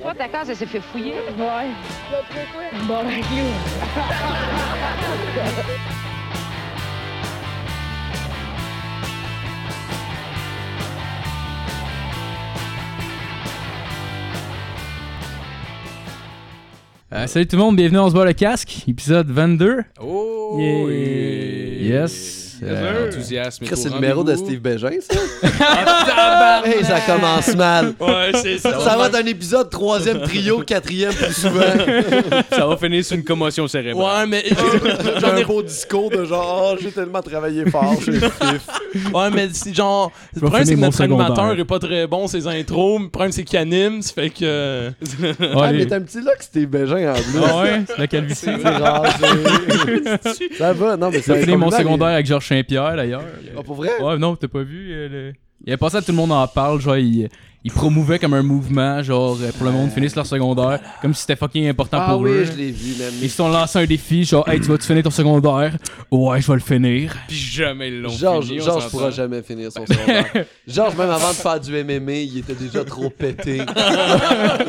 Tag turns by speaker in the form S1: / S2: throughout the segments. S1: Toi, ta case, elle s'est fait fouiller.
S2: Ouais. Bon, ben, clou.
S3: Euh, salut tout le monde, bienvenue on se bat le casque, épisode 22.
S4: Oh!
S2: Yeah.
S3: Yes. Euh,
S4: Enthousiasme.
S5: Chris, c'est le numéro de Steve Bégin, ça? hey, ça commence mal.
S4: Ouais, c'est ça.
S5: Ça va être un épisode troisième trio, quatrième plus souvent.
S4: Ça va finir sur une commotion cérébrale.
S5: Ouais, mais j'en ai beau discours de genre, oh, j'ai tellement travaillé fort, je suis fif.
S6: Ouais, mais c'est genre. Le
S3: vais
S6: problème, c'est
S3: finir
S6: que
S3: mon
S6: notre
S3: secondaire.
S6: animateur est pas très bon, ses intros. Le problème, c'est qu'il anime. Ça fait que.
S3: oh,
S5: Ah,
S3: les-
S5: mais t'as un petit look Steve Bégin en bleu.
S3: Ah ouais, c'est la calvitie.
S5: C'est rasé. ça va, non, mais
S3: J'ai
S5: ça
S3: fini mon secondaire avec Georges Saint-Pierre d'ailleurs.
S5: Ah, pour vrai?
S3: Ouais, non, t'as pas vu. euh, le- Il a passé à tout le monde en parle, genre, il, il promouvait comme un mouvement, genre, euh, pour le monde finisse leur secondaire, comme si c'était fucking important
S5: Ah
S3: pour
S5: oui,
S3: eux.
S5: je l'ai vu, même.
S3: Ils se sont lancés un défi, genre, hey, tu vas-tu finir ton secondaire? Ouais, je vais le finir.
S4: Puis jamais ils l'ont
S5: Georges,
S4: fini, on
S5: Georges
S4: s'entend.
S5: pourra jamais finir son
S3: Ben,
S5: secondaire. Georges, même avant de faire du MMA, il était déjà trop pété.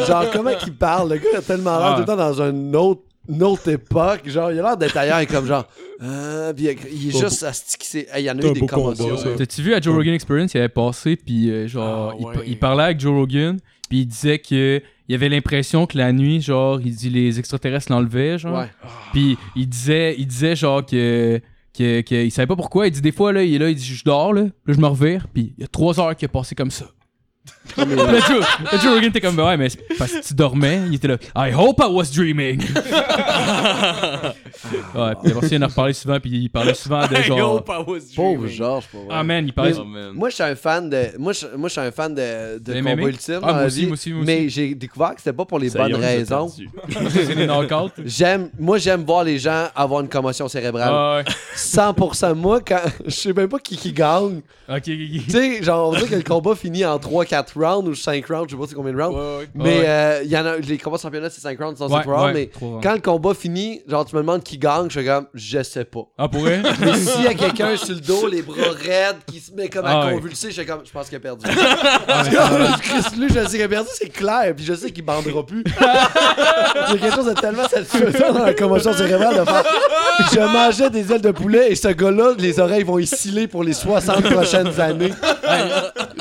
S5: genre, comment qu'il parle? Le gars a tellement l'air
S3: Ah.
S5: tout le temps dans une autre, une autre époque. Genre, il a l'air d'être ailleurs, comme genre... Ah, puis il est juste astiqué. Il y en a eu des commotions.
S3: T'as-tu vu à Joe Rogan Experience, il avait passé, puis euh, genre,
S4: Ah,
S3: il,
S4: ouais.
S3: il parlait avec Joe Rogan, puis il disait que il avait l'impression que la nuit, genre, il dit les extraterrestres l'enlevaient, genre.
S5: Ouais.
S3: Puis il disait, il disait genre que, que, que il savait pas pourquoi. Il dit des fois là, il est là, il dit je dors là, puis là je me revire, puis il y a trois heures qui a passé comme ça. Puis là, Joe, là, Joe Rogan était comme ouais mais c'est parce que tu dormais, il était là I hope I was dreaming. ouais, puis après ça, il en reparlait souvent, puis il parlait souvent de genre
S5: Pauvre Georges, pour vrai.
S3: ah man, il parlait
S6: oh,
S5: Mais- Moi, je suis un fan de, moi, je, moi, je suis un fan de, de
S3: Les
S5: combat
S3: mémés?
S5: ultime.
S3: Ah,
S5: dans
S3: moi
S5: la
S3: aussi,
S5: vie,
S3: moi aussi, moi
S5: Mais
S3: aussi.
S5: j'ai découvert que c'était pas pour les bonnes raisons.
S3: c'est des knockouts.
S5: J'aime, moi, j'aime voir les gens avoir une commotion cérébrale.
S3: Ah ouais.
S5: 100% moi quand je sais même pas qui qui gagne.
S3: Ok, ok,
S5: Tu
S3: ok.
S5: sais, genre on va dire que le combat finit en 3 4 rounds ou 5 rounds, je sais pas c'est combien de rounds.
S4: Ouais, ouais.
S5: Mais
S3: Ouais.
S5: euh, il y en a les combats championnats c'est 5 rounds, sinon
S3: Ouais,
S5: c'est 3
S3: ouais,
S5: rounds mais
S3: trois rounds.
S5: quand le combat finit, genre tu me demandes qui gagne, je suis comme je sais pas.
S3: Ah pour vrai?
S5: Mais s'il y a quelqu'un sur le dos, les bras raides, qui se met comme à
S3: Ah ouais. Ah
S5: convulser, je suis comme je pense qu'il a perdu. Ah Chris, lui, je sais qu'il a perdu, c'est clair, puis je sais qu'il bandera plus. c'est quelque chose de tellement satisfaisant dans la commotion cérébrale de faire. Je mangeais des ailes de poulet et ce gars-là, les oreilles vont sciller pour les 60 prochaines années.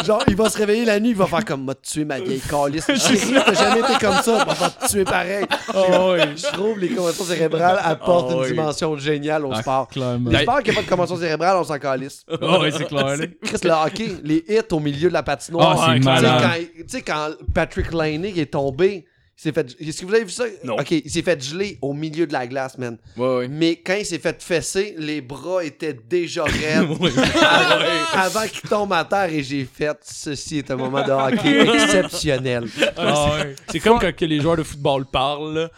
S5: Genre, il va se réveiller la nuit, il va faire comme m'a tué ma vieille calice. Chérie, t'as jamais été comme ça, on va te tuer pareil.
S3: Oh, ouais.
S5: Je trouve les commotions cérébrales apportent
S4: Ah
S5: une
S4: oui.
S5: dimension géniale au
S3: Ah,
S5: sport.
S3: clairement.
S5: Le sport qui a pas de commotion cérébrale, on s'en calisse.
S3: Ah ouais, c'est clair là.
S5: Chris, le hockey, les hits au milieu de la patinoire.
S3: Ah, c'est
S5: Tu sais,
S3: malade.
S5: quand- Tu sais, quand, Patrick Laney est tombé, il s'est fait. Est-ce que vous avez vu ça?
S4: Non.
S5: Ok, il s'est fait geler au milieu de la glace, man.
S4: Ouais, ouais.
S5: Mais quand il s'est fait fesser, les bras étaient déjà raides. Av- Avant qu'il tombe à terre et j'ai fait ceci est un moment de hockey exceptionnel.
S3: Ah ouais.
S6: C'est comme quand que les joueurs de football parlent. là.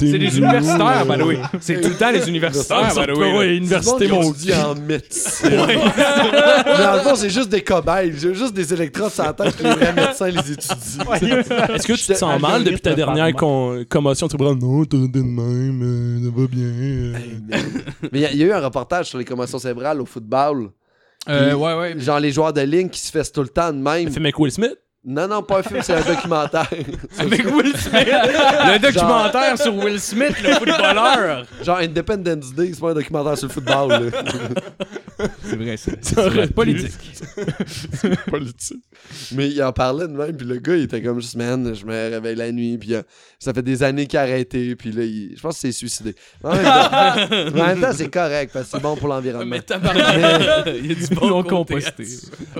S3: C'est des universitaires, by the way. C'est tout le temps les universitaires, by the way.
S6: Ouais,
S5: Université
S6: université,
S5: bon,
S6: mon
S5: qui étudie
S6: dieu.
S5: en médecine. Mais dans le fond, c'est juste des cobayes, j'ai juste des électrodes sur la tête que les vrais médecins les étudient.
S6: Est-ce que tu te sens mal depuis ta dernière con- commotion Tu non, t'as été de même, euh, ça va bien. euh.
S5: Mais il y, a- il y a eu un reportage sur les commotions cérébrales au football.
S3: Euh, ouais, ouais.
S5: Genre les joueurs de ligne qui se fessent tout le temps de même.
S6: Le film avec Will Smith
S5: Non, non, pas un film, c'est un documentaire.
S4: Avec Will Smith. Le documentaire sur Will Smith, le footballeur.
S5: Genre Independence Day, c'est pas un documentaire sur le football. là.
S3: C'est vrai, c'est
S6: aurait pu.
S3: politique.
S5: Mais il en parlait de même, puis le gars, il était comme juste, man, je me réveille la nuit, puis euh, ça fait des années qu'il a arrêté, puis là, il- je pense qu'il s'est suicidé. En même temps, en même temps, c'est correct, parce que c'est bon pour l'environnement.
S4: Mais tabarnak. Il y a du
S3: Ils l'ont
S4: bon côté.
S3: composté.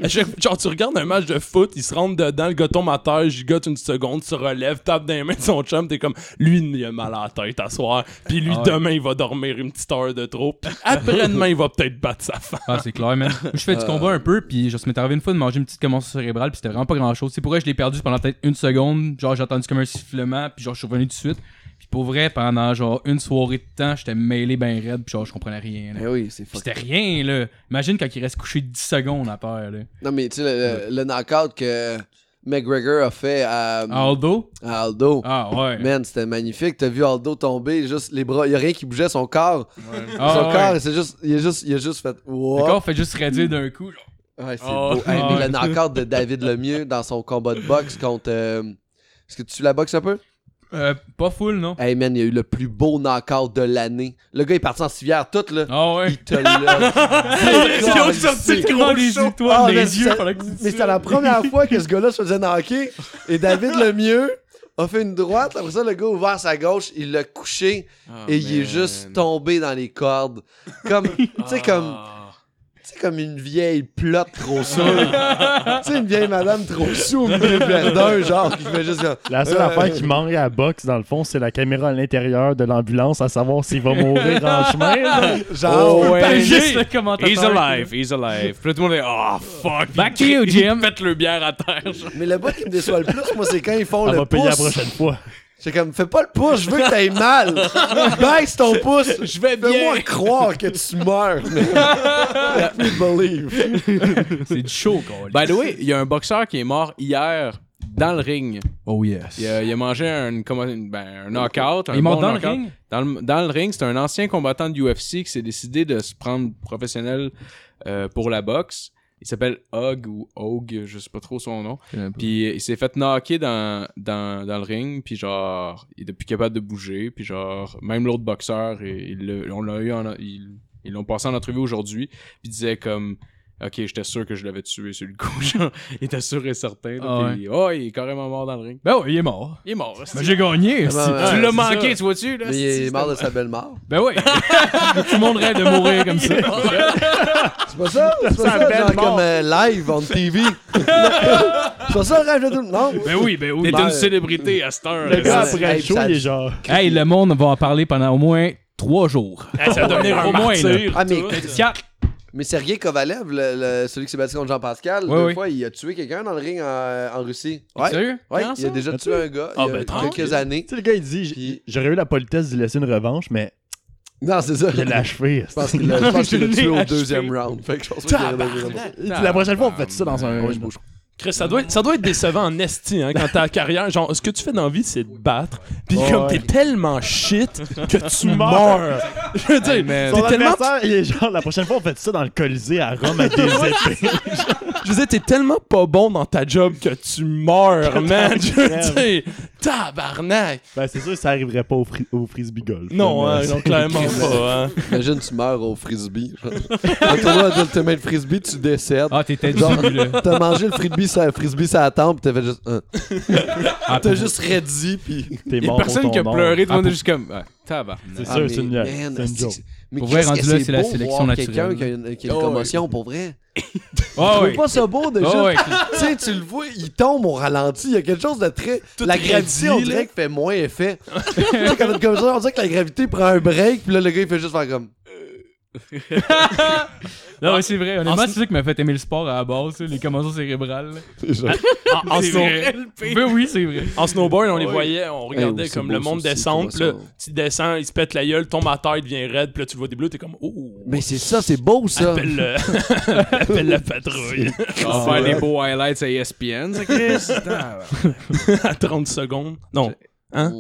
S6: À chaque- Genre, tu regardes un match de foot, il se rentre dedans, le gars tombe à terre, gigote une seconde, se relève, tape dans les mains de son chum, t'es comme, lui, il a mal à la tête à soir, puis lui,
S3: Ah ouais.
S6: demain, il va dormir une petite heure de trop, puis après-demain, il va peut-être battre sa femme.
S3: Ah, c'est clair, man. Moi, je fais du combat un peu, puis genre, ça m'est arrivé une fois de manger une petite commotion cérébrale, puis c'était vraiment pas grand chose. C'est pour vrai, je l'ai perdu pendant peut-être une seconde. Genre, j'ai entendu comme un sifflement, puis genre, je suis revenu tout de suite. Puis pour vrai, pendant genre une soirée de temps, j'étais mêlé ben raide, puis genre, je comprenais rien. là.
S5: Mais Ben oui, c'est
S3: Puis
S5: fuck.
S3: c'était rien, là. Imagine quand il reste couché 10 secondes à terre, là.
S5: Non, mais tu sais, le, le- le knockout que McGregor a fait à,
S3: Aldo?
S5: à Aldo.
S3: oh. Ah, ouais.
S5: Man, c'était magnifique. T'as vu Aldo tomber, juste les bras. Il a rien qui bougeait, son corps.
S3: Ah,
S5: son
S3: ouais.
S5: corps, c'est juste, il, a juste, il a juste fait.
S3: Le
S5: Wow.
S3: corps fait juste se réduire d'un coup. genre.
S5: Ouais, c'est
S6: Oh.
S5: beau. Hey, mais
S6: Ah,
S5: le knockout de David Lemieux dans son combat de boxe contre. euh, Est-ce que tu suis la boxe un peu?
S3: Euh, pas full, non?
S5: Hey man, il y a eu le plus beau knockout de l'année. Le gars est parti en civière toute là.
S3: Ah ouais.
S5: Il te l'a.
S6: Ils ont sorti le gros
S3: les
S6: show.
S3: étoiles
S5: Ah,
S3: des
S5: mais
S3: yeux
S5: ça-
S3: pendant que tu
S5: Mais
S3: tues.
S5: c'était la première fois que ce gars-là se faisait knocker. Et David Lemieux a fait une droite. Après ça, le gars a ouvert sa gauche. Il l'a couché. et
S3: Oh,
S5: il est juste tombé dans les cordes. Comme, tu sais, comme, tu sais, comme une vieille plotte trop saoule. tu sais, une vieille madame trop saoule au milieu de Verdun, genre, qui fait juste comme,
S1: La seule
S5: Euh,
S1: affaire qui manque à la boxe, dans le fond, c'est la caméra à l'intérieur de l'ambulance à savoir s'il va mourir en chemin.
S5: genre,
S6: Oh, ouais.
S3: Ben, juste
S6: Hey,
S3: le commentateur.
S6: He's alive, he's alive. Puis là, tout le monde est oh fuck.
S3: Back to you, Jim.
S6: Faites le bière à terre. genre.
S5: Mais le bout qui me déçoit le plus, moi, c'est quand ils font
S1: On
S5: le
S1: va payer la
S5: pouce.
S1: prochaine fois.
S5: J'ai comme, fais pas le pouce, je veux que t'ailles mal. Baisse ton pouce.
S6: Je vais
S5: Fais-moi
S6: bien.
S5: croire que tu meurs. Let me believe.
S3: C'est du show, quoi.
S4: By the way, il y a un boxeur qui est mort hier dans le ring.
S3: Oh yes.
S4: Il a, il a mangé un, comment- une- ben, un knockout. un
S3: Il monte
S4: bon
S3: dans le
S4: knockout.
S3: ring?
S4: Dans le, dans le ring, c'est un ancien combattant de UFC qui s'est décidé de se prendre professionnel euh, pour la boxe. Il s'appelle Hog ou Hog, je sais pas trop son nom. Puis il s'est fait knocker dans, dans, dans le ring, puis genre, il est plus capable de bouger, puis genre, même l'autre boxeur, il- il l'a- on l'a eu en- ils ils l'ont passé en entrevue aujourd'hui, puis il disait comme, ok, j'étais sûr que je l'avais tué sur le coup, genre, il était sûr et certain, là,
S3: Ah
S4: puis oh, il est carrément mort dans le ring.
S3: Ben ouais, il est mort.
S4: Il est mort, là,
S3: Ben
S4: c'est-
S3: j'ai gagné.
S5: Ah, ben,
S3: c'est-
S5: ouais,
S4: tu l'as
S3: c'est
S4: manqué,
S3: ça.
S4: tu vois-tu, là?
S5: Mais il
S4: c'est-
S5: est mort de sa belle mort.
S3: Ben ouais. Tout le monde rêve de mourir comme ça.
S5: C'est pas ça? C'est pas
S1: Ça
S5: ça,
S1: s'appelle
S5: genre
S1: mort.
S5: comme euh, live on TV. C'est pas ça le rêve de tout le monde.
S3: Ben oui, ben oui.
S4: T'es
S5: Ben,
S4: une célébrité à cette heure.
S1: Le
S4: là.
S1: gars,
S5: c'est-
S1: après
S5: hey,
S1: le show,
S5: ça-
S1: il est genre...
S3: ben, Hey, le monde va en parler pendant au moins trois jours.
S6: Hey, ça va devenir
S3: Au
S6: un
S3: moins,
S6: martyr.
S5: Ah, mais,
S3: Quatre.
S5: mais Sergei Kovalev, le- le- celui qui s'est battu contre Jean-Pascal,
S3: Oui,
S5: deux
S3: oui.
S5: fois, il a tué quelqu'un dans le ring en, en Russie. Ouais.
S4: Sérieux?
S5: Ouais,
S4: Quand
S5: il a
S4: ça?
S5: déjà tué un gars
S6: Ah,
S5: il y a
S6: ben, tranquille.
S5: quelques années.
S1: Tu sais, le gars, il dit, j-
S5: Puis-
S1: j'aurais eu la politesse de lui laisser une revanche, mais
S5: Non, c'est ça.
S1: il l'a achevé.
S5: Je pense qu'il l'a je pense qu'il l'a
S1: Je
S5: tué au
S1: l'ai
S5: deuxième round. Fait que je pense pas qu'il l'a
S1: Tabarnak. La prochaine fois, on fait ça dans un...
S5: Ouais, je bouge.
S6: Chris, ça doit, être, ça doit être décevant en esti, hein, quand ta carrière, genre, ce que tu fais dans la vie, c'est de battre, pis
S1: Ouais.
S6: comme t'es tellement shit que tu meurs.
S1: Meurs.
S6: Je veux dire,
S1: Son
S6: t'es tellement,
S1: adversaire, il est genre, la prochaine fois, on fait ça dans le Colisée à Rome avec des épées.
S6: je veux dire, t'es tellement pas bon dans ta job que tu meurs, man. Je veux dire, tabarnak.
S1: Ben, c'est sûr que ça arriverait pas au, fri- au frisbee golf. euh,
S6: Non,
S1: Mais
S6: hein,
S1: c'est-
S6: non, clairement pas, hein.
S5: Imagine, tu meurs au frisbee. Un tournoi d'ultimate frisbee, tu décèdes.
S3: Ah, t'étais
S5: Genre,
S3: dessus, là.
S5: t'as mangé le frisbee, ça, frisbee, ça attend, pis t'as fait juste. hein.
S3: Ah,
S5: T'as
S3: pour-
S5: juste ready, pis.
S1: T'es
S4: Il y a
S1: mort pour
S4: personne
S1: ton
S4: qui a
S1: mort.
S4: pleuré, tout le monde est juste comme, ah, tabarnak.
S1: C'est
S5: Ah,
S1: sûr,
S5: mais
S1: c'est une
S5: man,
S1: c'est une
S5: c'est-
S1: joke.
S5: Mais
S3: Pour
S5: pour
S3: vrai,
S5: vrai,
S3: rendu
S5: que
S3: là,
S5: c'est
S3: c'est la
S5: beau
S3: sélection
S5: voir
S3: naturelle.
S5: quelqu'un qui a une, qui a une
S4: Oh, oui.
S5: commotion, pour vrai.
S3: Ah
S5: Je
S3: ouais.
S5: pas ça beau, déjà.
S3: Ah ouais.
S5: Tu sais, tu le vois, il tombe au ralenti. Il y a quelque chose de très. la gravité, on
S6: raidi, là.
S5: dirait que fait moins effet. tu sais, quand on est comme ça, on dirait que la gravité prend un break, puis là, le gars, il fait juste faire comme.
S3: Non, mais c'est vrai. Honnêtement,
S6: en-
S3: c'est ça qui m'a fait aimer le sport à la base, là, les commotions cérébrales. là.
S6: Ah, En, en snow-
S3: Ben oui, c'est vrai.
S6: en snowboard, on les voyait, on regardait
S5: Hey, c'est
S6: comme
S5: beau,
S6: le
S5: ça,
S6: monde
S5: c'est
S6: descendre, pis
S5: comment
S6: là,
S5: ça.
S6: tu descends, il se pète la gueule, tombe à terre, il devient raide, pis là, tu le vois des bleus, t'es comme, oh,
S5: Mais c'est ça, c'est beau, ça.
S6: appelle, le- appelle la patrouille.
S4: On va Ah, faire des beaux highlights à E ESPN, ça, Chris. Tabarnak.
S6: à 30 secondes. Non. Hein?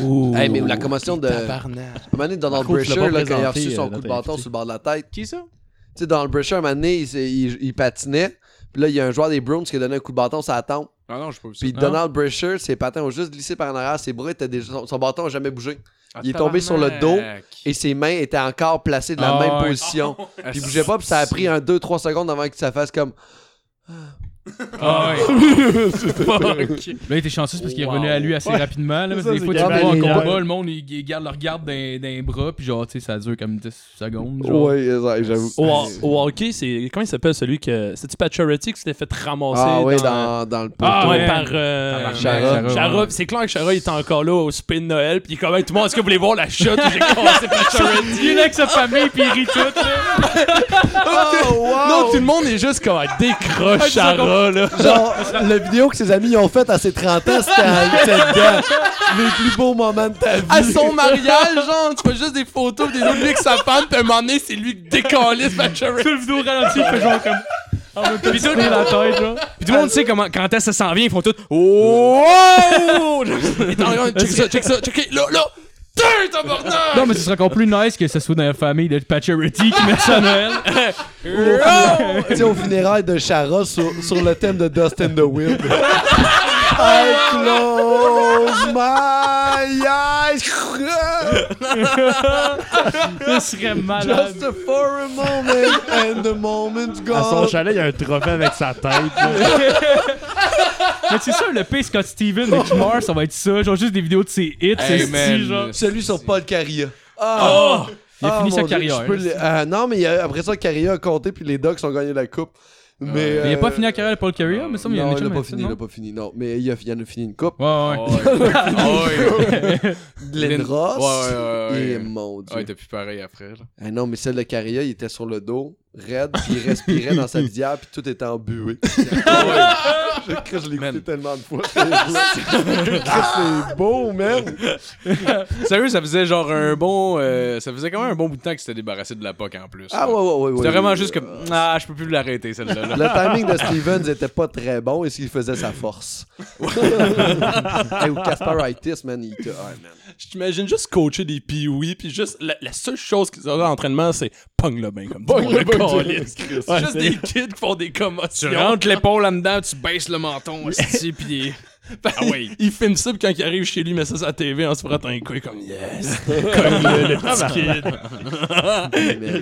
S5: Mm. Hey, mais la commotion de. Un
S6: Tabarnak.
S5: moment donné, Donald
S1: Marco, tu l'as
S5: Brasher,
S1: pas
S5: là, quand il a reçu
S1: présenté, euh,
S5: son coup
S1: notre
S5: de bâton
S1: invité.
S5: sur le bord de la tête.
S4: Qui ça?
S5: Tu sais, Donald Brasher, un moment donné, il, s'est- il- il patinait. Puis là, il y a un joueur des Browns qui a donné un coup de bâton sur la tempe.
S4: Ah non, je peux pas
S5: Puis Donald Brasher, ses patins ont juste glissé par en arrière. Ses bras étaient déjà. Son, son bâton n'a jamais bougé. il est tombé sur le dos. Et ses mains étaient encore placées de la
S3: Ah,
S5: même
S3: ouais.
S5: position. Puis il bougeait pas, puis ça a pris un 2-3 secondes avant que ça fasse comme.
S3: Ah ouais.
S4: Fuck.
S3: Là, il était chanceux parce qu'il est
S4: Wow.
S3: revenu à lui assez rapidement. Là,
S1: C'est
S3: parce
S1: ça,
S3: que des
S1: c'est
S3: fois, tu
S1: qu'il
S3: vois
S5: avait
S3: en
S5: une
S3: combat,
S1: gueule.
S3: le monde, il, il garde le regard d'un d'un bras, puis genre, tu sais, ça dure comme 10 secondes. Genre.
S5: Ouais, exact, j'avoue.
S6: Au, au hockey, c'est. Comment il s'appelle celui que. C'est-tu Pacioretty qui s'était fait ramasser?
S5: Ah oui,
S6: dans.
S5: dans, dans le poteau.
S6: Ah, ouais,
S3: Ouais.
S6: par. euh,
S3: Tabarnak,
S5: Chara.
S6: Chara. Chara. C'est clair que Chara il était encore là au spin de Noël. Puis il est comme, Hey, tout le monde, est-ce que vous voulez voir la shot où j'ai cassé Pacioretty?
S3: Il est là avec sa famille, puis il rit tout. là.
S5: Oh, wow!
S6: Non, tout le monde est juste comme, décroche Chara, là.
S5: Genre, la vidéo que ses amis ont faite à ses 30 ans, c'était en- c'était dedans. Les plus beaux moments de ta vie.
S6: À son mariage, genre, tu fais juste des photos des autres lui avec sa femme, puis à un moment donné, c'est lui qui décalisse Pacioretty.
S3: Tout le vidéo ralenti, il fait genre comme. En mode comme ça, la tête, genre.
S4: Puis tout le monde sait comment, quand est-ce que ça s'en vient, ils font tout. Oh!
S6: Il est en train de- Check ça, check ça, check it, là, là. Damn!
S4: Dieu, tabarnak!
S3: Non, mais ce serait encore plus nice que ce soit dans la famille de Patcherity qui met ça à Noël.
S5: Tu sais, au funérail de Chara sur, sur le thème de Dust in the Wind. I close my eyes
S3: Ce serait malade.
S5: just for a moment and the moment's
S1: À son
S5: gone.
S1: chalet, il y a un trophée avec sa tête. là.
S3: Mais c'est ça, le pire Scott Steven et qui meurt, ça va être ça. Genre juste des vidéos de ses hits, ses
S4: Hey, man.
S3: styles, genre.
S5: Celui sur Paul Carilla. Ah!
S3: Oh! Il a
S5: Ah,
S3: fini sa
S5: mon Dieu,
S3: carrière. hein,
S5: je peux le- euh, non, mais il y a- après ça, Carilla a compté, puis les Ducks ont gagné la coupe.
S4: Ah,
S5: Mais,
S3: Mais Il a pas
S5: euh,
S3: fini la carrière de Paul Carrier, mais ça, il y a
S5: Non,
S3: un
S5: il a
S3: chum
S5: pas
S3: avec ça,
S5: fini, il
S3: non?
S5: a pas fini. Non, mais il, a, il en a fini une coupe.
S3: Ouais, ouais.
S4: Oh, ouais. Oh, ouais.
S5: Glenn
S4: Glenn-
S5: Ross.
S4: Ouais, ouais, ouais, ouais.
S5: Et mon Dieu.
S4: Ah, il était plus pareil après, là.
S5: Ah non, mais celle de Caria, il était sur le dos, raide, puis il respirait dans sa bière, puis tout était embué. je crois que je l'ai écouté
S4: Man.
S5: tellement de fois. C'est beau, man!
S4: Sérieux, ça faisait genre un bon. euh, ça faisait quand même un bon bout de temps qu'il s'était débarrassé de la POC en plus.
S5: Ah
S4: là.
S5: ouais, ouais, ouais. ouais,
S4: C'était
S5: ouais,
S4: vraiment
S5: ouais.
S4: juste comme. Ah, je peux plus l'arrêter, celle-là. là.
S5: Le timing de Stevens était pas très bon et ce qu'il faisait sa force. hey, ou Kasparaitis, man, il était. ah, man.
S6: Je t'imagine juste coacher des pee-wee, puis juste la, la seule chose qu'ils ont dans l'entraînement, c'est pogne le bain comme ça. Pogne le
S1: Ouais,
S6: Juste
S1: c'est-
S6: des kids qui font des commotions.
S4: Tu rentres l'épaule là-dedans, tu baisses le menton, esti, puis. Ah ouais.
S6: Il filme ça, puis quand il arrive chez lui, il met ça sur la TV en se frottant un couille comme yes. Comme le, le petit kid.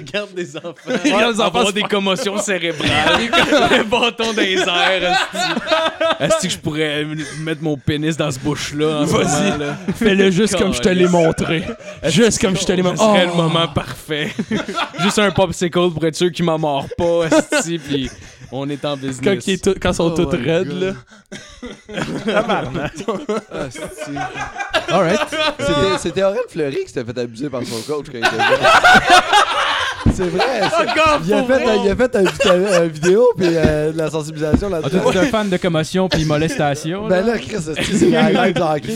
S4: Regarde les enfants. Regarde les enfants. des commotions
S6: Ah
S4: cérébrales. le bâton dans les airs. esti. Esti que je pourrais m- mettre mon pénis dans ce bouche-là. en ce
S6: Vas-y.
S4: moment, là.
S6: Fais-le juste comme je te l'ai montré. Juste comme je te l'ai
S4: Ce
S6: montré.
S4: serait le
S6: Oh.
S4: moment parfait. Juste un popsicle pour être sûr qu'il m'en mord pas, esti, puis on est en business.
S6: Quand, ils est tout- quand ils sont
S5: Oh
S6: toutes
S5: my
S6: raides,
S5: God.
S6: là.
S5: Ah, c'est- Alright. C'était- C'était Aurel Fleury qui s'était fait abuser par son coach quand il était jeune. C'est vrai. c'est-
S4: Oh,
S5: il, a fait, un- il a fait un, vita- un vidéo puis euh, de la sensibilisation
S3: Ah, toi,
S5: là-dedans.
S3: t'es un fan de commotion puis molestation. là.
S5: Ben là, Chris, c'est c'est la highlight de hockey.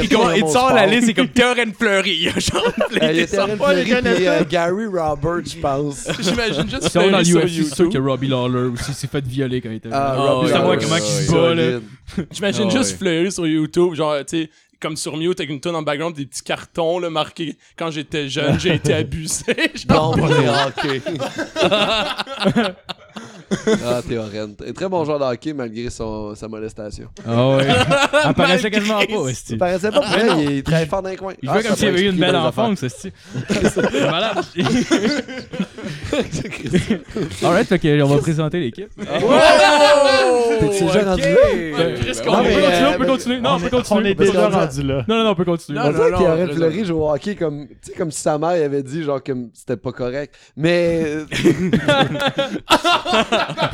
S4: Puis quand il te sort la liste, c'est comme Terren Fleury. Genre,
S5: Ben, Il
S4: il Ah,
S5: était Aurel Fleury puis euh, Gary Roberts, je pense.
S6: J'imagine juste
S3: Ils sont dans
S6: Fleury sur
S3: l'UFC, c'est sûr que
S6: YouTube.
S3: Robbie Lawler aussi s'est fait violer quand il était.
S5: Ah,
S3: jeune.
S5: Robbie
S3: savoir
S5: Roberts, Ah,
S3: comment il se
S5: solide.
S3: bat, là.
S6: J'imagine
S4: Ah
S6: juste
S4: ouais.
S6: fleurir sur YouTube, genre, tu sais, comme sur Mute avec une tonne en background, des petits cartons, là, marqués quand j'étais jeune, j'ai été abusé. Genre,
S5: Non, pas le hockey. ah, t'es Oren. T'es Très bon joueur de hockey malgré son, sa molestation.
S3: Ah ouais. Elle paraissait quasiment pas, hostie.
S5: Il paraissait pas vrai, il est très fort dans les coins.
S3: Il
S5: Ah,
S3: jouait
S5: ça
S3: comme s'il
S5: peut
S3: avait eu une
S5: expliquer
S3: belle
S5: plein d'affaires.
S3: enfance, c'est malade. Alright, fait que on va présenter l'équipe.
S4: Oh!
S5: T'es déjà rendu
S6: Chris,
S5: là? Ah,
S3: on
S6: qu'on
S5: mais,
S3: peut continuer,
S6: veut.
S5: euh,
S3: on peut continuer. Non, on
S1: on,
S3: peut
S1: est, on
S3: continuer.
S1: est
S3: on peut
S1: déjà
S3: continuer.
S1: rendu là.
S3: Non, non, Ah, non, on peut continuer.
S5: On dirait
S4: non,
S5: qu'Aurel
S4: raison.
S5: Fleury joue au hockey comme, tu sais, comme si sa mère avait dit genre que c'était pas correct. Mais,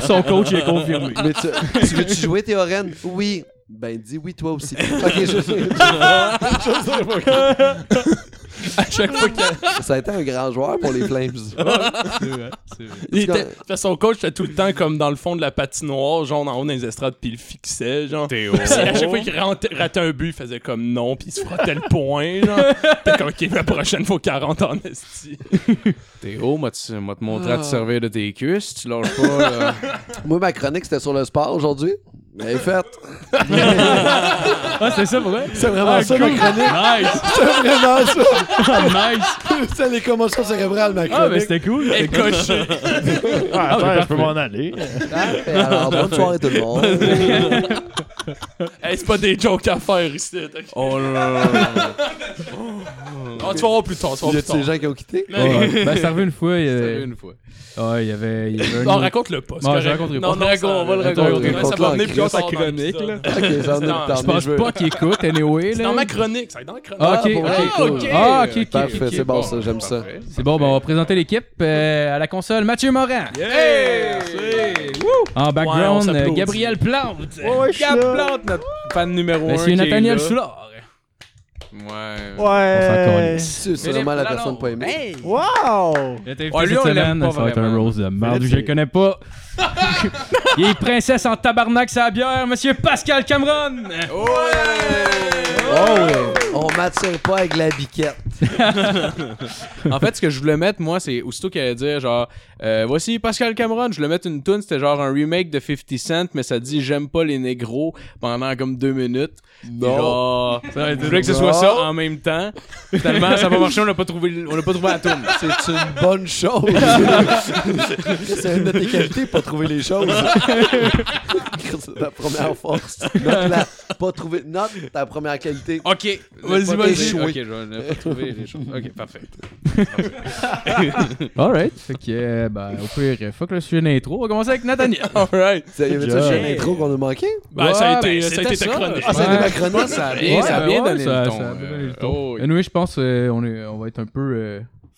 S3: Son coach il est confirmé.
S5: mais tu, tu veux-tu jouer, Théorène? Oui. Ben, dis oui, toi aussi. ok, je sais.
S6: À chaque fois qu'il
S5: Ça a été un grand joueur pour les Flames.
S6: il
S5: Parce
S6: était.
S5: que-
S6: parce que Son coach était tout le temps comme dans le fond de la patinoire, genre en haut dans les estrades, puis il le fixait, genre. Puis à chaque fois qu'il rentait- ratait un but, il faisait comme non, puis il se frottait le poing, genre. T'es comme, ok, la prochaine fois 40 en esti.
S4: Théo, moi, tu moi, te montrer
S6: Ah.
S4: à te servir de tes cuisses, tu lâches pas. là.
S5: Moi, ma chronique, c'était sur le sport aujourd'hui. Elle est faite.
S3: Ah, c'est ça, pour vrai?
S5: C'est vraiment
S3: Ah,
S5: ça, ma
S3: cool.
S5: chronique.
S3: Nice!
S5: C'est vraiment ça.
S3: Ah, nice!
S5: C'est les commotions cérébrales, ma
S3: Ah, ben
S5: chronique.
S3: c'était cool! C'était cool.
S1: Ah, attends,
S3: ben,
S1: je peux m'en aller.
S5: Parfait. Alors, bonne soirée tout le monde.
S6: Hey, c'est pas des jokes à faire ici. t'as-
S4: Oh là là là là là.
S6: Ah, tu vas voir plus tard, tu vas
S5: Il y
S6: voir plus
S5: a
S6: tard.
S5: des gens qui ont quitté?
S3: Ouais. Ben, ça arrivé une fois. il y
S4: Ça
S3: avait-
S4: arrive une fois.
S3: Ouais, il y avait. il y avait un-
S6: On raconte le pas. c'est
S3: Ouais, je
S6: correct.
S3: raconterai pas.
S6: Non,
S4: On
S6: non,
S4: raconte-
S6: ça-
S4: on va le
S6: ça-
S5: raconter.
S6: Ça va venir
S5: Raconte-le
S6: plus tard
S4: en
S6: dans
S4: chronique,
S6: l'épisode.
S4: là.
S5: Ok, ça en
S6: Non,
S5: est
S6: je
S5: tard,
S3: Je
S5: mais
S3: pense
S5: je veux-
S3: pas qu'il écoute, anyway. là.
S6: C'est dans ma chronique, c'est dans la chronique.
S3: Ah, ok,
S5: Ah,
S3: ok,
S5: pour-
S3: cool.
S4: ok.
S3: Ah, ok, ok.
S5: Parfait,
S3: ok.
S5: c'est bon ça, j'aime ça.
S3: C'est bon, ben, on va présenter l'équipe euh, à la console. Mathieu Morin.
S6: Hey!
S3: En background,
S6: Ouais, on
S3: euh,
S6: s'applaudit.
S3: Gabriel Plante.
S1: Ouais, je suis
S4: Gab
S1: là.
S4: Plante, notre fan numéro 1.
S3: Monsieur Nathaniel Soulard.
S4: Ouais.
S1: Ouais.
S5: C'est c'est vraiment la personne pas aimée.
S1: Wow.
S3: Il a été
S4: Ouais,
S3: invité
S4: lui,
S3: cette
S4: on l'aime
S3: semaine,
S4: pas
S3: ça va être un
S4: vraiment.
S3: rose de merde,
S1: Philippe,
S3: je le
S1: c'est-
S3: connais pas. Il est princesse en tabarnak sa bière, monsieur Pascal Cameron.
S4: Ouais!
S5: Oh, ouais. On m'attire pas avec la biquette.
S4: en fait, ce que je voulais mettre, moi, c'est aussitôt qu'il allait dire, genre, euh, voici Pascal Cameron, je voulais mettre une tune, c'était genre un remake de 50 Cent, mais ça dit J'aime pas les négros pendant comme deux minutes. Non. Genre, je voulais que ce soit ça en même temps. Finalement, ça n'a pas marché, on n'a pas trouvé, on n'a pas trouvé la tune.
S5: C'est une bonne chose. c'est une de tes qualités, pas trouver les choses. c'est ta première force. Note la, pas trouver, note ta première qualité.
S4: Ok,
S5: Vas-y, vas-y.
S4: vas-y, vas-y. Ok, je vais pas trouver les choses. Ok, parfait.
S3: Alright. Fait que, euh, ben, au pire, fuck le sujet d'intro. On va commencer avec Nathaniel.
S4: Alright.
S5: Il y avait ça
S1: Yeah.
S5: sur une intro qu'on a manqué?
S6: Ben, ça a
S4: Ouais,
S6: été,
S4: mais
S6: ça a été
S4: c'était
S6: ta
S4: ça.
S6: chronique.
S5: Ah, ça a été
S3: Ouais.
S5: ma chronique?
S4: Ça a bien,
S3: Ouais,
S4: ça a
S3: ben
S4: bien
S3: ouais,
S4: donné
S3: ça-
S4: le ton.
S3: ça a bien donné le
S4: Euh,
S3: ton.
S4: oh,
S3: Anyway, je pense euh, on, est, on va être un peu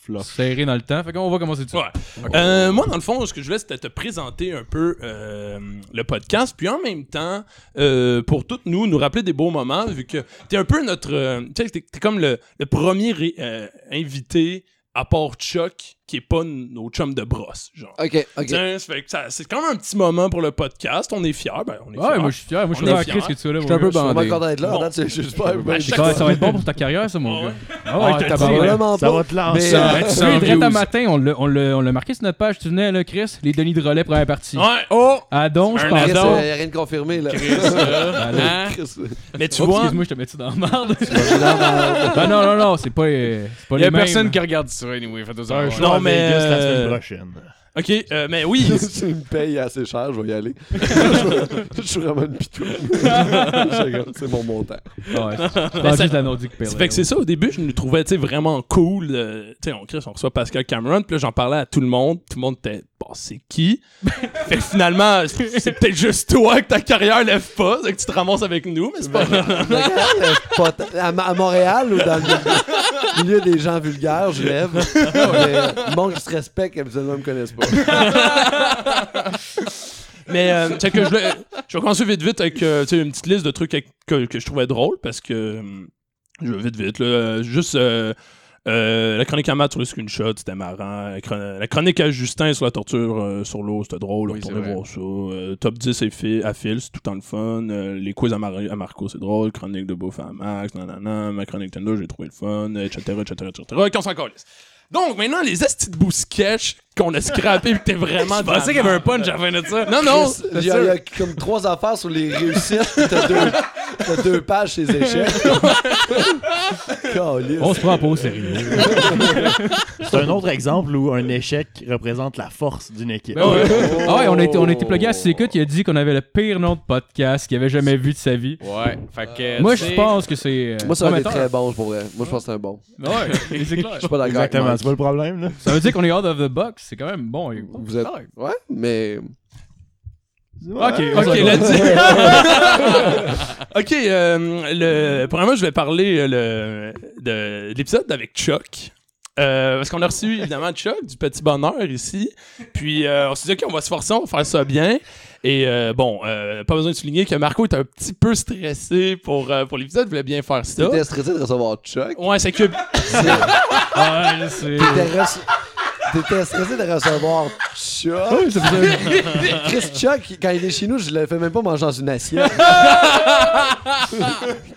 S3: euh, serré dans le temps. Fait qu'on va commencer tout de suite.
S6: Ouais. Euh, moi, dans le fond, ce que je voulais, c'était te présenter un peu euh, le podcast, puis en même temps, euh, pour toutes nous, nous rappeler des beaux moments, vu que t'es un peu notre... euh, tu sais, t'es t'es comme le, le premier ré- euh, invité à part Chuck, qui est pas n- nos chums de brosse, genre.
S5: Ok, ok.
S6: Tiens, ça fait que ça- C'est quand même un petit moment pour le podcast. On est fiers. Ben, on est
S3: Ouais,
S6: fiers.
S3: moi je suis fier. Moi je
S6: On
S3: suis vraiment
S6: est fiers.
S3: Chris que tu sois là.
S4: Je suis
S3: mon
S4: un peu
S3: gars.
S5: Je suis
S4: bandé.
S5: vraiment content d'être là.
S6: Bon.
S5: Regarde, c'est- je suis super heureux.
S6: chaque
S3: Ouais, Ça va être bon pour ta carrière, ça, mon
S6: Ah ouais.
S3: gars. Ah
S6: Ah,
S3: ouais,
S6: t'as
S5: Ça va
S3: tabarnak.
S5: vraiment
S1: Ça
S5: pas.
S1: va te lancer.
S5: Mais,
S4: Ça
S5: euh,
S4: va être
S3: Oui,
S4: sans
S3: direct
S4: views.
S3: à matin, on l'a- on l'a on l'a marqué sur notre page. Tu venais, là, Chris, les Denis de relais, première partie.
S6: Ouais.
S3: Oh! Adon, je
S6: Ah, Un
S5: Chris,
S3: pense.
S5: euh,
S6: Pardon.
S5: y a rien de confirmé, là.
S4: Hein?
S5: Chris, euh,
S6: Mais tu
S3: Oups,
S6: vois,
S3: Excuse-moi, je te mets-tu dans la merde? Ben non, non, non, c'est pas, euh, c'est pas
S4: Il y a
S3: les mêmes.
S4: personne qui regarde ça, anyway. Faites attention.
S1: Un
S4: Ouais.
S1: show à
S6: Non, mais,
S1: Vegas la
S6: euh,
S1: semaine prochaine.
S6: ok, euh, mais oui,
S5: Si tu me payes assez cher, je vais y aller. je suis vraiment une pitou. c'est mon montant.
S3: Ah, Ouais, c'est pas
S6: ça-
S3: juste la Nordic Pale
S6: C'est fait que c'est ça, au début, je nous trouvais tu sais, vraiment cool. euh, tu sais, on, Chris, on reçoit Pascal Cameron, puis là, j'en parlais à tout le monde. Tout le monde était, bon, c'est qui? fait que finalement, c'est peut-être juste toi que ta carrière lève pas, c'est que tu te ramasses avec nous, mais c'est pas grave.
S5: Mais quand même, euh, pas tant- à, Ma- à Ale ou dans le milieu- milieu des gens vulgaires, je lève. Mais, bon, je te respecte, habituellement, ils me connaissent pas.
S6: Mais, euh, tu sais, que je, voulais- je vais commencer vite, vite avec euh, tu sais, une petite liste de trucs avec- que, que je trouvais drôle parce que. euh, Je vais vite, vite, là. Euh, Juste. euh, euh, la chronique à Matt sur le screenshot, c'était marrant. La, chron- la chronique à Justin sur la torture euh, sur l'eau, c'était drôle.
S4: Oui,
S6: Retournez
S4: c'est vrai.
S6: voir ça. Euh, top 10 et fi- à Phil, c'est tout le temps le fun. Euh, les quiz à, Mar- à Marco, c'est drôle. Chronique de bouffe à Max, nanana. Ma chronique Tendo, j'ai trouvé le fun, etc., etc., etc. Ok, on s'en calisse. Donc, maintenant, les astis de bout sketch qu'on a scrappé et que t'es vraiment...
S4: Je pensais qu'il y avait un punch à la fin de ça.
S6: Non, non!
S5: Chris, Il y, a il y a comme trois affaires sur les réussites, puis t'as deux, t'as deux pages chez échecs. Calisse.
S3: On se prend pas au sérieux.
S1: C'est un autre exemple où un échec représente la force d'une équipe.
S3: Ben ouais. Ah ouais, on a été, on a été plugué à Sécut, il a dit qu'on avait le pire nom de podcast qu'il avait jamais vu de sa vie.
S4: Ouais, fait que.
S3: Moi,
S4: tu
S3: je
S4: sais-
S3: pense que c'est. euh,
S5: Moi, ça va être
S3: prometteur.
S5: très bon, pour vrai. Moi, je pense que c'est un bon.
S3: Ouais, c'est clair.
S5: Je suis pas d'accord avec
S1: Exactement,
S5: Mike.
S1: c'est pas le problème, là.
S3: Ça veut dire qu'on est out of the box, c'est quand même bon. et-
S5: Vous êtes... Ouais, mais...
S3: Ok,
S6: Ok,
S3: on s'en
S6: là,
S3: va.
S6: dis- ok, euh, le, premièrement, je vais parler euh, le- de, de l'épisode avec Chuck. Euh, parce qu'on a reçu évidemment Chuck du Petit Bonheur ici. Puis euh, on s'est dit, OK, on va se forcer, on va faire ça bien. Et euh, bon, euh, pas besoin de souligner que Marco est un petit peu stressé pour, euh, pour l'épisode, il voulait bien faire ça.
S5: T'étais stressé de recevoir Chuck.
S6: Ouais, c'est que.
S3: Ah, là, c'est.
S5: T'étais reçu- T'étais stressé de recevoir Chuck. Chris Chuck, quand il est chez nous, je le fais même pas manger dans une assiette.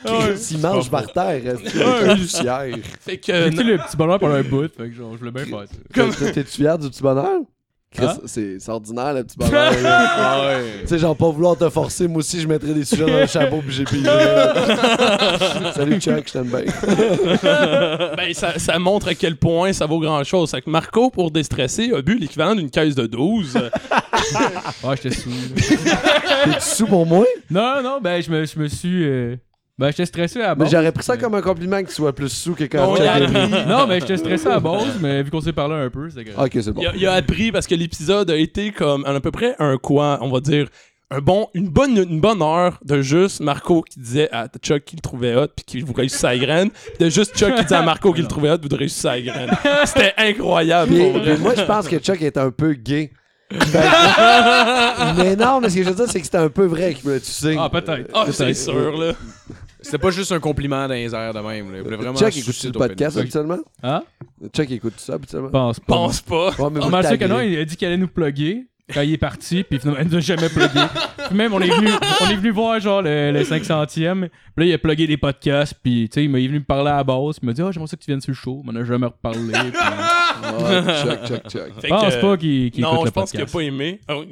S5: Chris, il mange par terre. est-ce que- avec la poussière.
S6: Fait que.
S3: J'ai
S6: euh,
S3: le petit bonheur pendant un bout, fait que genre, je voulais bien faire ça.
S5: T'es- T'es-tu fier du petit bonheur? Chris,
S3: Hein?
S5: c'est c'est ordinaire le petit bonheur. là.
S4: Ah ouais.
S5: tu sais, genre pas vouloir te forcer, moi aussi je mettrais des sujets dans le chapeau puis j'ai payé. là. Salut Chuck, je t'aime bien.
S6: ben, ça, ça montre à quel point ça vaut grand chose. C'est que Marco, pour déstresser, a bu l'équivalent d'une caisse de 12.
S3: Ah, j'étais sous.
S5: T'es-tu sous pour moi?
S3: Non, non, ben, je me, je me suis. euh, Ben, j'étais stressé à la
S5: Mais
S3: base.
S5: j'aurais pris ça comme un compliment que tu sois plus sous que quand
S6: On
S5: Chuck
S6: l'a
S5: est venu.
S6: appris.
S3: Non, mais j'étais stressé à la base, mais vu qu'on s'est parlé un peu, c'est que.
S5: Ok, c'est bon.
S6: Il a, il a appris parce que l'épisode a été comme à peu près un quoi, on va dire un bon, une bonne, une bonne heure de juste Marco qui disait à Chuck qu'il le trouvait hot puis qu'il vous réussissait à la graine, puis de juste Chuck qui disait à Marco qu'il le trouvait hot, vous le réussissez à la graine. C'était incroyable.
S5: Puis,
S6: pour vrai.
S5: puis moi, je pense que Chuck est un peu gay. Fait que- mais non, mais ce que je veux dire, c'est que c'était un peu vrai qu'il me l'a tué.
S3: Ah, peut-être.
S6: Ah, c'est sûr là.
S4: C'était pas juste un compliment dans les airs de même. Là. Il voulait vraiment
S5: Chuck écoute
S4: sucer
S5: le
S4: ton
S5: podcast
S4: pénis.
S5: habituellement?
S3: Hein?
S5: Chuck écoute ça habituellement?
S3: Pense pas.
S6: Pense pas. Ah,
S5: Ouais, mais vous
S3: Comment ça
S5: taguez.
S3: que non, il a dit qu'il allait nous plugger.
S5: Ouais, mais vous
S3: Comment ça que non, il a dit qu'il allait
S5: taguez.
S3: nous plugger. quand il est parti, puis finalement, il n'a jamais plugué. Puis même, on est venu, on est venu voir genre le, le 500e, puis là, il a plugué des podcasts, puis tu sais, il m'est venu me parler à la base, il m'a dit « Ah, j'aimerais ça que tu viennes sur le show », mais on n'a jamais reparlé. puis-
S5: check, check, check.
S3: Je
S6: Fait
S3: pense
S6: que-
S3: pas qu'il qu'il
S6: non,
S3: écoute
S6: je
S3: le
S6: pense qu'il a
S3: podcast.
S6: pas aimé. Ah, ok.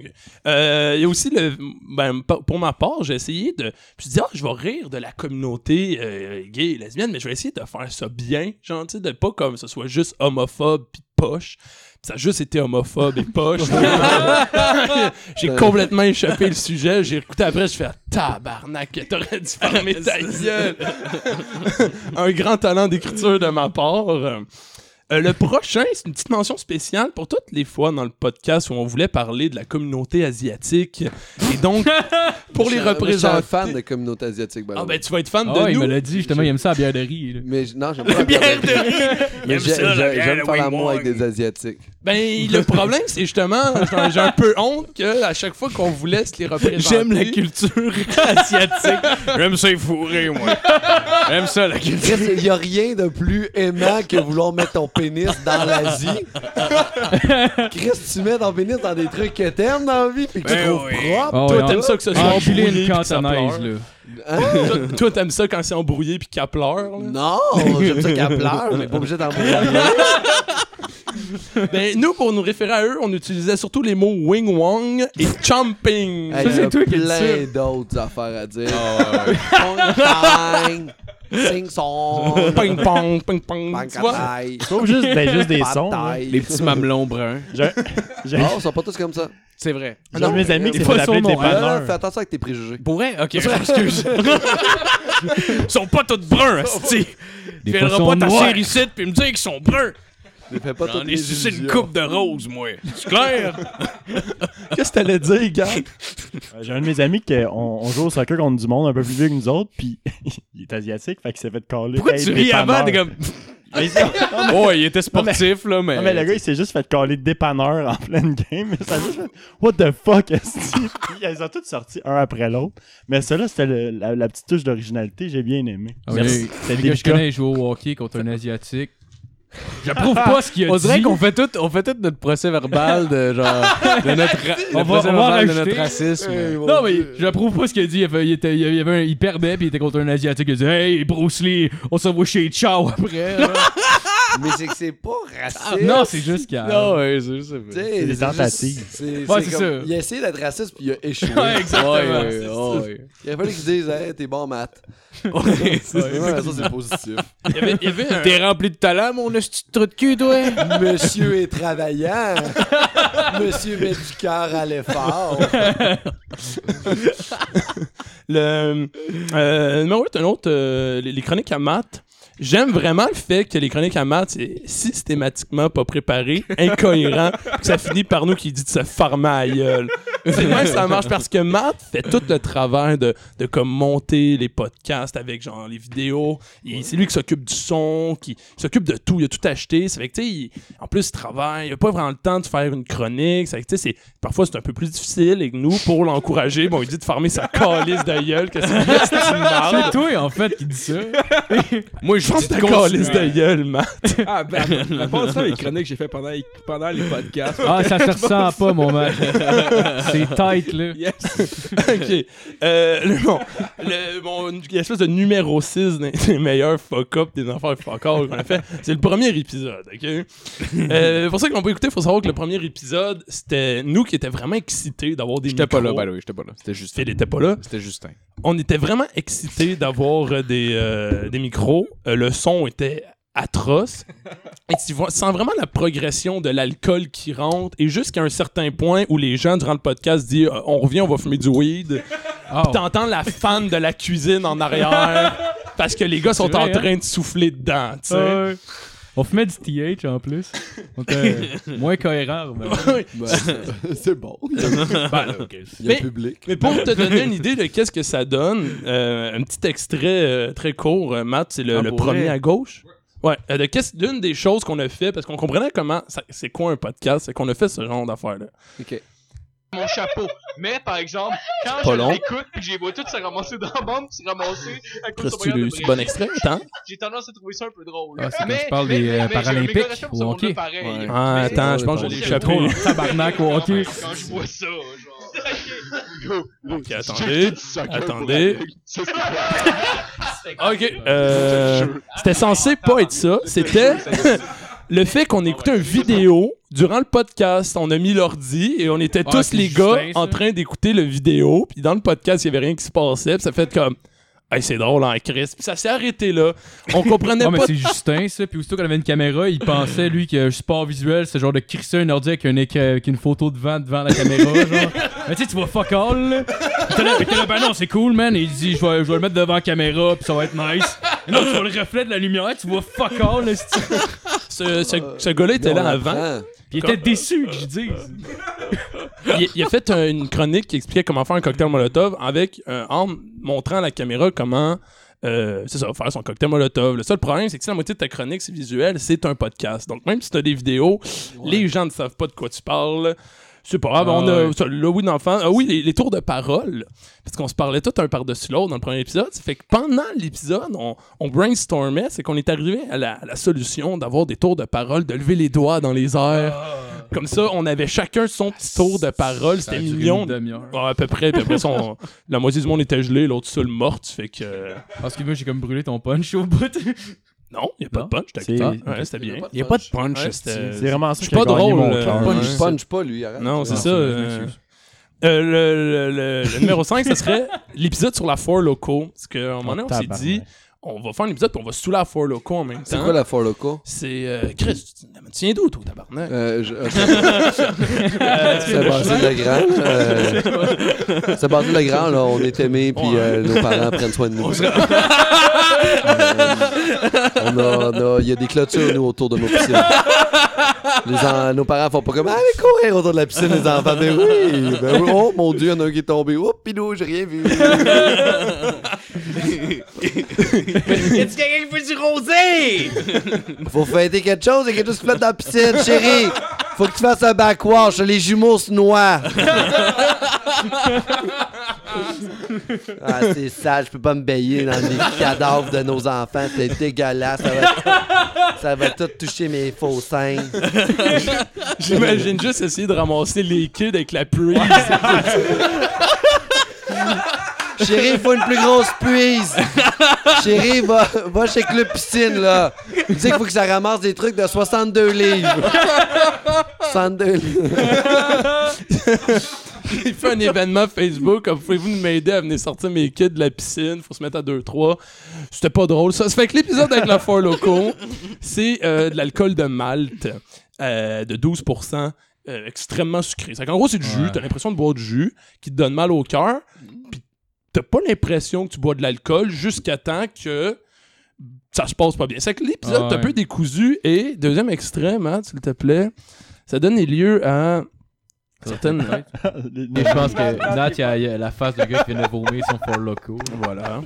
S6: Euh, Il y a aussi le. ben, pa- pour ma part, j'ai essayé de. Je me suis dit, ah, je vais rire de la communauté euh, gay et lesbienne, mais je vais essayer de faire ça bien, genre, tu sais, de pas comme ce soit juste homophobe pis poche. Puis Ça a juste été homophobe et poche. j'ai complètement échappé le sujet. J'ai écouté après, je fais ah, tabarnak, t'aurais dû fermer ta gueule. Un grand talent d'écriture de ma part. Euh, euh, le prochain, c'est une petite mention spéciale pour toutes les fois dans le podcast où on voulait parler de la communauté asiatique. Et donc, pour les
S5: Moi, je suis un
S6: représenter.
S5: fan de communauté asiatique, by the
S6: Ah,
S5: way.
S6: ben, tu vas être fan
S3: Ah
S6: de
S3: ouais, il
S6: nous.
S3: me l'a dit, justement, il aime ça à bière de riz. là.
S5: Mais je- non, j'aime pas la
S6: Bière
S5: bière
S6: de
S5: de riz. Mais
S6: J'aime
S5: j'ai-
S6: ça, la
S5: j'ai-
S6: bière
S5: j'aime
S6: de
S5: faire l'amour
S6: Wing
S5: avec des asiatiques.
S6: Ben, le problème, c'est justement, j'en- j'ai un peu honte que à chaque fois qu'on vous laisse les représenter.
S3: J'aime la culture asiatique.
S6: J'aime ça, fourré, moi. J'aime ça, la culture.
S5: Chris, il y a rien de plus aimant que vouloir mettre ton pénis dans l'Asie. Chris, tu mets ton pénis dans des trucs que t'aimes dans la vie puis que tu
S6: Ben
S5: trouves
S6: oui.
S5: propre.
S3: Ah ouais,
S6: Toi,
S3: on-
S6: t'aimes ça que ce soit
S3: Enculer
S6: embrouillé
S3: une
S6: pis que ça
S3: cantanaise,
S6: pleure.
S3: là.
S6: Toi- Toi, t'aimes ça quand c'est embrouillé puis qu'elle pleure, là.
S5: Non, j'aime ça qu'elle pleure, mais pas obligé d'en mourir.
S6: Ben, nous, pour nous référer à eux, on utilisait surtout les mots wing-wong et chomping.
S5: Hey,
S3: c'est
S5: y a
S3: toi qui dis
S5: plein d'autres affaires à dire.
S6: Ah
S5: Pong, pong, sing song,
S6: Ping-pong, ping-pong. Tu vois?
S5: pancataille,
S1: trouve juste, ben, juste des sons. là.
S5: pataille.
S4: Les petits mamelons bruns.
S1: J'ai j'ai-
S5: Non, ils sont pas tous comme ça.
S4: C'est vrai.
S1: j'ai un de mes amis qui
S3: Des
S1: s'est
S3: fois,
S1: fait appeler
S3: son nom,
S5: Là, là,
S1: dépanneur.
S5: fais attention avec tes préjugés.
S4: Pour vrai? Ok, excuse.
S6: Ils sont pas tous bruns, asti.
S3: Des
S6: Viendra
S3: poissons
S6: pas ta
S3: noirs.
S6: série site puis me dire qu'ils sont bruns.
S5: Ne fais pas
S6: J'en
S5: toutes
S6: ai
S5: les
S6: sucé une
S5: illusions.
S6: coupe de rose, moi. C'est clair?
S1: Qu'est-ce que t'allais dire, gars? Euh, J'ai un de mes amis qu'on on joue au soccer contre du monde un peu plus vieux que nous autres, puis il est asiatique, fait qu'il s'est fait caller.
S6: Pourquoi
S1: Hey,
S6: tu ris avant?
S1: dépanneur.
S6: T'es comme...
S1: Mais c'est- non, mais-
S4: Oh, il était sportif, là, mais.
S1: non, mais le gars, il s'est juste fait caller dépanneur en pleine game. Ça a juste fait, What the fuck, est-ce Ils ont tous sorti un après l'autre. Mais ça, là, c'était le- la, la petite touche d'originalité, j'ai bien aimé.
S3: Ah oui, Les
S1: Merci. C'était
S3: gars, je
S1: délicat.
S3: connais, ils jouent au hockey contre un asiatique. J'approuve pas ce qu'il a
S4: On
S3: dit.
S4: dirait qu'on fait tout, on fait tout notre procès verbal de genre de notre, ra- le
S3: On va-
S4: procès
S3: on va
S4: verbal de
S3: rajouter.
S4: notre racisme.
S3: Non, mais j'approuve pas ce qu'il a dit. Il, avait- il était, il, avait un- il perdait, puis il était contre un asiatique. Il a dit Hey, Bruce Lee, on se voit chez Ciao après.
S5: Mais c'est que c'est pas raciste.
S3: non, c'est juste qu'il
S4: Non, ouais, c'est c'est
S5: Tu sais,
S4: vrai.
S1: des
S5: juste-
S1: tentatives.
S5: c'est-
S3: Ouais,
S5: c'est
S3: c'est
S5: comme-
S3: ça.
S5: Il a essayé d'être raciste puis il a échoué.
S3: Exactement.
S4: Ouais, ouais,
S5: Il a fallu qu'il se dise Hey, t'es bon en maths.
S4: ouais.
S5: Ouais, ouais, ça, c'est positif.
S6: Il y avait, il y avait un...
S4: T'es rempli de talent, mon esti de trou de cul, toi.
S5: Monsieur est travaillant. Monsieur met du cœur à l'effort.
S6: Le, euh, numéro 8, un autre, euh, les, les chroniques à maths. J'aime vraiment le fait que les chroniques à maths, c'est systématiquement pas préparé, incohérent, que ça finit par nous qui dit de se farmer à la gueule. C'est même ça marche parce que maths fait tout le travail de, de comme monter les podcasts avec genre les vidéos. Il- C'est lui qui s'occupe du son, qui s'occupe de tout. Il a tout acheté. Ça fait que, tu sais, il- en plus, il travaille. Il a pas vraiment le temps de faire une chronique. Ça fait que, tu sais, c'est- parfois, c'est un peu plus difficile. Et que nous, pour l'encourager, bon, il dit de farmer sa calice de gueule, que c'est une esti de merde.
S3: C'est toi, en fait, qui dit ça.
S4: Moi, je
S6: Ferme
S4: suis
S6: ta calice de gueule, man.
S7: Ah, ben, la part du temps, les chroniques que j'ai fait pendant les, pendant les podcasts.
S3: Ah, ça se ressent pas, mon mec. C'est tight, là.
S7: Yes.
S6: OK. Euh, le, bon, le, bon, l'espèce de numéro 6 des, des meilleurs fuck-up des affaires fuck-up qu'on a fait, c'est le premier épisode, OK? Euh, pour ça qu'on peut écouter, il faut savoir que le premier épisode, c'était nous qui étions vraiment excités d'avoir des
S4: J'étais pas là,
S6: micros.
S4: by the way, j'étais pas là. C'était Justin.
S6: Phil était pas là.
S4: C'était Justin.
S6: On était vraiment excités d'avoir euh, des, euh, des micros. Euh, le son était atroce. Et tu vois, sens vraiment la progression de l'alcool qui rentre et jusqu'à un certain point où les gens durant le podcast disent euh, on revient on va fumer du weed
S3: Oh.
S6: t'entends la fan de la cuisine en arrière parce que les gars sont
S3: C'est vrai,
S6: en train de souffler dedans, tu sais.
S3: Euh, on fumait du TH en plus. On était moins cohérent. mais-
S5: c'est bon. Il y a
S6: mais,
S5: un public.
S6: mais pour te donner une idée de qu'est-ce que ça donne, euh, un petit extrait euh, très court, euh, Matt, c'est le,
S4: Ah,
S6: le
S4: pour
S6: premier
S4: vrai?
S6: à gauche. Ouais, euh, de qu'est-ce- d'une des choses qu'on a fait, parce qu'on comprenait comment ça- c'est quoi un podcast, c'est qu'on a fait ce genre d'affaires-là.
S5: Ok.
S8: mon chapeau. Mais par exemple, quand
S6: Pas
S8: je
S6: long.
S8: l'écoute puis que je les vois toutes se ramasser dans la bande, puis se ramasser à cause de son
S6: Christ, tu
S8: regard de
S6: le- C'est un bon
S8: Brésil,
S6: extrait, hein?
S8: J'ai tendance à trouver ça un peu drôle.
S3: Ah, c'est quand
S8: Mais-
S3: tu parles
S8: mais-
S3: des,
S8: mais-
S3: euh,
S8: mais j'ai un
S3: Paralympiques
S8: méga respect pour ce
S3: ou
S8: monde-là,
S3: hockey.
S8: pareil.
S4: Ouais.
S8: Mais-
S4: Ah, attends, je pense que je l'ai
S8: C'est
S4: échappé.
S8: drôle.
S3: Tabarnak, au hockey.
S8: Quand je vois ça, genre.
S6: Ok, attendez. Attendez.
S8: C'est ça.
S6: Ok. euh, C'était censé pas être ça. C'était le fait qu'on écoutait une vidéo durant le podcast. On a mis l'ordi et on était
S3: Ah,
S6: tous
S3: c'est
S6: les
S3: Justin,
S6: gars
S3: ça.
S6: en train d'écouter le vidéo. Puis dans le podcast, il y avait rien qui se passait. Puis ça fait comme. Hey, c'est drôle en crise. Puis ça s'est arrêté là. On comprenait
S3: Non, mais
S6: pas.
S3: c'est Justin, ça. Puis aussitôt qu'on avait une caméra, il pensait, lui, que le support visuel, c'est genre de crisser un ordi avec, un écran- avec une photo devant, devant la caméra, genre. Mais tu sais, tu vois fuck all, là. Puis t'es là- puis t'es là, ben non, c'est cool, man. Et il dit, je vais, je vais le mettre devant la caméra, puis ça va être nice. Mais non, tu vois le reflet de la lumière, tu vois fuck all, là. c'est- Puis
S6: Ce, ce, ce gars-là était là avant.
S3: il était déçu que je dise.
S6: il, il a fait un- une chronique qui expliquait comment faire un cocktail Molotov avec euh, en montrant à la caméra comment euh, c'est ça, faire son cocktail Molotov. Le seul problème, c'est que si la moitié de ta chronique, c'est visuel, c'est un podcast. Donc, même si tu as des vidéos, les gens ne savent pas de quoi tu parles. C'est pas grave,
S3: Ah
S6: on a
S3: ouais.
S6: ça, le oui d'enfant. Ah oui, les, les tours de parole. Parce qu'on se parlait tout un par-dessus l'autre dans le premier épisode. Ça fait que pendant l'épisode, on, on brainstormait. C'est qu'on est arrivé à la, à la solution d'avoir des tours de parole, de lever les doigts dans les airs. Comme ça, on avait chacun son petit tour de parole. C'était mignon. Ouais, à peu près. Puis après ça, on- la moitié du monde était gelée, l'autre seule morte. Fait que. euh,
S3: Parce que moi, j'ai comme brûlé ton punch au bout.
S6: Non, il n'y a pas
S3: Non.
S6: de punch.
S1: C'est-
S6: T'as ouais, C'était bien.
S5: Il y a pas de
S6: punch.
S1: Euh, C'est
S6: c'était
S1: vraiment ça
S6: c'est
S1: qui a
S6: pas
S1: gagné
S6: drôle,
S1: mon
S6: euh,
S1: cœur.
S6: punch.
S5: punch, punch pas lui, arrête.
S6: Non, c'est
S5: Ouais.
S6: ça. euh, euh, le, le- le- le numéro 5, ce serait l'épisode sur la Four Loco. Parce qu'à un moment donné, on s'est
S1: tabarnak.
S6: dit, on va faire un épisode puis on va sous la Four Loco en même
S5: C'est
S6: temps.
S5: quoi la Four Loco?
S6: C'est. euh, Chris, tu tu tiens d'où, toi, tabarnak?
S5: Euh, je- ok. C'est Basile Legrand. euh, C'est Basile Legrand, là. On est aimés, puis euh, nos parents prennent soin de nous. Euh, on a- on a- Il y a des clôtures, nous, autour de nos piscines. Les en- nos parents font pas comme « Allez courir autour de la piscine, les enfants! » Ben oui! Ben oui. Oh, mon Dieu, il y en a un qui est tombé. « Oh, pilou, j'ai rien vu! »
S8: Est-ce quelqu'un qui veut du rosé?
S5: Faut fêter quelque chose, il y a quelque chose qui flotte dans la piscine, chérie. Faut que tu fasses un backwash, les jumeaux se noient. ah, c'est sale, je peux pas me baigner dans les cadavres de nos enfants, c'est dégueulasse. Ça va, ça va tout toucher mes faux seins.
S6: J'imagine juste essayer de ramasser les kids avec la pluie.
S5: Chérie, il faut une plus grosse puise. Chérie, va, va chez Club Piscine, là. Tu sais qu'il faut que ça ramasse des trucs de 62 livres. 62 livres.
S6: Il fait un événement Facebook. comme, Pouvez-vous nous m'aider à venir sortir mes kids de la piscine? Faut se mettre à 2-3. C'était pas drôle, ça. Ça fait que l'épisode avec la Four Loco, c'est euh, de l'alcool de Malte euh, de 12%. euh, extrêmement sucré. C'est qu'en gros, c'est du jus.
S3: Ouais.
S6: T'as l'impression de boire du jus qui te donne mal au cœur. Puis t'as pas l'impression que tu bois de l'alcool jusqu'à temps que ça se passe pas bien. C'est que l'épisode
S3: Ah
S6: est un
S3: ouais.
S6: peu décousu. Et deuxième extrême, hein, s'il te plaît, ça donne lieu à certaines.
S1: Les-
S3: Mais je pense que Nat, il y a- il y a la face de gars qui vient de vomir son fort loco.
S6: voilà.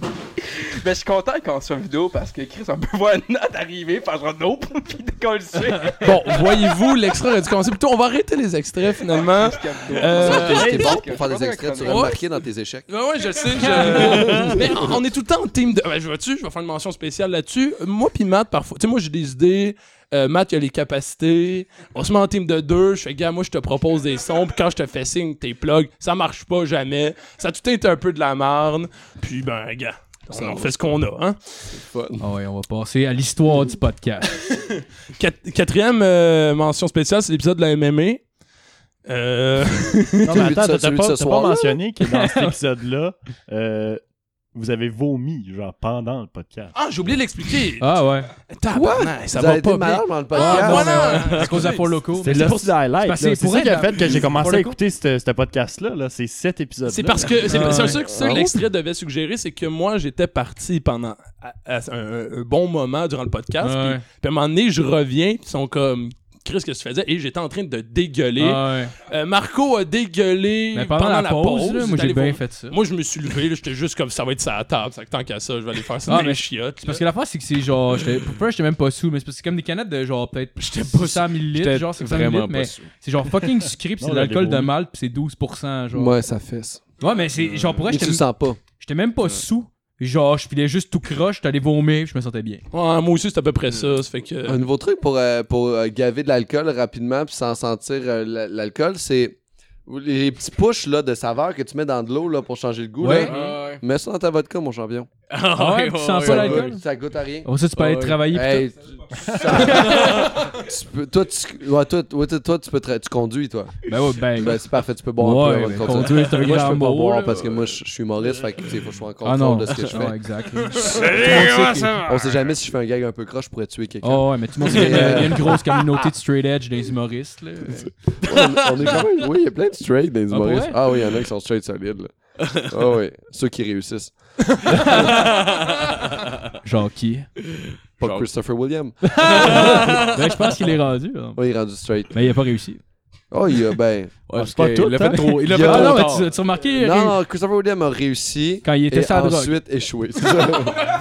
S7: Ben, je suis content qu'on soit en vidéo parce que Chris, on peut voir une note arriver, faire genre nope, pis décoller le sait.
S6: Bon, voyez-vous, l'extrait aurait dû commencer plus tôt. On va arrêter les extraits finalement. Euh,
S5: T'es bon pour faire des extraits, tu
S6: Ouais.
S5: aurais marqué dans tes échecs.
S6: Ouais, ouais, je le sais. je- Mais on est tout le temps en team de. Ben, je vois-tu, je vais faire une mention spéciale là-dessus. Moi, puis Matt, parfois. Tu sais, moi, j'ai des idées. Euh, Matt, il a les capacités. On se met en team de deux. Je fais, gars, moi, je te propose des sons. Puis quand je te fais signe, tes plugs, ça marche pas jamais. Ça a tout été un peu de la marne. Puis, ben, gars, on, on fait ce qu'on a, hein.
S3: Ah ouais, on va passer à l'histoire du podcast.
S6: Quat- Quatrième euh, mention spéciale, c'est l'épisode de la MMA. Euh.
S1: Non, mais
S5: Celui de
S1: attends,
S5: ce-
S1: t'as
S5: celui de
S1: pas,
S5: ce
S1: t'as pas
S5: soir-là,
S1: mentionné que dans cet épisode-là, euh, vous avez vomi, genre, pendant le podcast.
S6: Ah, j'ai oublié de l'expliquer.
S3: Ah ouais.
S6: Tabarnak, ça
S5: Vous
S6: va
S5: avez
S6: pas
S5: été
S6: bien.
S5: malade dans le
S6: Ah,
S5: podcast.
S6: voilà.
S4: euh,
S3: À cause de la fort loco.
S1: C'est le petit highlight. là.
S3: parce que
S1: C'est
S3: c'est pour
S1: ça qui a
S3: elle,
S1: fait que j'ai commencé
S3: pour
S1: à
S3: le
S1: écouter ce ce podcast-là. là. C'est cet épisode-là.
S6: C'est parce que c'est
S3: Ah,
S6: c'est
S3: ouais.
S6: ça que- ça
S5: Ah,
S6: que
S5: ouais.
S6: l'extrait devait suggérer, c'est que moi j'étais parti pendant à- à- un, un bon moment durant le podcast.
S3: Ah Ouais.
S6: Puis, puis à un moment donné, je reviens, puis ils sont comme Chris que je faisais et j'étais en train de dégueuler.
S3: Ah ouais.
S6: Euh, Marco a dégueulé
S3: Mais pendant, la, pause, là,
S6: il
S3: moi j'ai
S6: est allé
S3: bien
S6: voir-
S3: fait ça.
S6: Moi, je me suis levé, là, j'étais juste comme ça va être sa table. Ça fait que tant qu'à ça, je vais aller faire ça.
S3: Ah,
S6: Ah,
S3: mais-
S6: mais chiottes.
S3: Parce que la fois, c'est que c'est genre. j'étais- Pour faire, j'étais même pas sous, mais c'est parce que c'est comme des canettes de genre peut-être
S6: J'étais pas
S3: 600 millilitres,
S4: J'étais
S3: genre 500
S4: vraiment
S3: millilitres,
S4: pas
S3: mais
S4: sous.
S3: c'est genre fucking sucré, pis c'est
S1: Non,
S3: de l'alcool de
S1: l'avez
S3: malt, pis c'est 12%. Genre. Ouais.
S5: Ouais, ça fesse.
S3: mais c'est genre pour vrai,
S5: Mais tu
S3: j'étais
S5: le sens pas.
S3: j'étais même pas sous. Genre, je filais juste tout croche, j'étais allé vomir, pis je me sentais bien.
S6: Ouais, moi aussi, c'est à peu près ça. Ça fait que.
S4: Ah.
S5: Un nouveau truc pour, euh, pour euh, gaver de l'alcool rapidement puis sans sentir euh, la- l'alcool, c'est les petits pushs là, de saveur que tu mets dans de l'eau là, pour changer le goût.
S3: Ouais.
S5: là.
S4: Ah ouais.
S5: Mets ça dans ta vodka, mon champion.
S3: Ah ouais, tu sens pas
S5: Ça
S3: l'alcool?
S5: goûte- Ça goûte à rien.
S3: Comme ça, tu peux aller
S4: Ouais.
S3: travailler. pis
S5: Hey, tu- tu sens- tu peux- toi, tu, ouais, toi, ouais, toi, toi, tu peux tra- tu conduis, toi.
S3: tout. Ben ouais, ben.
S5: Ben, c'est parfait, tu peux boire un peu.
S3: Ouais,
S5: avant de
S3: ben,
S5: conduire.
S3: conduire, c'est un
S5: moi, je
S3: grand
S5: peux pas
S3: mot,
S5: boire
S3: là.
S5: parce que moi, je je suis humoriste, fait que tu sais, faut que je sois en
S3: Ah
S5: contrôle
S3: non.
S5: de ce que je
S3: Non,
S5: fais.
S3: exact.
S5: On sait jamais si je fais un gag un peu croche, je pourrais tuer quelqu'un.
S3: Oh ouais, mais tu montres qu'il y, a- il y a une grosse communauté de straight edge des humoristes, là.
S5: Ouais, on, on est quand même. Oui, il y a plein de straight dans les
S3: Ah, pour
S5: humoristes.
S3: vrai?
S5: Ah oui, il y en a qui sont straight solides. Là. Ah oui, ceux qui réussissent.
S3: Genre qui?
S5: Pas
S4: Genre-
S5: Christopher William.
S3: Ben, je pense qu'il est rendu. là.
S5: Oui, il est rendu straight.
S3: Mais il a pas réussi.
S5: Oh, il a ben.
S4: Ouais,
S1: c'est
S4: parce
S1: pas
S4: que
S1: tout,
S4: Il a
S1: hein.
S4: fait trop. Il a
S5: Il y
S4: fait
S5: a-
S3: Ah
S4: trop
S3: non, mais
S4: tard.
S3: tu- tu as remarqué?
S5: Non, non, Christopher William a réussi.
S3: Quand il était
S5: et
S3: sur la drogue.
S5: ensuite échoué. c'est ça.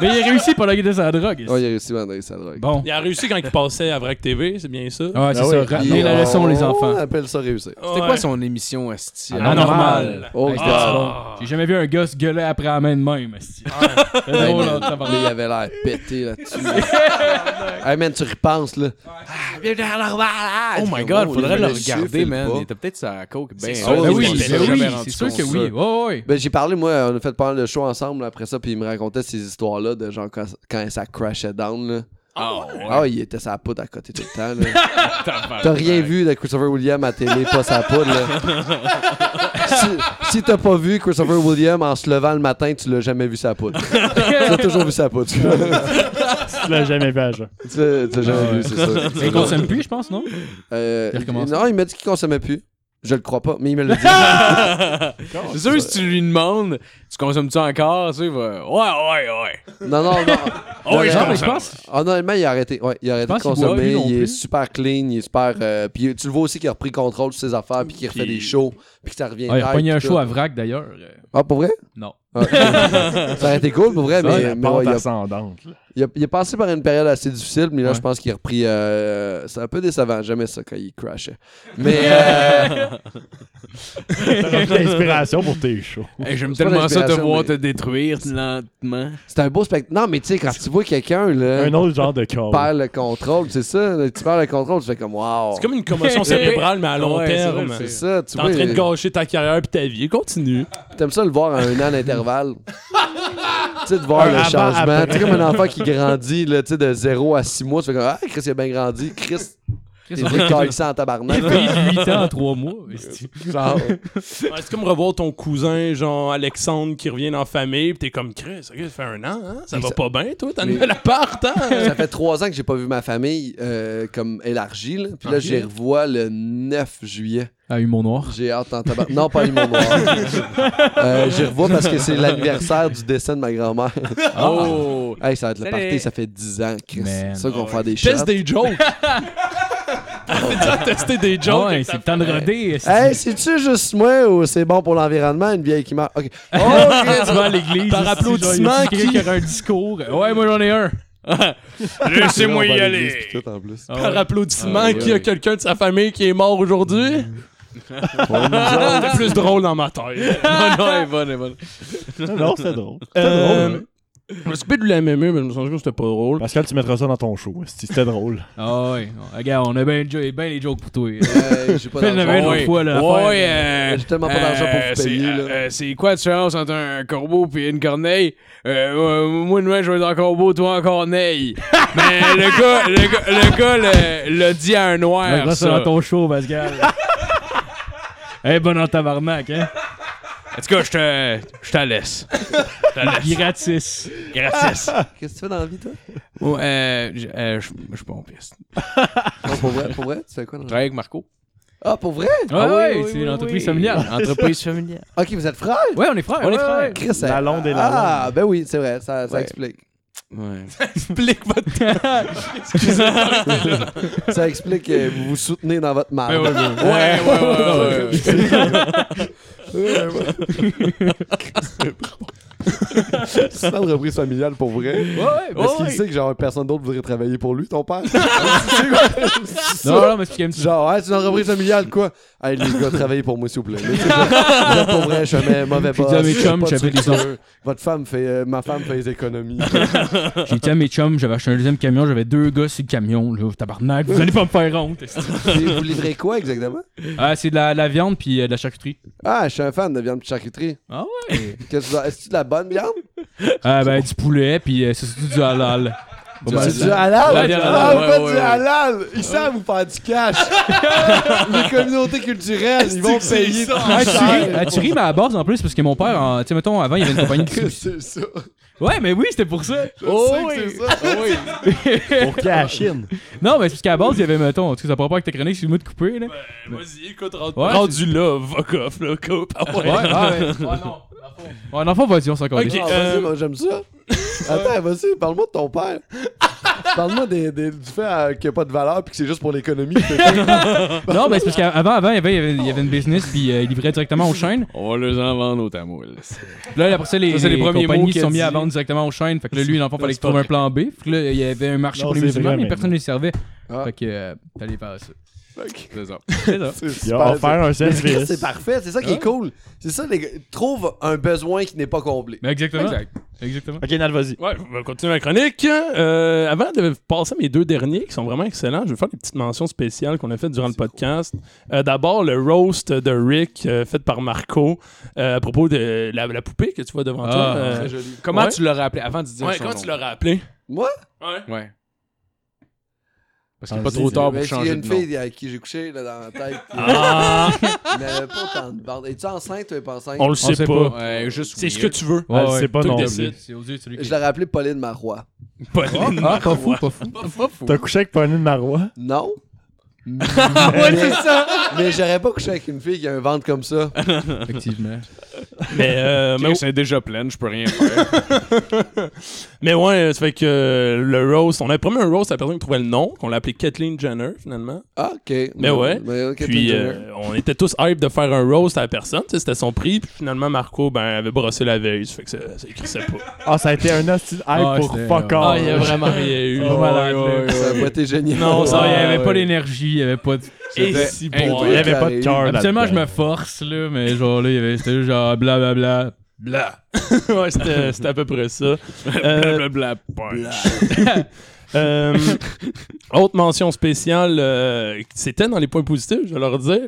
S3: Mais Ben, il a réussi pendant qu'il était sur la drogue.
S5: oh, Ah il a réussi à sa drogue.
S3: Bon.
S6: Il a réussi quand il passait à Vrac TV, c'est bien ça.
S3: Ah, c'est
S1: Ah
S3: ça.
S1: oui.
S3: Ramenez la
S5: on-
S3: leçon, les
S5: On
S3: enfants.
S5: appelle ça réussir.
S4: C'était
S6: Ouais.
S4: quoi son émission, Asti?
S3: Anormal.
S4: Anormal.
S5: Oh,
S3: Hey, c'était
S5: God.
S3: bon. J'ai jamais vu un gars se gueuler après la main de même. esti. C'est drôle, hein,
S5: Mais il
S3: tabarnak.
S5: avait l'air pété là-dessus. hey man, tu repenses là.
S4: Oh my god,
S5: Oh,
S4: faudrait
S5: il fait
S4: le
S5: le
S4: regarder,
S5: chiffre,
S4: man.
S5: il
S4: Il était peut-être sur la coke. Ben,
S5: sûr.
S3: Ben
S5: Oh,
S3: oui,
S5: je m'en
S3: ben
S5: suis
S3: oui,
S5: jamais
S3: c'est sûr que
S5: compte,
S3: oui. Ouais,
S5: ça.
S3: ouais, ouais.
S5: Ben, j'ai parlé, moi, on a fait pas mal de show ensemble là, après ça, puis il me racontait ces histoires-là de genre quand, quand ça crashait down. Là.
S4: Oh,
S6: Oh,
S5: Ah, il était sa poudre à côté tout le temps. là. T'as rien vu de Christopher William à télé, pas sa poudre. Là. si si t'as pas vu Christopher William en se levant le matin, tu l'as jamais vu sa poudre. T'as toujours vu sa poudre. tu l'as
S1: Tu l'as jamais vu à jeun.
S5: tu l'as jamais vu, c'est ça.
S3: Mais Ah il consomme plus, je pense, non?
S5: Euh,
S3: Il recommence.
S5: non, il m'a dit qu'il consommait plus. Je le crois pas, mais il me l'a dit.
S4: C'est sûr, si tu lui demandes, tu consommes-tu encore, tu sais, il va. Ouais, ouais, ouais.
S5: non, non, non.
S4: Oh, oui,
S5: Non,
S4: je
S5: mais-
S3: mais je
S4: consomme.
S3: pense.
S5: Ah non, il a arrêté. Ouais, il a arrêté de
S3: pense qu'il boit
S5: consommer.
S3: plus non
S5: Il est
S3: plus.
S5: super clean, il est super. euh, puis tu le vois aussi qu'il a repris contrôle de ses affaires, puis qu'il refait des shows, puis que ça revient.
S3: Ah, il a
S5: tête,
S3: pogné un
S5: tout.
S3: show à Vrac d'ailleurs. Euh,
S5: Ah, pour vrai?
S3: Non.
S5: Ah. ça aurait été cool, pour vrai,
S1: Ça,
S5: mais,
S1: la
S5: mais
S1: pente
S5: ouais, il, a,
S1: ascendante. là.
S5: il a- il est passé par une période assez difficile, mais là,
S3: Ouais.
S5: je pense qu'il a repris. euh, c'est un peu décevant, jamais ça quand il crashait. Mais. euh,
S1: T'as rempli l'inspiration pour tes shows.
S4: Hey, J'aime
S5: C'est pas
S4: tellement ça te
S5: l'inspiration,
S4: voir
S5: mais-
S4: te détruire lentement.
S5: c'est un beau spectacle. Non, mais tu sais, quand tu vois quelqu'un, là,
S1: Un autre genre de corps.
S5: perd le contrôle, c'est ça, là, tu perds le contrôle, tu fais comme, waouh.
S6: C'est comme une commotion cérébrale, mais à long
S4: Ouais, c'est
S6: terme.
S4: vrai,
S5: C'est
S6: T'es
S5: ça, tu
S6: en
S5: vois.
S6: train de gâcher ta carrière puis ta vie. Continue.
S5: T'aimes ça le voir à un an d'intervalle? tu sais, de voir
S1: Un
S5: le
S1: avant,
S5: changement.
S1: après.
S5: Tu sais, comme un enfant qui grandit, là, tu sais, de 0 à 6 mois, tu fais comme Ah, Chris, il a bien grandi. Chris, t'es
S3: il a
S5: décalissant en tabarnak.
S3: payé 8 ans en 3 mois. esti.
S5: Genre,
S6: Ouais, c'est comme revoir ton cousin, genre Alexandre, qui revient en famille, pis t'es comme Chris, ok, ça fait un an, hein? ça va pas bien, toi, t'as
S5: Mais-
S6: mis l'appart, hein?
S5: ça fait 3 ans que j'ai pas vu ma famille euh, comme élargie, là. Puis là,
S6: Ok.
S5: j'y revois le 9 juillet.
S3: Ah, humour noir.
S5: J'ai hâte en tabarnak. Non, pas Limon Noir. euh, j'y revois parce que c'est l'anniversaire du décès de ma grand-mère.
S6: Ah.
S4: Oh!
S5: hey, ça va être le party,
S4: Salut.
S5: ça fait 10 ans, Chris.
S3: Man.
S5: C'est ça qu'on va faire des shots.
S6: Teste des jokes! T'as tester des jokes!
S3: Ah ouais, c'est le temps de roder. esti.
S5: Hey, c'est-tu juste moi ou c'est bon pour l'environnement, une vieille qui meurt? Ok. Oh, Ok.
S3: tu vas à l'église.
S6: Par
S3: esti, genre,
S6: applaudissement,
S3: y a-tu quelqu'un
S6: qui-
S3: qui aura un discours. Ouais, moi j'en ai un.
S6: Laissez-moi y aller!
S3: Ah,
S6: Par
S3: ouais.
S6: applaudissement,
S4: Ah, ouais,
S6: qu'il y a
S4: ouais. Mm.
S6: quelqu'un de sa famille qui est mort aujourd'hui? C'était plus drôle dans ma tête.
S4: non, non, elle est bonne, elle est bonne.
S1: Non, non, c'était drôle. C'était drôle. hein.
S6: Euh, Je me suis coupé de la MME, mais je me suis rendu compte que c'était pas drôle.
S1: Pascal, tu mettras ça dans ton show. esti, C'était drôle.
S3: Ah ouais, non. regarde, on a bien ben les jokes pour toi.
S5: Euh, j'ai pas
S3: Fais le
S5: d'argent.
S3: Une
S4: Ouais,
S3: autre fois, là,
S4: ouais, euh,
S5: J'ai tellement pas d'argent pour vous
S4: c'est,
S5: payer,
S4: euh,
S5: là.
S4: euh, c'est quoi la différence entre un corbeau et une corneille? Euh, euh, moi, demain, je vais être en corbeau, toi en corneille. Mais le gars, le gars, le gars le- l'a dit à un noir.
S3: Là, c'est
S4: ça.
S3: dans ton show, Pascal. Eh, bon en tabarnak, hein.
S4: En tout cas, je te, je te laisse.
S3: Gratis. Ah
S4: Gratis.
S5: Qu'est-ce que tu fais dans la vie, toi?
S4: Ouais, euh, je euh, je- je suis pas en piste.
S5: Non, pour vrai, pour vrai, tu fais quoi dans la vie?
S4: Je travaille avec Marco.
S5: Ah, pour vrai?
S3: Ah
S4: oui,
S3: ouais,
S4: oui,
S3: c'est
S4: oui,
S3: une entreprise
S4: oui.
S3: familiale.
S4: Entreprise familiale.
S5: Ok, vous êtes frères?
S3: Ouais, on est frères.
S4: On est
S3: ouais,
S4: frères.
S3: ouais.
S5: Chris,
S1: La
S5: elle-
S1: londe et la
S5: Ah, ben oui, c'est vrai, ça, ça
S4: Ouais.
S5: explique.
S4: Ouais.
S6: Explique votre
S5: Ça explique que vous vous soutenez dans votre mal.
S3: Ouais,
S4: Ouais, ouais, ouais, ouais, ouais.
S5: C'est une entreprise familiale pour vrai. Est-ce qu'il sait que genre personne d'autre voudrait travailler pour lui, ton père?
S3: Non, non, mais c'est comme
S5: Genre, Hey, c'est une entreprise familiale, quoi. Hey, les gars, travaillez pour moi, s'il vous plaît. Mais c'est vrai, pour vrai, je mets mauvais
S3: J'ai
S5: boss.
S3: dit à mes
S5: j'ai
S3: chums,
S5: pas de
S3: j'avais des
S5: structure. Votre femme fait, euh, ma femme fait les économies.
S3: J'ai dit à mes chums, j'avais acheté un deuxième camion, j'avais deux gars sur le camion, là, tabarnak, vous allez pas me faire honte.
S5: Et vous livrez quoi exactement?
S3: Ah, c'est de la, la viande puis euh, de la charcuterie.
S5: Ah, je suis un fan de viande de charcuterie.
S3: Ah ouais?
S5: Qu'est-ce que vous- Est-ce que c'est de la bonne viande?
S3: Ah ben, du poulet puis euh, c'est surtout du halal. Pas mal.
S5: C'est ben, du halal?
S4: La viande
S5: Ah,
S4: halal,
S5: vous
S4: ouais,
S5: faites
S4: ouais,
S5: du
S4: ouais.
S5: halal! Ils savent vous faire du cash! Les communautés culturelles, ils vont payer
S3: Ah,
S5: très
S3: tu ris,
S5: cher.
S3: ah, tu ris, mais à la base en plus, parce que mon père, en- tu sais, mettons, avant, il y avait une compagnie
S5: Qu'est-ce que
S3: de
S5: c'est ça?
S3: Ouais, mais oui, c'était pour ça.
S5: Oh, c'est ça!
S4: Ah
S1: Pour qu'il y ait la Chine.
S3: Non, mais c'est parce qu'à la base, il y avait, mettons, en tout cas, ça prend pas avec ta chronique, excuse-moi de couper, là.
S6: Vas-y, écoute, rendu,
S3: Ouais,
S6: rendu là, fuck off, là, coupe. Ah ouais.
S3: Ouais, ah, ouais. Ouais, non, faut vas-y, on s'en calisse.
S6: Ok.
S5: Ah,
S6: euh,
S5: vas-y, moi, j'aime ça. Attends, vas-y, parle-moi de ton père. Parle-moi des, des- du fait euh, qu'il n'y a pas de valeur puis que c'est juste pour l'économie.
S3: Non, mais c'est parce qu'avant, avant, il y avait, il y avait- il y avait une business, puis euh, il livrait directement aux chaînes.
S4: On va les en vendre au tamoules.
S3: Puis Là, après ça, les,
S4: Ça, c'est les
S3: les
S4: premiers mots
S3: compagnies se
S4: qu'elle
S3: sont mis à
S4: dit.
S3: vendre directement aux chaînes. Fait que là, lui, dans le fond, fallait qu'il trouve un plan B. Fait que là, il y avait un marché
S1: Non,
S3: pour les
S1: c'est
S3: musulmans,
S1: vrai,
S3: mais
S1: maintenant.
S3: personne ne les servait.
S5: Ah.
S3: Fait que euh, t'allais faire ça.
S4: C'est ça.
S3: C'est ça.
S5: C'est
S1: Il a
S5: super, ça.
S1: offert un
S5: Mais c'est
S1: service.
S5: c'est parfait, c'est ça
S4: Hein?
S5: qui est cool. C'est ça, les gars. Trouve un besoin qui n'est pas comblé.
S3: Mais exactement.
S4: Exact.
S3: Exactement.
S1: Ok, Nal, vas-y.
S6: Ouais, on va continuer ma chronique. Euh, avant de passer à mes deux derniers qui sont vraiment excellents, je vais faire des petites mentions spéciales qu'on a faites durant le podcast. Euh, D'abord, le roast de Rick euh, fait par Marco euh, à propos de la, la poupée que tu vois devant
S3: Ah,
S6: toi. euh,
S4: Très joli. Comment
S6: ouais.
S4: tu l'aurais appelé avant de dire
S6: ouais,
S4: son
S6: comment
S4: nom?
S6: tu l'aurais appelé
S5: Moi?
S6: Ouais.
S4: Ouais. Parce qu'il est
S1: Ah,
S4: pas
S1: vas-y,
S4: trop
S1: c'est-
S4: tard
S5: Mais
S4: pour
S5: est-ce qu'il Ben, y a
S4: changer
S5: une
S4: de nom.
S5: fille à qui j'ai couché là, dans la tête.
S6: Ah,
S5: Mais elle avait pas tant de barbe. Es-tu enceinte ou est pas enceinte?
S6: on le sait
S3: sait
S6: pas. Ah,
S3: pas.
S4: Ouais, juste
S6: C'est ce que
S4: weird.
S6: tu veux.
S1: Ouais, ouais. C'est pas
S6: Toi,
S1: non
S6: tu
S1: plus.
S6: décides.
S3: C'est odieux, celui
S5: Je
S3: qui.
S5: l'aurais appelée Pauline Marois.
S6: Pauline
S3: Ah, pas
S6: Marois.
S3: fou, pas fou.
S1: T'as couché avec Pauline Marois?
S5: Non? ouais, c'est ça! Mais j'aurais pas couché avec une fille qui a un ventre comme ça.
S3: Effectivement.
S6: Mais, euh, mais,
S4: Mais c'est déjà pleine, je peux rien faire.
S6: mais ouais, ça fait que euh, le roast, on a promis un roast à la personne qui trouvait le nom, qu'on l'a appelé Kathleen Jenner finalement.
S5: Ah, ok.
S6: Mais ouais.
S5: Mais ok,
S6: Puis
S5: t'es une
S6: euh, on était tous hype de faire un roast à la personne, tu sais, c'était son prix. Puis finalement, Marco ben, avait brossé la veille, ça fait que ça, ça écrissait pas.
S1: Ah, ça a été un hostile hype
S3: Ah,
S1: pour
S3: c'était-
S1: fuck
S3: ah,
S1: off.
S3: il y a
S6: vraiment rien eu.
S3: Oh, malade, là.
S5: Ça a pas été génial.
S6: Non,
S3: Ça, il y
S6: Ah,
S3: avait
S6: ouais.
S3: pas l'énergie, il y avait pas de.
S6: Et
S4: C'était
S6: si
S4: incroyable.
S6: bon.
S1: Il y avait pas de cœur.
S3: Habituellement, je
S1: là-dedans.
S3: me force, là, mais genre, là, il y avait. C'était juste genre blablabla. Bla.
S6: ouais, c'était c'était à peu près ça. Euh,
S4: Blablabla. punch.
S6: euh, autre mention spéciale, euh, c'était dans les points positifs, je vais leur dire.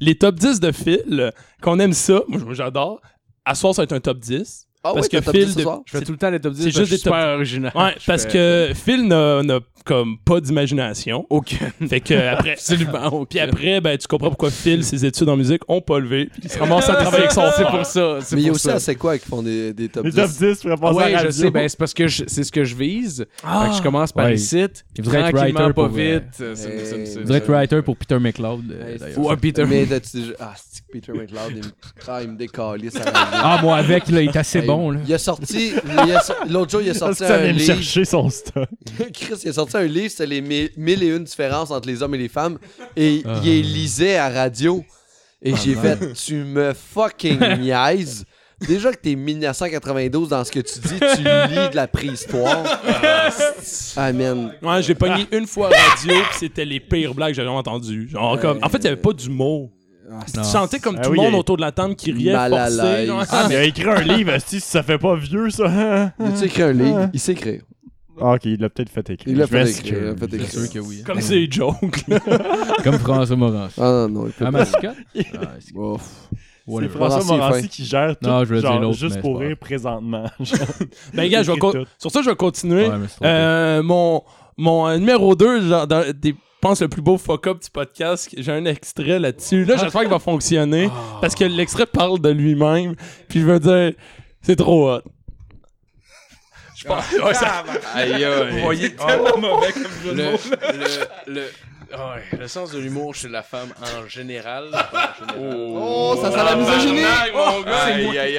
S6: Les top 10 de Phil, qu'on aime ça, moi j'adore. À soir, ça va être un top 10.
S5: Ah,
S6: parce
S5: ouais,
S6: que
S5: t'as
S6: Phil
S5: dit ce
S6: de-
S5: soir?
S4: Je fais tout le temps les top 10.
S6: C'est
S4: parce que
S6: juste
S4: je suis
S6: des top-
S4: super original.
S6: Ouais,
S4: Je
S6: parce
S4: fais-
S6: que Phil n'a n'a comme pas d'imagination.
S4: Aucune.
S6: Fait que après,
S4: Absolument.
S6: Puis après, ben, tu comprends pourquoi Phil, ses études en musique, ont pas levé. Puis il se ramasse à travailler avec son
S4: C'est
S6: père.
S4: pour ça. c'est
S5: Mais il y a
S4: pour
S5: aussi
S4: ça.
S5: à C'est quoi qui font des, des top
S1: Les
S5: 10.
S1: top 10 pourraient passer à
S4: Ouais,
S1: la
S4: je
S1: radio.
S4: sais, ben, c'est parce que je- c'est ce que je vise. Fait que je commence par
S3: Ouais.
S4: les sites.
S3: Il voudrait être
S4: Tranquillement,
S3: writer
S4: pas
S3: pour,
S4: vite.
S3: euh,
S4: C'est- c'est- c'est- c'est-
S3: Vous êtes writer pour Peter McLeod, euh,
S5: Ouais,
S3: d'ailleurs.
S4: Ouais, Peter.
S5: Mais t'as-tu déjà. Ah, c'est Peter McLeod, il me, ah, il me décalisse à la radio.
S3: Ah, moi, avec, là, il est assez
S5: Hey,
S3: bon, là.
S5: Ben, Il a sorti. il a so- L'autre jour, il a
S1: Parce
S5: sorti
S1: que ça
S5: un
S1: vient me
S5: livre.
S1: chercher son stock.
S5: Chris, il a sorti un livre, c'était les mi- mille et une différences entre les hommes et les femmes. Et il les lisait à radio. Et j'ai fait Tu me fucking niaises. Déjà que t'es 1992 dans ce que tu dis, tu lis de la préhistoire. Ah, Amen.
S6: Ouais, j'ai pogné une fois à radio, puis c'était les pires blagues que j'avais jamais entendues. Genre, comme, en fait, il y avait pas d'humour. Puis Tu sentais comme
S1: Ah
S6: tout
S1: oui,
S6: le monde
S1: il-
S6: autour de la table qui riait
S5: Mal à
S6: forcé.
S5: l'aise.
S6: genre.
S5: Ah,
S1: Il a écrit un livre, si ça fait pas vieux, ça. hein?
S5: Il a écrit un livre, il sait écrire.
S1: Ah, ok, il l'a peut-être fait écrire.
S5: Il l'a
S1: Je
S5: fait
S1: m'excuse.
S5: écrire. Il l'a fait
S3: C'est
S5: écrire.
S3: sûr que oui.
S6: Comme c'est joke.
S3: Comme François Morancy.
S5: Ah non, non, il peut
S3: Ah,
S5: pas.
S3: mascotte? Ah, c'est-
S5: Oh,
S1: C'est
S3: whatever.
S1: François
S5: Morancy est
S1: Morancy
S5: fin.
S1: qui gère tout.
S3: Non, je veux dire
S1: genre,
S3: l'autre, mais
S1: Juste
S3: c'est
S1: pour
S3: pas grave.
S1: rire présentement.
S6: ben, gars, je vais
S1: Écrit
S6: co-
S1: tout.
S6: sur ça, je vais continuer.
S3: Ouais, mais c'est trop
S6: Euh, mon, mon euh, numéro 2, genre, dans des- je pense le plus beau fuck-up du podcast, j'ai un extrait là-dessus. Là, j'espère qu'il va fonctionner, parce que l'extrait parle de lui-même, puis je veux dire, c'est trop hot.
S7: Aïe, aïe. Vous voyez tellement mauvais comme je
S4: Le, le, le, Ouais, le sens de l'humour chez la femme en général.
S8: Oh, ça sent la misogynie!
S7: Aïe, aïe, aïe.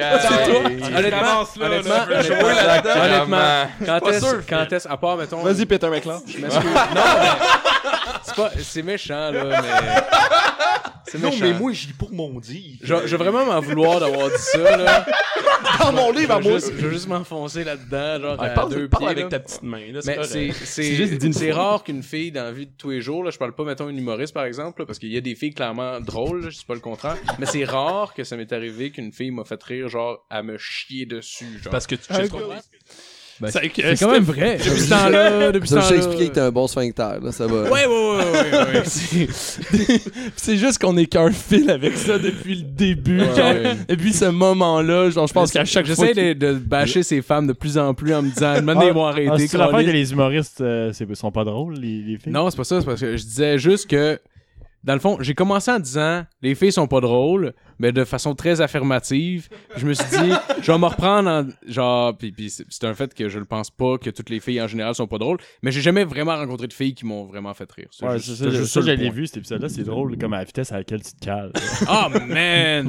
S4: Honnêtement,
S7: Commence là, là,
S4: honnêtement,
S7: je veux jouer là-dedans.
S4: honnêtement, quand
S7: pas
S4: est-ce,
S7: sûr,
S4: quand est-ce, à part, mettons,
S5: Vas-y, Peter McLeod.
S4: je m'excuse. non, mais c'est pas, c'est méchant, là, mais. C'est
S8: Non,
S4: méchant.
S8: mais moi, j'y pour mon dit.
S4: Je, je vais vraiment m'en vouloir d'avoir dit ça, là.
S8: Dans mon livre, à
S4: Je veux
S8: moi.
S4: juste, je veux juste m'enfoncer là-dedans, genre, à
S6: Ouais, parle,
S4: deux
S6: Euh, parle
S4: pieds,
S6: avec
S4: là.
S6: ta petite main. Là,
S4: Mais
S6: correct.
S4: c'est c'est
S6: juste dit une
S4: c'est rare qu'une fille dans la vie de tous les jours là, je parle pas mettons une humoriste par exemple là, parce qu'il y a des filles clairement drôles, là, je dis pas le contraire, mais c'est rare que ça m'est arrivé qu'une fille m'a fait rire genre à me chier dessus genre.
S6: parce que tu sais trop.
S3: Ben,
S6: C'est que-
S3: C'est quand même vrai.
S4: depuis ce temps-là, depuis ce
S5: Ça, je t'ai
S4: temps-là.
S5: expliqué que t'es un bon sphincter, là, ça va.
S4: Ouais ouais ouais ouais. ouais. C'est-
S6: C'est juste qu'on est qu'un fil avec ça depuis le début.
S4: Ouais,
S6: genre.
S4: ouais.
S6: Et puis ce moment-là, genre, je pense qu'à chaque fois.
S4: j'essaie de, de bâcher ces femmes de plus en plus en me disant demandez-moi arrêter.
S1: Ah, c'est l'affaire
S4: câlisse.
S1: que les humoristes euh, c'est- sont pas drôles, les, les filles.
S4: Non, c'est pas ça, c'est parce que je disais juste que dans le fond, j'ai commencé en disant les filles sont pas drôles, mais de façon très affirmative. Je me suis dit je vais me reprendre en genre puis puis c'est c'est un fait que je le pense pas que toutes les filles en général sont pas drôles, mais j'ai jamais vraiment rencontré de filles qui m'ont vraiment fait rire. C'est
S1: Ouais,
S4: juste-
S1: c'est ça,
S4: c'est juste
S1: ça,
S4: ça
S1: je
S4: le
S1: l'ai
S4: point.
S1: vu, cet épisode-là. C'est drôle, comme à la vitesse à laquelle tu te cales.
S4: Ah man,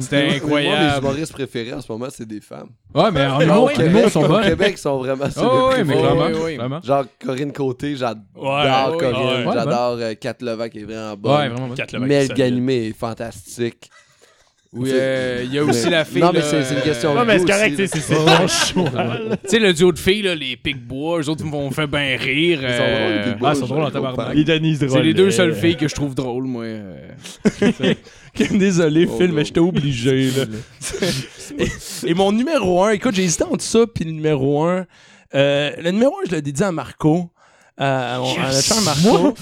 S4: c'était
S5: Moi, mes
S4: incroyable.
S5: humoristes préférés en ce moment, c'est des femmes.
S3: Ouais, mais
S4: Ah,
S3: en
S5: Au
S3: humour, en
S5: Québec,
S3: humour, ils sont
S5: au
S3: bons.
S5: Québec, ils sont vraiment sur
S3: Oh,
S5: le
S3: ouais, mais
S5: prix.
S3: clairement.
S4: Ouais, ouais, ouais.
S3: Clairement.
S5: Genre, Corinne Côté, j'adore
S6: Ouais,
S5: Corinne.
S6: ouais,
S3: ouais. ben.
S5: J'adore euh, Kat Levac, qui est vraiment bonne.
S3: Ouais, vraiment. bon.
S6: Quatre, le mec,
S5: Mel
S6: ça,
S5: Ganimé est fantastique.
S4: Oui, euh, il y a aussi
S5: Mais-
S4: la fille
S5: Non, mais
S4: là, euh,
S5: c'est c'est une question.
S1: non,
S5: de
S1: mais
S5: goût
S1: c'est correct,
S5: aussi,
S1: tu sais, c'est c'est ton choix. là.
S4: Tu sais le duo de filles là, les Picbois, eux autres vont faire bien rire.
S5: là. Ils sont drôles,
S4: euh,
S5: les Big Boys,
S3: ah, ils sont drôles en
S5: je comprends.
S3: tabarnak.
S1: Les Denise Drolet.
S4: C'est les deux seules filles que je trouve drôles, moi. euh.
S6: Désolé,
S5: Oh,
S6: Phil,
S5: non.
S6: mais j'étais obligé. Là. et, et mon numéro 1, écoute, j'ai hésité entre ça puis le numéro 1. le numéro 1, je l'ai dédié à Marco. Euh, à mon- à notre cher Marco.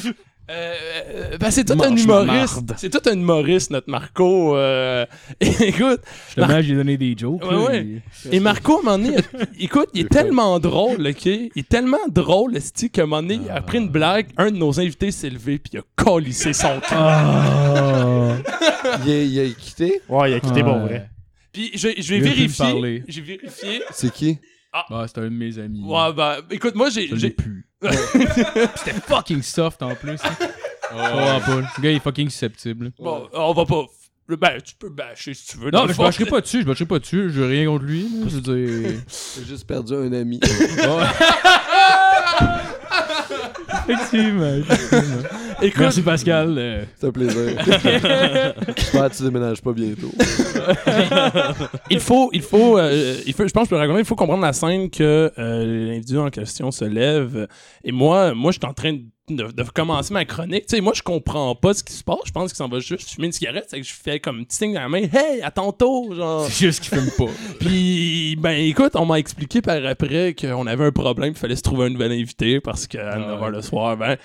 S6: Euh, euh, ben, c'est tout un
S4: Mange
S6: humoriste.
S4: marde.
S6: C'est tout un humoriste, notre Marco. euh, écoute,
S3: Dommage, j'ai donné des jokes.
S6: Ouais,
S3: là,
S6: ouais.
S3: mais-
S6: Et Marco, à un moment donné, il- écoute, il est tellement drôle, OK? Il est tellement drôle, esti, qu'à un moment donné, après une blague, un de nos invités s'est levé puis il a colissé son
S3: Ah.
S6: camp.
S5: Il est- il a quitté.
S1: Ouais, il a quitté bon
S3: Ouais.
S1: vrai.
S6: Puis je, je vais
S3: Il a plus
S6: vérifier.
S3: parlé.
S6: J'ai vérifié.
S5: C'est qui?
S3: Ah, c'était un de mes amis.
S6: Ouais, ben, écoute, moi, j'ai...
S3: Je l'ai
S6: j'ai-
S3: pu. C'était fucking soft en plus. hein. Oh, Paul. Le gars, il est fucking susceptible.
S6: Bon, on va pas... Ben, tu peux bâcher si tu veux. dans
S3: Non,
S6: le
S3: mais je
S6: fond.
S3: bâcherai pas dessus, je bâcherai pas dessus, j'ai rien contre lui. là, Je veux dire.
S5: Euh, J'ai juste perdu un ami.
S3: Effectivement.
S6: Écoute,
S3: Merci Pascal. euh,
S5: C'est un plaisir. J'espère que tu déménages pas bientôt.
S6: il faut, il faut, euh, il faut, je pense que je peux le raconter, il faut comprendre la scène que euh, l'individu en question se lève. Et moi, moi, je suis en train de, de commencer ma chronique. Tu sais, moi, je comprends pas ce qui se passe. Je pense qu'il s'en va juste fumer une cigarette. C'est que je fais comme un petit signe à la main. Hey, à tantôt, genre.
S3: C'est juste qu'il fume pas.
S6: Puis, ben, écoute, on m'a expliqué par après qu'on avait un problème. Il fallait se trouver un nouvel invité parce
S4: Ah
S6: qu'à 9h le soir, ben.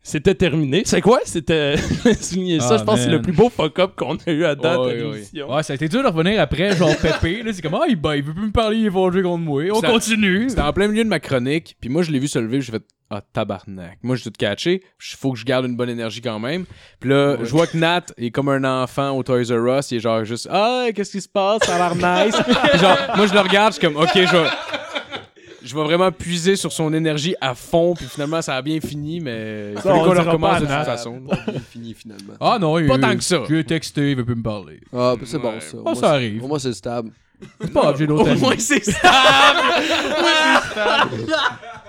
S6: C'était terminé. C'est quoi? C'était. je me souviens ça.
S3: Ah,
S6: je pense que c'est le
S3: man.
S6: plus beau fuck-up qu'on a eu à date
S4: Ouais,
S6: à
S4: ouais, ouais.
S6: l'émission.
S3: Ouais, ça a été dur de revenir après, genre pépé. Là, c'est comme, ah, il, ben, il veut plus me parler, il va jouer contre moi. On
S4: Ça-
S3: continue.
S4: C'était en plein milieu de ma chronique, puis moi je l'ai vu se lever, j'ai fait ah tabarnak. Moi j'ai tout catché, il faut que je garde une bonne énergie quand même. Puis là, je vois que Nat est comme un enfant au Toys R Us, il est genre juste ah qu'est-ce qui se passe, ça a l'air nice. Puis genre moi je le regarde, je suis comme OK, je vais je vais vraiment puiser sur son énergie à fond, puis finalement ça a bien fini mais il
S1: Ça,
S4: fallait
S1: on
S4: qu'on
S1: dira pas
S4: le
S1: à
S4: recommence de toute
S1: Nat.
S4: façon.
S5: Il finit finalement.
S3: Ah non, il
S4: Pas tant que ça.
S3: Je lui ai texté, il veut plus me parler.
S5: Ah, ben, c'est bon
S4: Ouais.
S5: ça.
S3: Oh, ça arrive.
S5: Pour moi, c'est stable.
S3: C'est pas grave, j'ai d'autres
S4: Au
S3: amis.
S4: moins c'est ça.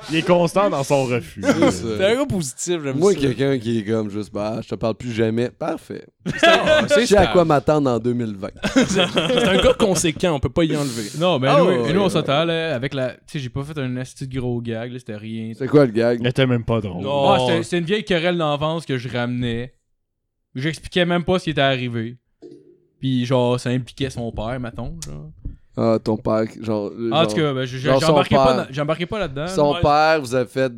S1: Il est constant dans son refus.
S5: C'est
S4: C'est un
S5: ça.
S4: gars positif, j'aime
S5: Euh, Moi,
S4: ça.
S5: quelqu'un qui est comme juste, bah, je te parle plus jamais. Parfait. Je
S4: Ah, C'est
S5: sais à
S4: stable.
S5: quoi m'attendre en 2020.
S6: C'est un gars conséquent, on peut pas y enlever.
S3: Non, mais
S5: Ah,
S3: nous,
S5: ouais,
S3: nous, on
S5: ouais.
S3: s'entend, là, avec la. Tu sais, j'ai pas fait un asti de gros gag, là, c'était rien.
S5: C'est quoi le gag?
S1: Il était même pas drôle.
S6: Non.
S5: Oh.
S3: Ah, c'était- c'était une vieille querelle d'enfance que je ramenais. J'expliquais même pas ce qui était arrivé. Puis genre, ça impliquait son père, mettons. Genre.
S5: Ah, ton père, genre.
S3: En
S5: genre,
S3: tout cas, ben, je- je-
S5: genre son
S3: j'embarquais pas,
S5: père.
S3: dans- j'embarquais pas là-dedans.
S5: Son
S6: ouais.
S5: père vous a fait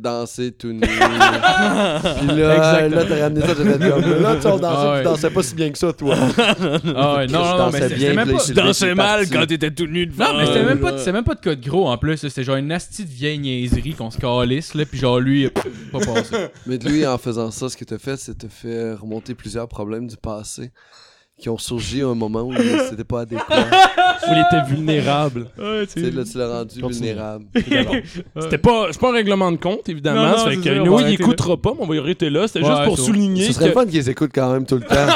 S5: danser tout nu. Puis là, là, t'as ramené ça, j'étais comme. Là, tu on dansait,
S3: Ah,
S5: tu
S3: ouais.
S5: dansais pas si bien que ça, toi.
S3: Ah ouais, non,
S5: Je
S3: non, non,
S5: dansais
S3: mais c'était
S5: bien,
S3: c'était même
S5: puis là,
S3: pas.
S5: il s'est levé, puis il
S4: Dansait
S5: est
S4: mal
S5: parti.
S4: quand t'étais tout nu devant.
S3: Non, mais c'était
S4: eux,
S3: même pas,
S4: là.
S3: c'était même pas de code gros en plus, là. c'était genre une asti de vieille niaiserie qu'on se calisse, là, puis genre lui, pff, pas passé.
S5: Mais lui, en faisant ça, ce qu'il t'a fait, c'est te faire remonter plusieurs problèmes du passé qui ont surgi à un moment où c'était pas adéquat.
S6: Il était vulnérable.
S5: tu sais, là, tu l'as rendu
S1: Continue.
S5: vulnérable.
S6: C'était pas, c'est pas un règlement de compte, évidemment.
S3: Non, non,
S6: ça fait
S3: c'est
S6: que,
S3: ça, on
S6: nous,
S3: va
S6: il
S3: arrêter
S6: écoutera pas, mais on va y arrêter là. C'était
S3: Ouais,
S6: juste pour
S3: ça.
S6: souligner
S5: Ce serait le
S6: que...
S5: fun qu'ils écoutent quand même tout le temps.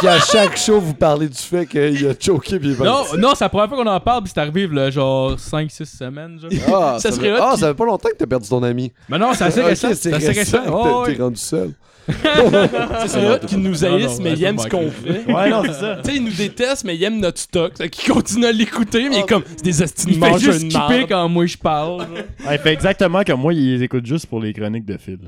S5: Puis à chaque show, vous parlez du fait qu'il a choqué puis il est
S3: Non,
S5: parti.
S3: non, c'est la première fois qu'on en parle, puis c'est arrivé, là, genre 5-6 semaines. Genre.
S5: Ah,
S6: Ça
S5: ça,
S6: serait
S5: fait...
S6: hot
S5: ah,
S6: qu'il-
S5: ça fait pas longtemps que t'as perdu ton ami.
S3: Mais non, c'est assez
S5: Ok,
S3: récent.
S5: c'est
S3: assez récent.
S5: T'es-
S3: Oh,
S5: T'es
S3: ouais.
S5: rendu seul.
S6: C'est ça, qui nous
S3: Non, non,
S6: haïssent, mais
S3: arrête
S6: ils aiment
S3: de
S6: ce qu'on
S3: manquer.
S6: fait.
S1: Ouais, non, c'est ça.
S6: Tu sais, ils nous détestent, mais ils aiment notre stock. Qui continue à l'écouter, mais il est comme c'est des
S3: Il
S6: estimes
S3: fait
S6: mangeurs
S3: juste
S6: de
S3: skipper
S6: merde.
S3: quand moi je parle. genre.
S1: Ouais, il fait exactement comme moi, il les écoute juste pour les chroniques de Phil.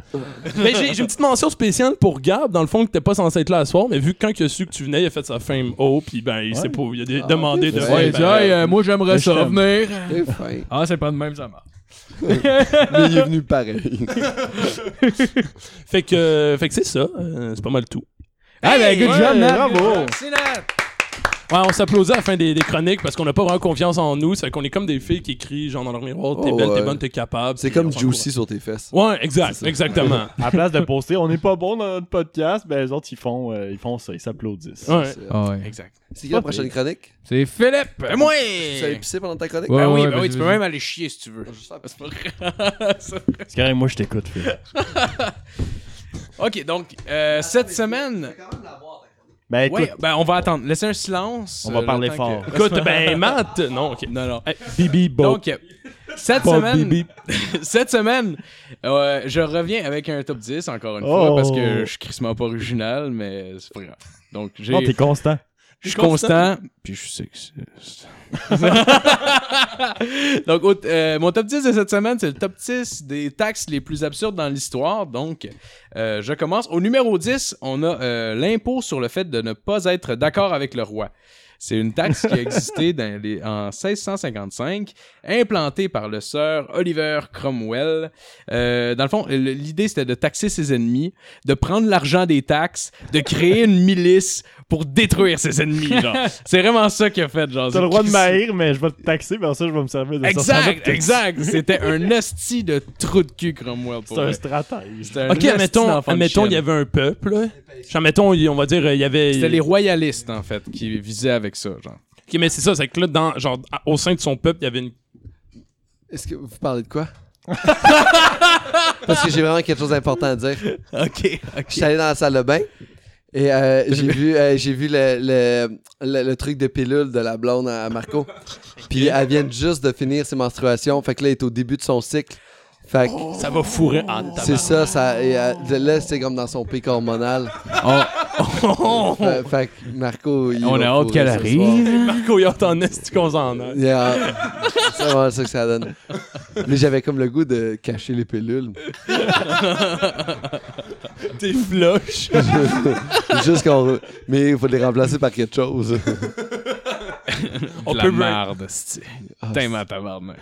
S6: Mais j'ai j'ai une petite mention spéciale pour Gab, dans le fond, que t'es pas censé être là à soir, mais vu que quand il a su que tu venais, il a fait sa fame haut, puis ben, il s'est pas. Il a dé- demandé de.
S5: Ouais,
S3: Ouais, il
S6: ben,
S3: dit, Hey, euh, moi
S1: Mais
S3: j'aimerais
S1: je
S3: ça
S1: t'aime.
S3: venir.
S5: T'es fin.
S3: Ah, c'est pas de même, ça marche.
S5: Mais il est venu pareil.
S6: Fait que, euh, fait que c'est ça. euh, c'est pas mal tout.
S3: Ah, ben, good job, Nat.
S1: bravo.
S3: Merci, Nat.
S6: Ouais, on s'applaudit à la fin des, des chroniques parce qu'on n'a pas vraiment confiance en nous. C'est qu'on est comme des filles qui crient genre dans leur miroir T'es
S5: Oh,
S6: belle, t'es
S5: ouais.
S6: bonne, t'es capable.
S5: C'est
S6: Puis on
S5: comme
S6: s'encourage.
S5: Juicy sur tes fesses.
S6: Ouais, exact, exactement.
S1: À place de poster, on n'est pas bon dans notre podcast, ben les autres ils font, euh, ils font ça, ils s'applaudissent.
S6: ouais.
S3: Ah ouais.
S4: Exact.
S5: euh, C'est qui la prochaine chronique?
S3: C'est Philippe.
S4: Ben moi!
S5: Tu as pissé pendant ta chronique?
S3: Ouais,
S4: Ben oui,
S3: ouais,
S4: ben oui,
S3: vas-y,
S4: tu peux
S3: vas-y.
S4: même aller chier si tu veux.
S1: C'est carrément moi je t'écoute, Phil.
S4: Ok, donc, euh, cette semaine.
S1: Ben écoute,
S4: Ouais, ben on va attendre. Laissez un silence. euh,
S1: On va
S4: le
S1: parler
S4: temps
S1: fort.
S4: que-
S6: Écoute, ben Matt, non, ok.
S4: Non, non.
S1: Bibi Bo.
S4: Donc, euh, cette
S1: Bon,
S4: semaine,
S1: bibi.
S4: cette semaine euh, je reviens avec un top 10 encore une
S1: Oh.
S4: fois parce que je suis crissement pas original, mais c'est pas grave. Donc, j'ai.
S1: Non, Ah, t'es constant.
S4: Je suis constant, puis je suis sexiste. donc, au- euh, mon top 10 de cette semaine, c'est le top 10 des taxes les plus absurdes dans l'histoire. Donc, euh, je commence. Au numéro 10, on a euh, l'impôt sur le fait de ne pas être d'accord avec le roi. C'est une taxe qui a existé dans les- en 1655, implantée par le sir Oliver Cromwell. Euh, dans le fond, le- l'idée, c'était de taxer ses ennemis, de prendre l'argent des taxes, de créer une milice pour détruire ses ennemis. genre. C'est vraiment ça qu'il a fait. genre.
S1: T'as le
S4: C'est-
S1: droit de m'haïr, mais je vais te taxer, mais ça je vais me servir de ça. Ça va
S4: Exact,
S1: te-
S4: exact. C'était un esti de trou de cul, Cromwell. Pour
S1: C'est un
S4: vrai.
S1: stratège.
S4: C'était un
S6: Ok,
S4: esti
S6: admettons,
S4: d'enfant de
S6: admettons,
S4: chienne.
S6: il y avait un peuple. là. Genre, admettons, il- on va dire, il y avait.
S4: C'était les royalistes, en fait, qui visaient avec ça. Genre.
S6: Ok, mais c'est ça, c'est que là, dans, genre, à- au sein de son peuple, il y avait une.
S5: Est-ce que vous parlez de quoi? Parce que j'ai vraiment quelque chose d'important à dire.
S4: OK,
S5: Je suis allé dans la salle de bain et euh, j'ai vu, euh, j'ai vu le, le, le- le truc de pilule de la blonde à à Marco. Puis elle vient juste de finir ses menstruations. Fait que là, elle est au début de son cycle. Fait que
S6: Ça va fourrer en
S5: c'est ça, ça et, euh, de là, c'est comme dans son pic hormonal. Fait, fait que Marco, il
S3: On a
S5: va fourrer
S3: hâte qu'elle
S5: ce soir.
S3: arrive.
S6: Marco, il entend est qu'on en a.
S5: Yeah. C'est vraiment ça que ça donne. Mais j'avais comme le goût de cacher les pilules.
S6: T'es flush.
S5: Juste qu'on. Mais il faut les remplacer par quelque chose.
S6: On
S4: De la
S6: peut- Ah,
S4: merde, esti. T'es ma tabarnak.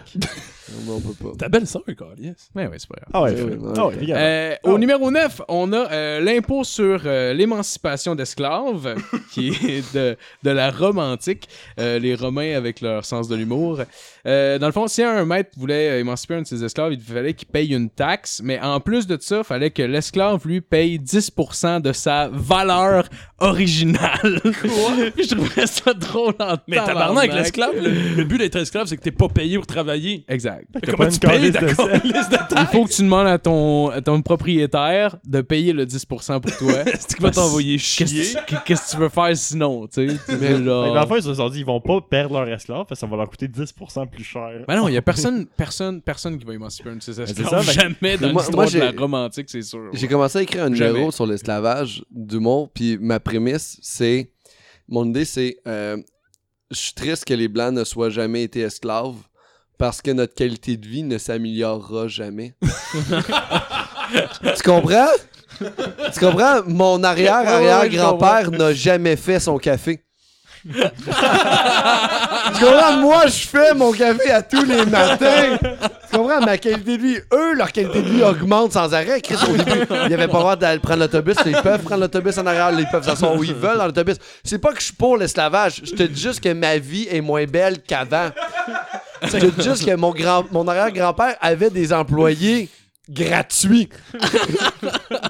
S5: Non, on peut pas.
S6: Ta belle sœur, quoi, yes.
S4: Ouais, ouais, c'est pas grave.
S1: Ah ouais,
S5: Ouais,
S1: Phil.
S5: ouais,
S1: Ah ouais,
S5: ouais.
S1: regarde.
S4: Euh,
S6: Oh.
S4: au numéro 9, on a euh, l'impôt sur euh, l'émancipation d'esclaves, qui est de, de la Rome antique, euh, les Romains avec leur sens de l'humour. Euh, dans le fond, si un maître voulait euh, émanciper un de ses esclaves, il fallait qu'il paye une taxe, mais en plus de ça, il fallait que l'esclave, lui, paye 10% de sa valeur originale. Puis Je trouvais ça drôle en
S6: Mais tabarnak, l'esclave, le, le but d'être esclave, c'est que t'es pas payé pour travailler.
S4: Exact.
S1: T'as
S6: Comment
S1: pas
S6: tu
S1: une
S6: payes,
S1: calice de
S6: d'accord?
S1: sel.
S6: Liste de
S4: Il faut que tu demandes à ton, à ton propriétaire de payer le 10% pour toi.
S6: texte qui va t'envoyer chier.
S4: Qu'est-ce que- qu'est-ce que tu veux faire sinon, tu sais? Tu veux, genre-
S1: Fait que Ben, dans le fond, ils se sont dit, ils vont pas perdre leur esclave, parce que ça va leur coûter 10% plus cher.
S4: Ben non, il y a personne, personne, personne qui va émanciper un de ces esclaves.
S1: ça, fait-
S4: Jamais dans
S5: Moi-
S4: l'histoire
S5: moi,
S4: de la
S5: j'ai-
S4: romantique, c'est sûr.
S5: J'ai commencé à écrire un
S4: Jamais.
S5: numéro sur l'esclavage du monde, puis ma prémisse, c'est. Mon idée, c'est. euh, je suis triste que les Blancs ne soient jamais été esclaves parce que notre qualité de vie ne s'améliorera jamais. tu comprends? Tu comprends? Mon arrière-arrière-grand-père n'a jamais fait son café. tu comprends? Moi, je fais mon café à tous les matins. Tu comprends? Ma qualité de vie, eux, leur qualité de vie augmente sans arrêt. Chris, au début, il y avait pas droit d'aller prendre l'autobus. Ils peuvent prendre l'autobus en arrière. Ils peuvent s'asseoir où ils veulent dans l'autobus. C'est pas que je suis pour l'esclavage. Je te dis juste que ma vie est moins belle qu'avant. Je te dis juste que mon, grand, mon arrière-grand-père avait des employés
S6: gratuit.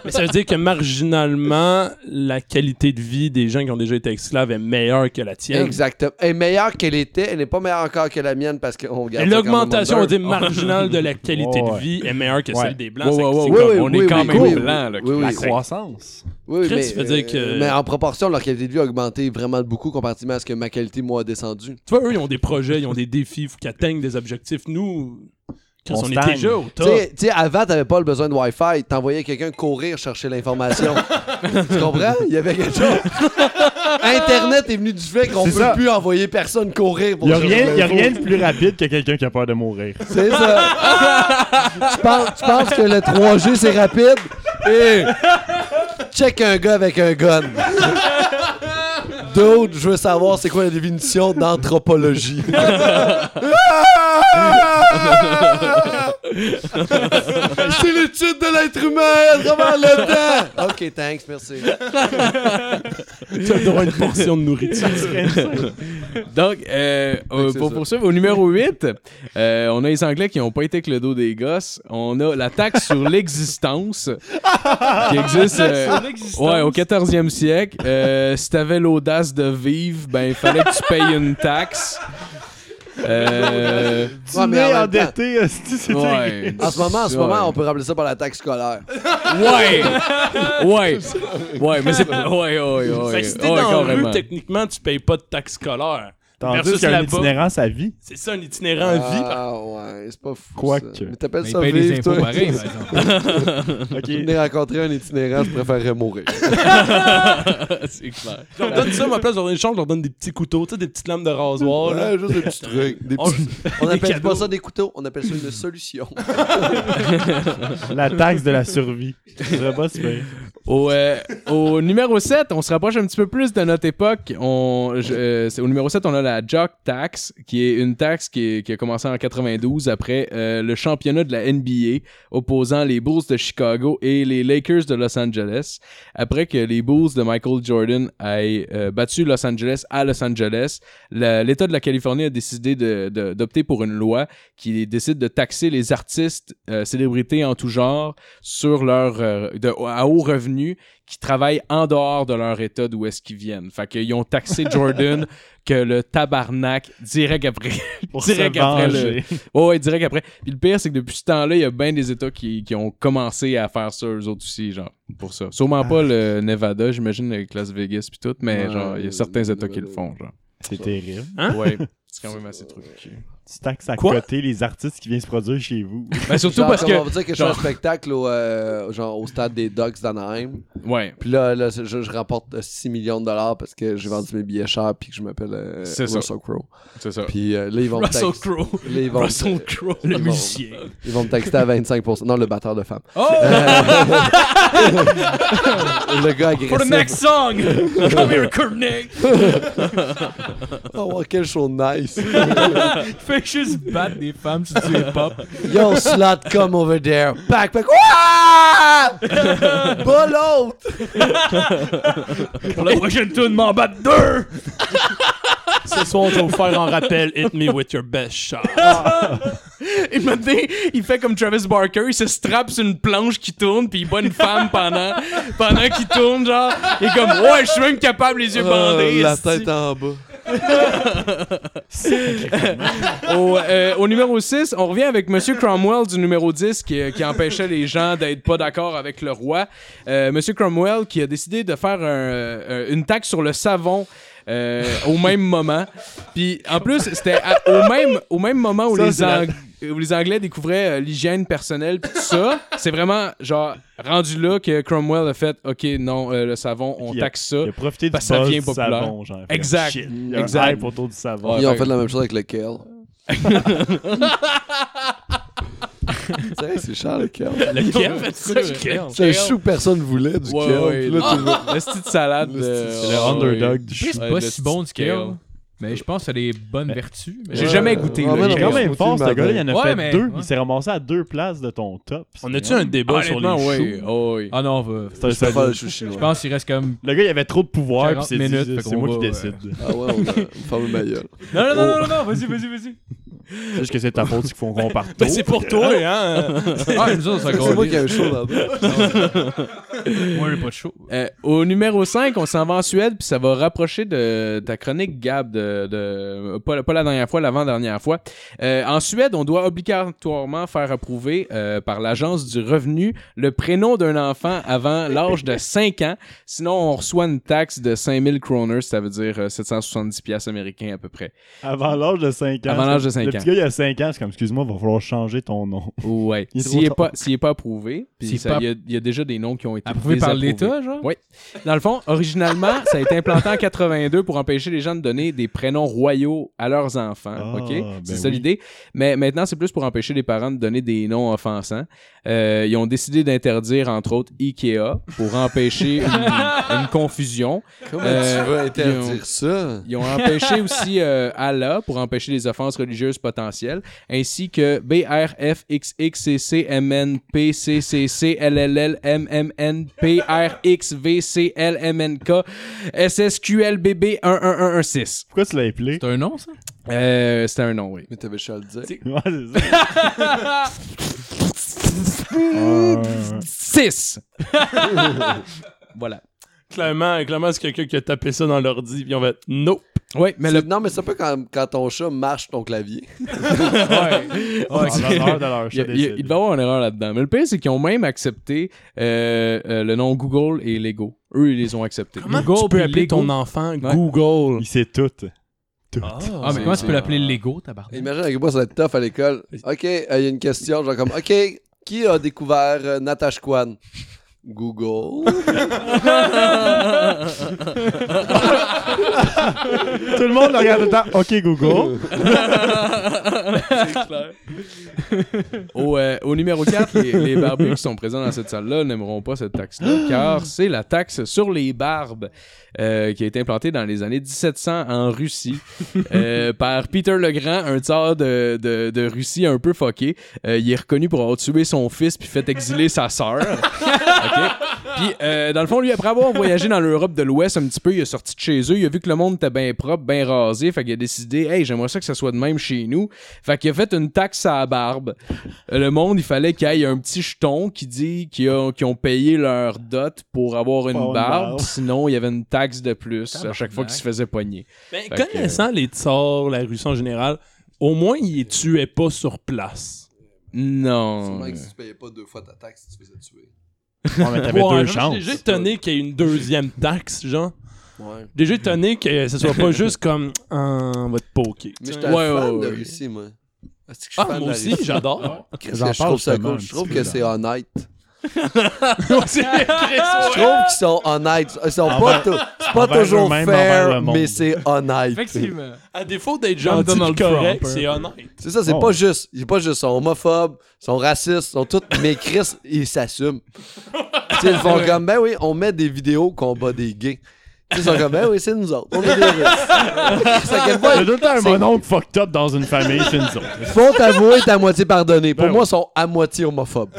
S6: Mais ça veut dire que marginalement, la qualité de vie des gens qui ont déjà été esclaves est meilleure que la tienne.
S5: Exactement. Elle est meilleure qu'elle était, elle n'est pas meilleure encore que la mienne parce qu'on
S6: Et
S5: regarde. ça comme un
S6: L'augmentation, on dit
S5: number.
S6: marginale de la qualité
S1: Ouais,
S6: de
S1: ouais.
S6: vie est meilleure que
S1: Ouais.
S6: celle des blancs.
S4: Ouais,
S6: C'est-
S4: ouais,
S6: c'est
S4: ouais,
S6: comme-
S5: oui, oui,
S4: on
S5: oui,
S4: est quand
S5: oui,
S4: même
S5: oui,
S4: blanc, là.
S5: oui, oui.
S1: La
S5: mais-
S1: croissance.
S5: Oui,
S6: Chris,
S5: mais, euh,
S6: ça veut dire que-
S5: mais en proportion, leur qualité de vie a augmenté vraiment beaucoup comparativement à ce que ma qualité, moi, a descendu.
S6: Tu vois, eux, ils ont des projets, ils ont des défis, il faut qu'ils atteignent des objectifs. Nous, Chris,
S1: On
S6: on, est
S1: stagne.
S6: déjà au
S5: Tu
S6: top.
S5: sais, tu sais, avant, t'avais pas le besoin de Wi-Fi. T'envoyais quelqu'un courir chercher l'information. tu comprends? Il y avait quelque chose. Internet est venu du fait qu'on
S1: C'est
S5: peut
S1: ça.
S5: plus envoyer personne courir pour
S1: Il n'y a,
S5: chercher
S1: rien- y a
S5: l'info.
S1: rien de plus rapide que quelqu'un qui a peur de mourir.
S5: C'est ça. tu, penses, tu penses que le 3G, c'est rapide? Et check un gars avec un gun. D'autres, je veux savoir c'est quoi la définition d'anthropologie. c'est l'étude de l'être humain à travers le temps. OK, thanks, merci.
S6: Tu as le droit à une portion de nourriture.
S4: Donc, euh, euh,
S5: c'est
S4: pour
S5: ça.
S4: poursuivre, au numéro 8, euh, on a les Anglais qui n'ont pas été que le dos des gosses. On a la taxe sur l'existence qui existe. euh, ouais, au 14e siècle. Euh, si t'avais l'audace de vivre, ben, il fallait que tu payes une taxe. Euh,
S5: Ouais, mais en
S1: Né
S5: même temps,
S1: endetté, esti, c'est
S4: ouais.
S5: En ce moment, en ce moment, on peut rappeler ça par la taxe scolaire.
S4: Ouais! Ouais! Ouais, mais c'est. Ouais, ouais, ouais.
S6: Fait que si t'es
S4: ouais,
S6: dans la rue,
S4: carrément.
S6: techniquement, tu payes pas de taxes scolaires.
S1: Tandis
S6: Versus
S1: qu'un
S6: là-bas.
S1: itinérant, sa vie.
S6: C'est ça, un itinérant à vie.
S5: Ah, ouais, c'est pas fou.
S1: Quoi
S5: ça.
S1: que.
S5: Mais t'appelles
S3: Mais il
S5: ça
S3: paye
S5: vivre,
S3: des impôts
S5: toi?
S3: pareils, par exemple.
S1: Ok.
S5: Venir rencontrer un itinérant, je préférerais mourir.
S4: Ah. C'est clair.
S6: Je leur donne ça, ma place, je leur donne une chance, je leur donne des petits couteaux, tu sais, des petites lames de rasoir. là.
S5: Ouais, juste des petits trucs. des
S6: On-
S5: petits- On
S6: des
S5: appelle
S6: cadeaux.
S5: pas ça des couteaux, on appelle ça une solution.
S1: La taxe de la survie. Je serais pas super.
S4: Au, euh, au numéro 7, on se rapproche un petit peu plus de notre époque. On, je- euh, c'est- au numéro 7, on a la Jock Tax, qui est une taxe qui, est- qui a commencé en 92 après euh, le championnat de la NBA opposant les Bulls de Chicago et les Lakers de Los Angeles. Après que les Bulls de Michael Jordan aient euh, battu Los Angeles à Los Angeles, la- l'État de la Californie a décidé de- de- d'opter pour une loi qui décide de taxer les artistes, euh, célébrités en tout genre sur leur euh, de, à haut revenu qui travaillent en dehors de leur état d'où est-ce qu'ils viennent. Fait qu'ils ont taxé Jordan que le tabarnak direct après.
S1: Pour
S4: Direct
S1: se
S4: après le-
S1: venger.
S4: Ouais, ouais, direct après. Puis le pire, c'est que depuis ce temps-là, il y a bien des états qui, qui ont commencé à faire ça eux autres aussi, genre, pour ça. Sûrement pas le Nevada, j'imagine, avec Las Vegas puis tout, mais
S5: Ouais,
S4: genre, il y a
S5: le
S4: certains états qui Ah. le
S5: Nevada.
S4: font, genre.
S1: C'est terrible.
S4: Ouais. C'est quand même assez truqué.
S1: Tu taxes à
S6: Quoi?
S1: côté les artistes qui viennent se produire chez vous.
S4: Ben, surtout
S5: Genre,
S4: parce
S5: comme On va
S4: que.
S5: dire que je fais un
S4: genre-
S5: spectacle au, euh, genre, au stade des Ducks d'Anaheim.
S4: Ouais.
S5: Puis là, là, c'est- je, je rapporte euh, 6 millions de dollars parce que j'ai vendu mes billets chers puis que je m'appelle euh,
S4: C'est ça.
S5: Russell Crowe.
S4: C'est ça.
S5: Puis euh, là, ils vont me
S6: Russell
S5: taxer.
S6: Crowe.
S5: Là, ils vont, me-
S6: Russell Crowe, le
S5: bon.
S6: musicien.
S5: ils vont me taxer à 25%. Non, le batteur de femmes.
S4: Oh!
S5: Le gars agressif.
S3: For the next song! Come here, Courtney!
S5: Oh, wow, quel show nice.
S3: Fais juste battre des femmes sur du hip-hop.
S5: Yo, slot, come over there. Pack, pack. Ouah! Pas l'autre!
S3: Pour la prochaine tune, m'en battre deux!
S6: Ce soir, on va vous faire un rappel. Hit me with your best shot.
S4: Et maintenant, il fait comme Travis Barker, il se strappe sur une planche qui tourne, puis il bat une femme pendant, pendant qu'il tourne, genre. Il est comme, ouais, je suis même capable, les yeux
S1: Oh,
S4: bandés.
S5: Oh, la
S4: esti.
S5: tête en bas.
S4: au, euh, au numéro 6, on revient avec Monsieur Cromwell du numéro 10 qui, euh, qui empêchait les gens d'être pas d'accord avec le roi. Euh, Monsieur Cromwell qui a décidé de faire un, euh, une taxe sur le savon. euh, au même moment. Puis en plus, c'était à- au même, au même moment où,
S1: Ça,
S4: les
S1: c'est la-
S4: Ang- où les Anglais découvraient euh, l'hygiène personnelle puis tout ça. C'est vraiment genre rendu là que Cromwell a fait OK, non, euh, le savon, on
S1: Il a-
S4: taxe ça.
S1: Il a profité du
S4: Parce que ça
S1: buzz
S4: devient
S1: du
S4: populaire.
S1: savon, genre. Fait,
S4: Exact.
S1: shit, il y a un
S4: Exact.
S1: hype autour du savon.
S4: Ouais.
S5: Ils ont fait la même chose avec le kale. c'est vrai que c'est cher le kale.
S6: Le Kev,
S4: ouais,
S6: c'est
S4: c'est
S6: ça,
S4: vrai.
S6: Kev.
S5: C'est un chou que personne voulait du
S4: Ouais,
S5: kale.
S4: ouais,
S5: Puis là,
S4: le- le style de salade.
S5: Le style de
S4: euh,
S1: C'est le
S4: ouais.
S1: underdog du
S3: C'est
S4: Ouais,
S3: pas
S4: le
S3: si bon du
S4: scale.
S3: scale. Mais je pense que ça a des bonnes vertus. mais-
S4: J'ai jamais goûté.
S5: Ah,
S4: là,
S5: mais
S1: Il
S5: non,
S1: est
S4: j'ai-
S1: quand même
S5: Smoothie
S1: fort, ce
S5: matin.
S1: gars-là. Il en a
S3: Ouais,
S1: fait
S3: mais-
S1: deux.
S3: ouais.
S1: Il s'est ramassé à deux places de ton top.
S6: On a-tu un débat sur
S4: Ah, Honnêtement,
S6: les
S4: oui.
S6: choux?
S4: Oh, oui.
S3: Ah non, on va.
S1: C'est un-
S5: C'est
S1: c'est
S5: pas
S1: un-
S5: le chouchi,
S3: Je
S5: ouais.
S3: pense qu'il reste comme.
S1: Le gars, il avait trop de pouvoir, puis
S3: 40
S1: c'est
S3: minutes,
S1: dit,
S3: fait
S1: c'est
S3: qu'on
S1: moi
S3: va,
S1: qui
S3: ouais.
S1: décide.
S5: Ah ouais, on a fermé ma gueule.
S3: Non, non, non, non, non, non, vas-y, vas-y, vas-y.
S1: C'est juste que c'est de ta faute qu'il faut qu'on parte tôt.
S6: Ben, c'est
S4: Oh,
S6: pour toi, hein?
S3: Ah, nous autres, ça
S5: C'est moi
S3: grandit.
S5: qui ai un show là-bas.
S3: Moi, j'ai pas de chaud.
S4: Euh, au numéro 5, on s'en va en Suède, puis ça va rapprocher de ta chronique, Gab, de, de- pas, pas la dernière fois, l'avant-dernière fois. Euh, en Suède, on doit obligatoirement faire approuver euh, par l'Agence du revenu le prénom d'un enfant avant l'âge de 5 ans. Sinon, on reçoit une taxe de 5000 kroners, ça veut dire euh, 770 pièces américains à peu près.
S1: Avant l'âge de 5 ans.
S4: Avant l'âge de cinq
S1: Le
S4: ans.
S1: petit gars, il a 5 ans, c'est comme, excuse-moi, va falloir changer ton nom.
S4: Ouais.
S1: Il est trop
S4: S'il n'est
S1: tard.
S4: pas, s'il est pas approuvé, puis
S3: S'il est
S4: ça-
S3: pas-
S4: il y, a- il y a déjà des noms qui ont été
S3: Approuvé par
S4: désapprouvés.
S3: l'État, genre
S4: Oui. Dans le fond, originalement, ça a été implanté en 82 pour empêcher les gens de donner des prénoms royaux à leurs enfants.
S1: Ah,
S4: OK?
S1: ben
S4: C'est ça
S1: oui.
S4: l'idée. Mais maintenant, c'est plus pour empêcher les parents de donner des noms offensants. Euh, ils ont décidé d'interdire, entre autres, IKEA pour empêcher une, une confusion.
S5: Comment
S4: Euh,
S5: tu veux
S4: ils
S5: interdire ça?
S4: Ils ont empêché aussi euh, Allah pour empêcher les offenses religieuses potentielles, ainsi que E BRFXXCCMNPCCCLLLMMNPRXVCLMNK SSQLBB11116.
S1: Pourquoi tu l'as appelé?
S3: C'est un nom, ça
S4: Euh, C'était un nom, oui.
S5: Mais t'avais chaud à le dire.
S1: Ouais, c'est ça. Ah,
S4: 6! voilà.
S6: Clairement, clairement c'est quelqu'un qui a tapé ça dans l'ordi, puis on va être nope.
S4: Oui, mais le.
S5: C'est- Non, mais c'est un peu quand, quand ton chat marche ton clavier.
S1: Ah, l'honneur de leur
S4: Il, y
S1: chat
S4: a- il y a- il
S1: décédé.
S4: doit y avoir une erreur là-dedans. Mais le pire, c'est qu'ils ont même accepté euh, euh, le nom Google et Lego. Eux, ils les ont acceptés.
S6: Comment
S3: Google
S6: tu peux
S3: puis
S6: appeler
S3: Lego.
S6: ton enfant
S4: Ouais.
S6: Google?
S1: Il sait tout.
S3: Ah, mais
S5: c'est- Eh ben,
S3: comment tu
S5: c'est-
S3: peux l'appeler Lego, tabarnak
S5: Imagine à quel point ça va être tough à l'école. OK, euh, il y a une question, genre comme, OK, qui a découvert euh, Natasha Kwan? Google.
S1: Tout le monde le regarde tout le temps. OK, Google.
S4: Au, euh, au numéro 4, les, les barbus qui sont présents dans cette salle-là n'aimeront pas cette taxe-là, car c'est la taxe sur les barbes euh, qui a été implantée dans les années 1700 en Russie euh, par Peter le Grand, un tsar de, de, de Russie un peu fucké. Euh, il est reconnu pour avoir tué son fils puis fait exiler sa sœur. OK? Puis, euh, dans le fond, lui, après avoir voyagé dans l'Europe de l'Ouest un petit peu, il est sorti de chez eux. Il a vu que le monde était bien propre, bien rasé. Fait qu'il a décidé, hey, j'aimerais ça que ça soit de même chez nous. Fait qu'il a fait une taxe à la barbe. Euh, Le monde, il fallait qu'il y ait un petit jeton qui dit qu'ils ont, qu'ils ont payé leur dot pour avoir une
S1: Pour
S4: barbe.
S1: avoir une barbe.
S4: Sinon, il y avait une taxe de plus à
S3: Tabarnak.
S4: chaque fois qu'il se faisait pogner.
S6: Ben,
S4: Fait
S6: connaissant les tsars, la Russie en général, au moins, ils les tuaient pas sur place.
S4: Non.
S5: Sûrement que si tu payais pas deux fois ta taxe, tu te faisais tuer.
S1: Bon, mais t'avais
S6: Ouais,
S1: deux
S6: j'ai-
S1: chances.
S6: J'ai étonné qu'il y ait une deuxième taxe, genre.
S5: Ouais.
S6: Déjà étonné que ce soit pas juste comme Ah, on va te poker.
S5: Mais
S6: tu sais.
S5: j'étais
S4: Ouais,
S5: un fan
S4: ouais,
S5: de
S4: ouais.
S5: Russie, moi. Ah, c'est que je suis
S6: Ah,
S5: fan de
S6: moi
S5: la
S6: aussi,
S5: Russie.
S6: j'adore.
S5: Qu'est-ce
S1: J'en
S5: que je
S1: parle
S5: trouve ça
S1: justement
S5: cool.
S1: un
S5: Je trouve
S1: petit
S5: que
S1: peu,
S5: c'est
S1: là.
S5: honnête.
S6: C'est Chris,
S5: Je trouve qu'ils sont honnêtes. Ils sont pas,
S1: Envers-
S5: tou- c'est pas
S1: envers
S5: toujours
S1: eux-mêmes, envers
S5: fair,
S1: le monde.
S5: mais c'est honnête.
S3: Effectivement.
S6: à défaut d'être gentil
S3: Donald
S6: pis
S3: Trump,
S6: correct,
S3: hein.
S6: c'est honnête.
S5: C'est ça, c'est
S1: Oh.
S5: pas juste. Ils sont pas juste. Ils sont homophobes, ils sont racistes, ils sont tous. Mais Chris, ils s'assument. Tu sais, ils font comme, ben oui, on met des vidéos qu'on bat des gays. Tu sais, Ils sont comme, ben oui, c'est nous autres. On est des Russes. C'est à quel point
S1: T'as tout le temps un mononcle fucked up dans une famille, c'est nous autres.
S5: Faut t'avouer, t'es à moitié pardonné. Pour
S1: Ben
S5: moi,
S1: oui.
S5: ils sont à moitié homophobes.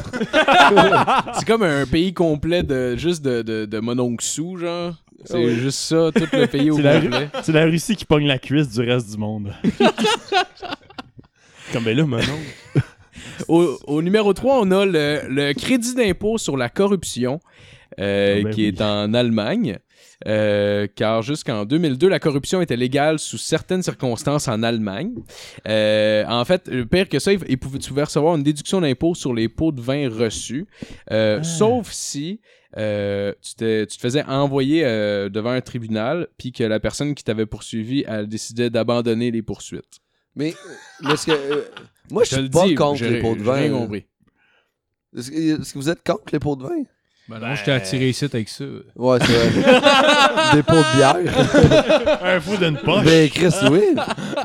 S4: C'est comme un pays complet de juste de, de, de mononcles sous, genre. C'est juste ça, tout le pays au
S1: C'est la,
S4: complet.
S1: c'est la Russie qui pogne la cuisse du reste du monde.
S6: Comme ben là, maintenant.
S4: Au, au numéro 3, on a le, le crédit d'impôt sur la corruption euh,
S1: Ah ben
S4: qui
S1: oui.
S4: est en Allemagne. Euh, car jusqu'en 2002, la corruption était légale sous certaines circonstances en Allemagne. Euh, en fait, le pire que ça, il, il pouvait, tu pouvais recevoir une déduction d'impôt sur les pots de vin reçus, euh,
S1: Ah.
S4: sauf si euh, tu, te, tu te faisais envoyer euh, devant un tribunal, puis que la personne qui t'avait poursuivi, elle décidait d'abandonner les poursuites.
S5: Mais, mais est-ce que. euh, moi, je
S4: te le
S5: suis pas
S4: dis,
S5: contre
S4: j'ai-
S5: les pots de
S4: j'ai
S5: vin.
S4: rien
S5: là.
S4: compris.
S5: Est-ce que, est-ce que vous êtes contre les pots de vin?
S3: Ben non, je t'ai attiré ici avec ça.
S5: Ouais, c'est vrai. Des pots de bière.
S1: un fou d'une poche.
S5: ben, Chris, oui.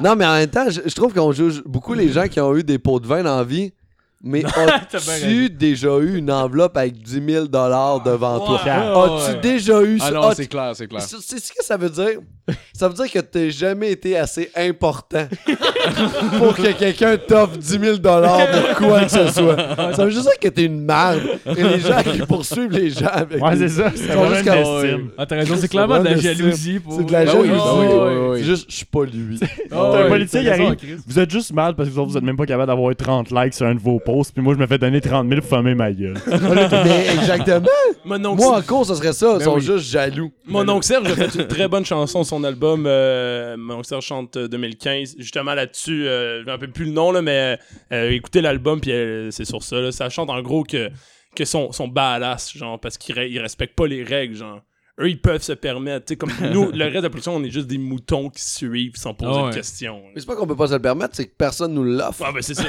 S5: Non, mais en même temps, je, je trouve qu'on juge beaucoup les gens qui ont eu des pots de vin dans la vie. Mais as-tu déjà eu une enveloppe avec 10 000 devant toi?
S1: Ouais, Ah
S5: As-tu déjà eu
S4: Ah
S5: ça?
S4: non,
S5: As-tu-
S4: c'est clair, c'est clair.
S5: C'est c'est ce que ça veut dire. ça veut dire que t'as jamais été assez important pour que quelqu'un t'offre 10 000 de quoi que ce soit. Ça veut juste dire que t'es une merde. Et les gens qui poursuivent les gens avec.
S1: Ouais,
S5: des-
S1: c'est ça. C'est
S5: Ben, Ils sont
S1: vraiment
S5: jusqu'à-
S1: une estime.
S3: Ah, t'as raison, c'est clairement de la jalousie. Pour...
S5: C'est de la
S4: Ben oui,
S5: jalousie.
S4: ben oui, oui, oui.
S5: C'est juste, je suis pas lui.
S1: Oh, T'as un politicien qui arrive. Vous êtes juste mal parce que vous autres, vous êtes même pas capable d'avoir 30 likes sur un de vos posts. Puis moi, je me fais donner 30 000 pour fermer ma gueule.
S5: Mais exactement.
S6: Mon oncle,
S5: Moi, en cours, ce serait ça. Ils sont
S6: oui.
S5: juste jaloux.
S6: mon oncle Serge a fait une très bonne chanson sur son album. euh, mon oncle Serge chante euh, 2015. Justement là-dessus, euh, je me rappelle plus le nom, là, mais euh, écoutez l'album, puis euh, c'est sur ça. là. Ça chante en gros que, que son, son badass, genre, parce qu'ils re- ils respectent pas les règles, genre. Eux, ils peuvent se permettre. Tu sais, comme nous, le reste de la population, on est juste des moutons qui suivent sans poser
S3: Ah ouais.
S6: de questions.
S5: Mais c'est pas qu'on peut pas se le permettre, c'est que personne nous l'offre.
S6: Ah, ben c'est ça.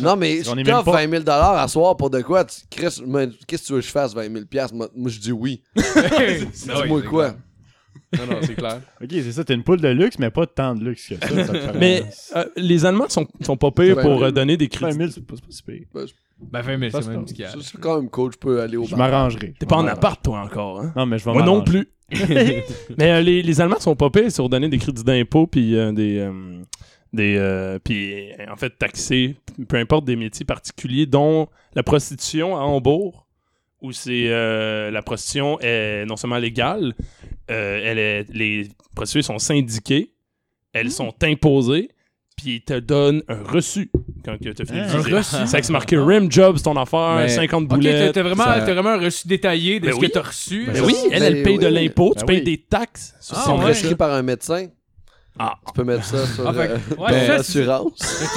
S5: Non, mais
S1: J'en
S5: je
S1: ai même
S5: t'offre
S1: pas.
S5: 20 000 à soir pour de quoi? Tu- Chris, moi, Qu'est-ce que tu veux que je fasse, 20 000 Moi, moi, je dis oui. Dis-moi quoi?
S4: Non, non, c'est clair.
S1: ok, c'est ça. T'es une poule de luxe, mais pas tant de luxe que ça. ça te fait
S6: Mais
S1: mal.
S6: euh, les Allemands sont, sont pas pires
S5: C'est
S6: pour
S5: bien.
S6: euh, donner des
S1: 20
S6: critiques.
S1: 000, c'est pas, c'est pas si pire.
S3: Ben, 20 000,
S1: Ça,
S3: c'est
S1: c'est
S3: même
S1: pas-
S3: ce qu'il y a.
S5: Je suis quand même cool, je peux aller au
S1: Je
S5: bar.
S1: m'arrangerai.
S6: T'es pas en
S1: appart.
S6: appart, toi, encore, hein?
S1: Non, mais je vais
S6: Moi non
S1: m'arranger.
S6: plus. Mais euh, les, les Allemands sont pas pires sur donner des crédits d'impôt puis euh, des euh, des euh, puis euh, en fait taxer peu importe des métiers particuliers dont la prostitution à Hambourg où c'est euh, la prostitution est non seulement légale, euh, elle est- les prostituées sont syndiquées, elles
S3: Hmm.
S6: sont imposées puis ils te donnent un reçu quand tu as fini
S1: Ah.
S6: de
S1: Un
S6: viser.
S3: reçu?
S6: Ça c'est marqué rim jobs ton affaire,
S3: Mais-
S6: 50
S3: Ok,
S6: boulettes.
S3: t'as t'as vraiment,
S6: ça-
S3: t'as vraiment un reçu détaillé de
S6: Ben
S3: ce
S6: oui.
S3: que t'as reçu.
S6: Ben oui, elle, elle
S5: Ben
S6: paye de
S5: oui.
S6: l'impôt, tu
S1: Ben
S6: payes
S1: oui.
S6: des taxes sur
S3: Ah,
S5: Si on
S6: son
S5: me
S3: ouais.
S6: régime.
S5: prescrit par un médecin,
S6: Ah.
S5: tu peux mettre ça sur
S3: Ah,
S5: euh,
S3: fait que- ouais,
S5: ton
S3: ça, c'est-
S5: assurance.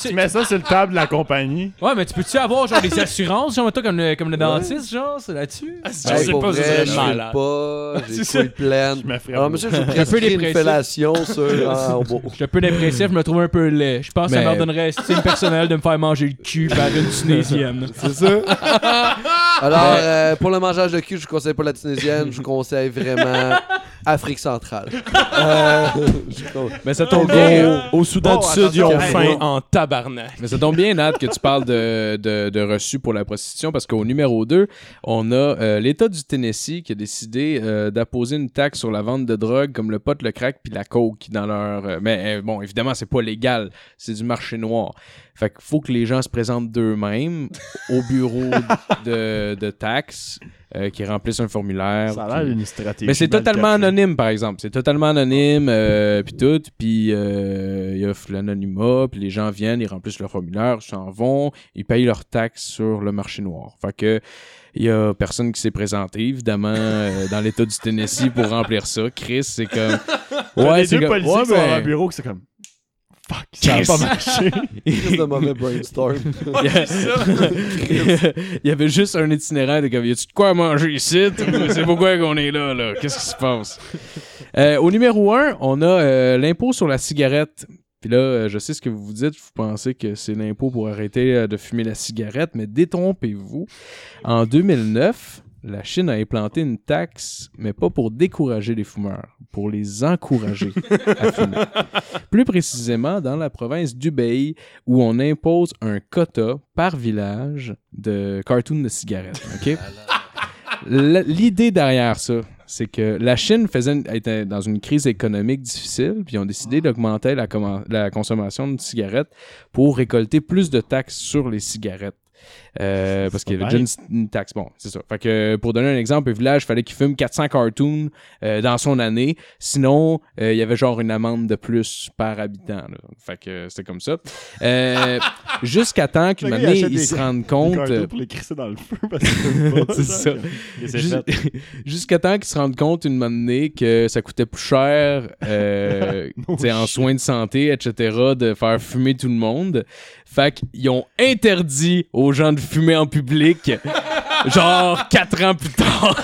S1: Tu mets ça sur le table de la compagnie.
S3: Ouais, mais tu peux-tu avoir genre des assurances, genre, toi, comme le, comme le dentiste, genre, c'est là-dessus?
S6: Je
S5: Hey,
S6: sais
S5: pour
S6: pas,
S5: vrai,
S6: ça serait
S5: je file
S6: malade.
S5: pas,
S3: C'est
S5: j'ai
S3: ça.
S5: une pleine.
S1: Je me ferais
S5: Alors,
S1: pas.
S5: Ah, monsieur, je vous
S3: peu
S5: prescris une
S3: dépressif.
S5: fellation sur euh, un robot.
S3: Je suis un peu dépressif, je me trouve un peu laid. Je pense que
S4: Mais-
S3: ça m'ordonnerait estime personnelle de me faire manger le cul par une Tunisienne.
S5: C'est ça? Alors, euh, pour le mangeage de cul, je vous conseille pas la tunisienne, je vous conseille vraiment Afrique centrale. Euh, je con-
S4: Mais ça tombe
S5: Mais,
S4: bien.
S5: euh,
S6: Au, au Soudan
S5: oh,
S6: du Sud, ils ont
S5: attention,
S6: faim
S5: ouais.
S6: en tabarnak.
S4: Mais ça tombe bien, Nat, que tu parles de, de, de reçus pour la prostitution, parce qu'au numéro 2, on a euh, l'État du Tennessee qui a décidé euh, d'apposer une taxe sur la vente de drogue comme le pot, le crack puis la coke dans leur... euh, mais euh, bon, évidemment, c'est pas légal. C'est du marché noir. Fait qu'il faut que les gens se présentent d'eux-mêmes au bureau de, de taxe, euh, qui remplissent un formulaire.
S1: Ça a l'air
S4: puis-
S1: d'une stratégie.
S4: mais c'est
S1: mal
S4: totalement
S1: cachée.
S4: anonyme, par exemple. C'est totalement anonyme, euh, puis tout. Puis euh, ils offrent l'anonymat, puis les gens viennent, ils remplissent leur formulaire, ils s'en vont, ils payent leurs taxes sur le marché noir. Fait que il y a personne qui s'est présenté, évidemment, euh, dans l'État du Tennessee pour remplir ça. Chris, c'est comme...
S1: Ouais,
S4: Ouais,
S1: les
S4: c'est
S1: deux
S4: comme...
S1: policiers qui
S4: Ouais, ben,
S1: sont dans
S4: mais-
S1: un bureau qui c'est comme. Fuck, ça a
S4: Chris.
S1: pas marché.
S5: Crise de mauvais brainstorm.
S4: Il y, a- il y avait juste un itinéraire de comme, y a-tu de quoi à manger ici? Ou C'est pourquoi qu'on est là, là? Qu'est-ce qui se passe? Euh, au numéro 1, on a euh, l'impôt sur la cigarette. Puis là, euh, je sais ce que vous vous dites, vous pensez que c'est l'impôt pour arrêter euh, de fumer la cigarette, mais détrompez-vous. En 2009, la Chine a implanté une taxe, mais pas pour décourager les fumeurs, pour les encourager à fumer. Plus précisément, dans la province d'Hubei, où on impose un quota par village de cartoons de cigarettes. OK? La- L'idée derrière ça, c'est que la Chine faisait une- était dans une crise économique difficile, puis ils ont décidé d'augmenter la, commen- la consommation de cigarettes pour récolter plus de taxes sur les cigarettes. Euh, parce
S1: pas
S4: qu'il y avait déjà
S1: bête.
S4: une, une taxe. Bon, c'est ça. Fait que pour donner un exemple, un village, il fallait qu'il fume 400 cartoons euh, dans son année. Sinon, euh, il y avait genre une amende de plus par habitant. là. Fait que c'était comme ça. Euh, Jusqu'à temps qu'une
S1: Le gars, il
S4: année,
S1: achète
S4: ils
S1: des-
S4: se rendent
S1: Des
S4: compte. euh,
S1: cartons pour les crisser dans le feu parce que
S4: C'est ça.
S1: Et c'est
S4: Jus-
S1: fait.
S4: Jusqu'à temps qu'ils se rendent compte une année que ça coûtait plus cher euh,
S1: No
S4: tu sais, en soins de santé, etc., de faire fumer tout le monde. Fait qu'ils ont interdit aux gens de fumer en public, genre quatre ans plus tard.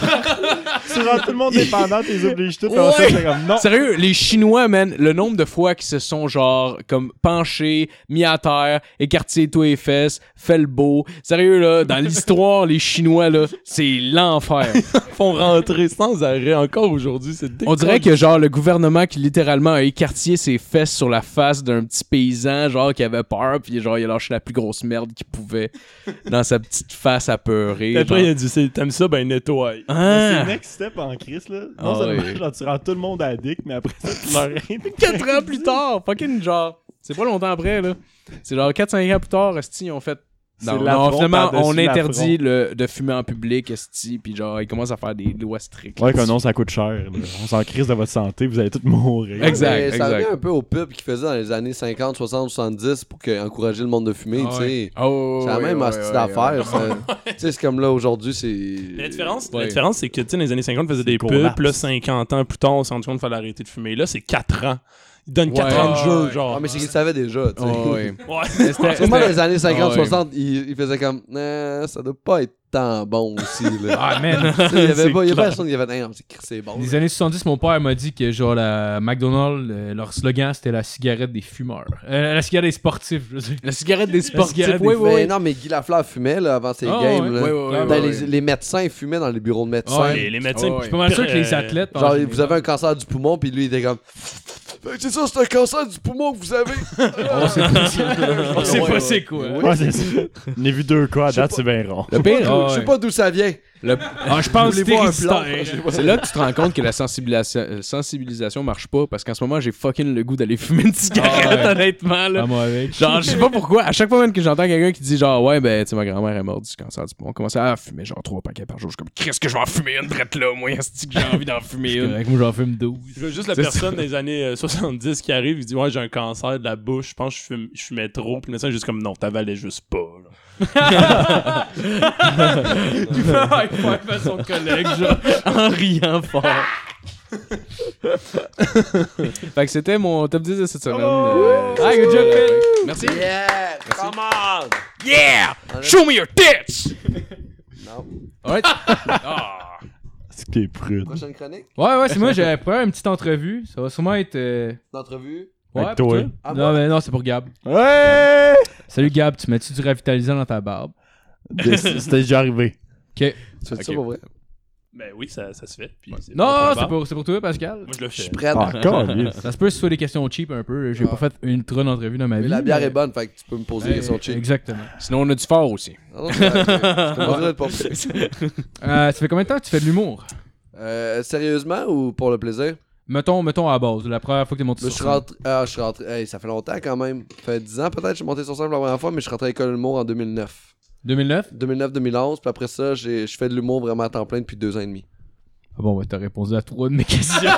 S1: Tu rends tout le monde dépendant, t'es obligé tout. puis
S4: Ouais.
S1: ensuite, t'es comme non.
S4: Sérieux, les Chinois, man, le nombre de fois qu'ils se sont genre comme penchés, mis à terre, écartés tous les fesses, fait le beau. Sérieux, là, dans l'histoire, les Chinois, là, c'est l'enfer.
S6: font rentrer sans arrêt encore aujourd'hui. C'est
S4: On dirait que genre le gouvernement qui littéralement a écartié ses fesses sur la face d'un petit paysan genre qui avait peur puis genre il a lâché la plus grosse merde qu'il pouvait dans sa petite face apeurée.
S6: Après, il
S4: genre.
S6: a dit c'est- T'aimes ça, ben nettoie.
S4: Ah!
S1: C'est next step trip en crise, là. Non
S3: Ah
S1: seulement,
S3: ouais.
S1: genre, tu rends tout le monde addict, mais après ça, tu leur indiques.
S4: 4 ans plus tard, fucking genre. C'est pas longtemps après, là. C'est genre 4-5 ans plus tard, Esti, ils ont fait.
S1: C'est
S4: Non,
S1: la
S4: non,
S1: front
S4: finalement,
S1: par-dessus
S4: on
S1: la
S4: interdit le, de fumer en public, Esti, puis genre, ils commencent à faire des lois strictes.
S1: Ouais, que non, ça coûte cher. là. On s'en crise de votre santé, vous allez tous mourir.
S4: Exact.
S5: Mais Ça
S4: exact.
S5: revient un peu au pub qu'ils faisaient dans les années 50, 60, 70 pour que- encourager le monde de fumer, tu sais.
S4: Oh,
S5: C'est la
S4: ouais,
S5: même
S4: ouais,
S5: hostie
S4: ouais, ouais.
S5: d'affaires. ça. Tu sais, c'est comme là aujourd'hui, c'est.
S6: La différence,
S4: Ouais.
S6: la différence c'est que, tu sais, dans les années 50, on faisait des
S1: pour
S6: pubs,
S1: laps.
S6: puis là, 50 ans plus tard, on s'est rendu compte qu'il fallait arrêter de fumer. Là, c'est 4 ans. Ils donnent 4
S4: Ouais.
S6: ans de jeu,
S4: Ouais.
S6: genre.
S5: Ah, mais c'est qu'ils savaient déjà, tu sais.
S4: Oh, ouais.
S6: Ouais.
S4: Mais c'était-
S5: Sûrement dans les années
S4: Ah ouais.
S5: 50-60, ils ils faisaient comme Nah, ça doit pas être tant bon aussi. Là.
S3: Ah, man.
S5: Tu sais, Il y avait
S6: c'est
S5: pas il y a
S6: clair.
S5: personne qui avait Hey, non, c'est- c'est bon.
S3: Les années 70, mon père m'a dit que genre la McDonald's, euh, leur slogan c'était la cigarette des fumeurs. Euh, la cigarette des sportifs, je sais.
S4: La cigarette des sportifs.
S3: cigarette
S4: oui,
S5: Mais
S4: oui, oui.
S5: non, mais Guy Lafleur fumait là, avant ses
S3: Ah,
S5: games.
S3: ouais.
S5: là.
S4: Ouais, ouais, ouais,
S5: Dans
S4: ouais,
S5: les,
S4: ouais.
S5: les médecins fumaient dans les bureaux de médecins.
S6: Les, les médecins.
S4: Ah ouais.
S3: Je suis pas mal sûr que les
S6: Euh,
S3: athlètes.
S5: Genre, vous avez un cancer du poumon, puis lui, il était comme Ben, C'est ça, c'est un cancer du poumon que vous avez.
S3: On sait pas c'est- on sait pas c'est quoi.
S1: Ouais, c'est ça. J'en ai vu deux cas à
S5: Je sais
S1: date,
S5: pas.
S1: c'est bien rond.
S4: Le pire,
S3: Ah,
S5: Je sais
S3: ouais.
S5: pas d'où ça vient.
S3: Ah, je pense que
S5: Voulez-vous un
S3: c'était
S5: plan?
S4: C'est là que tu te rends compte que la sensibilisation, euh, sensibilisation marche pas parce qu'en ce moment, j'ai fucking le goût d'aller fumer une cigarette,
S3: Ah ouais.
S4: honnêtement. Là.
S3: Ah, moi avec.
S4: Genre, je sais pas pourquoi, à chaque fois même que j'entends quelqu'un qui dit genre, ouais, ben, tu sais, ma grand-mère est morte du cancer du poumon, on commence à fumer genre trois paquets par jour. Je suis comme, qu'est-ce que je vais en fumer une drette là, moi, est-ce que j'ai envie d'en fumer une?
S3: Avec moi, j'en fume 12.
S6: Je veux juste la
S4: C'est
S6: personne des années euh, 70 qui arrive, il dit Ouais, j'ai un cancer de la bouche, je pense que je, fume- je fumais trop. Puis le médecin est juste comme Non, t'avalais juste pas. là.
S3: Il fait un high five à son collègue, genre, en riant fort.
S4: Fait que c'était mon top 10 de cette semaine. Euh,
S3: Ah, good job, Phil.
S4: Merci.
S5: Yeah, come on.
S4: Yeah! Show me your tits! Ouais,
S1: C'est que t'es prude.
S5: Prochaine chronique
S3: Ouais, ouais, c'est moi, j'avais préparé une petite entrevue. Ça va sûrement être. euh,
S5: d'entrevue.
S3: Ouais,
S1: Avec toi.
S3: pour
S5: Ah,
S3: Non,
S5: bon?
S3: mais non, c'est pour Gab.
S1: Ouais!
S3: Salut Gab, tu mets-tu du revitalisant dans ta barbe?
S1: De- C'était déjà arrivé.
S5: Tu fais ça
S6: Ok.
S5: pour vrai?
S6: Ben oui, ça, ça se fait. Puis c'est
S3: Non,
S6: pas
S3: c'est
S6: grave.
S3: pour, c'est pour toi, Pascal.
S6: Moi, je le
S5: Je suis
S6: fais.
S5: prêt.
S1: Ah, câlisse.
S3: Ça se peut que ce soit des questions cheap un peu. J'ai
S5: Ah.
S3: pas fait une trop d'entrevue dans ma vie.
S5: Mais la bière
S3: mais-
S5: est bonne, fait que tu peux me poser des
S3: Ouais,
S5: questions chic.
S3: Exactement.
S4: sinon on a du fort aussi.
S5: Non, non, c'est correct. Je te demanderai de pas me-
S3: Euh, ça fait combien de temps que tu fais de l'humour?
S5: Euh, sérieusement ou pour le plaisir?
S3: Mettons, mettons à la base, la première fois que t'es monté
S5: Là, je
S3: sur
S5: suis
S3: scène.
S5: rentré. Ah, je suis rentré. Hey, ça fait longtemps quand même. Ça fait 10 ans peut-être que je suis monté sur scène pour la première fois, mais je suis rentré à l'école de l'humour en 2009.
S3: 2009?
S5: 2009-2011, puis après ça, j'ai- je fais de l'humour vraiment à temps plein depuis deux ans et demi.
S3: Ah bon, bah, t'as répondu à trois de mes questions.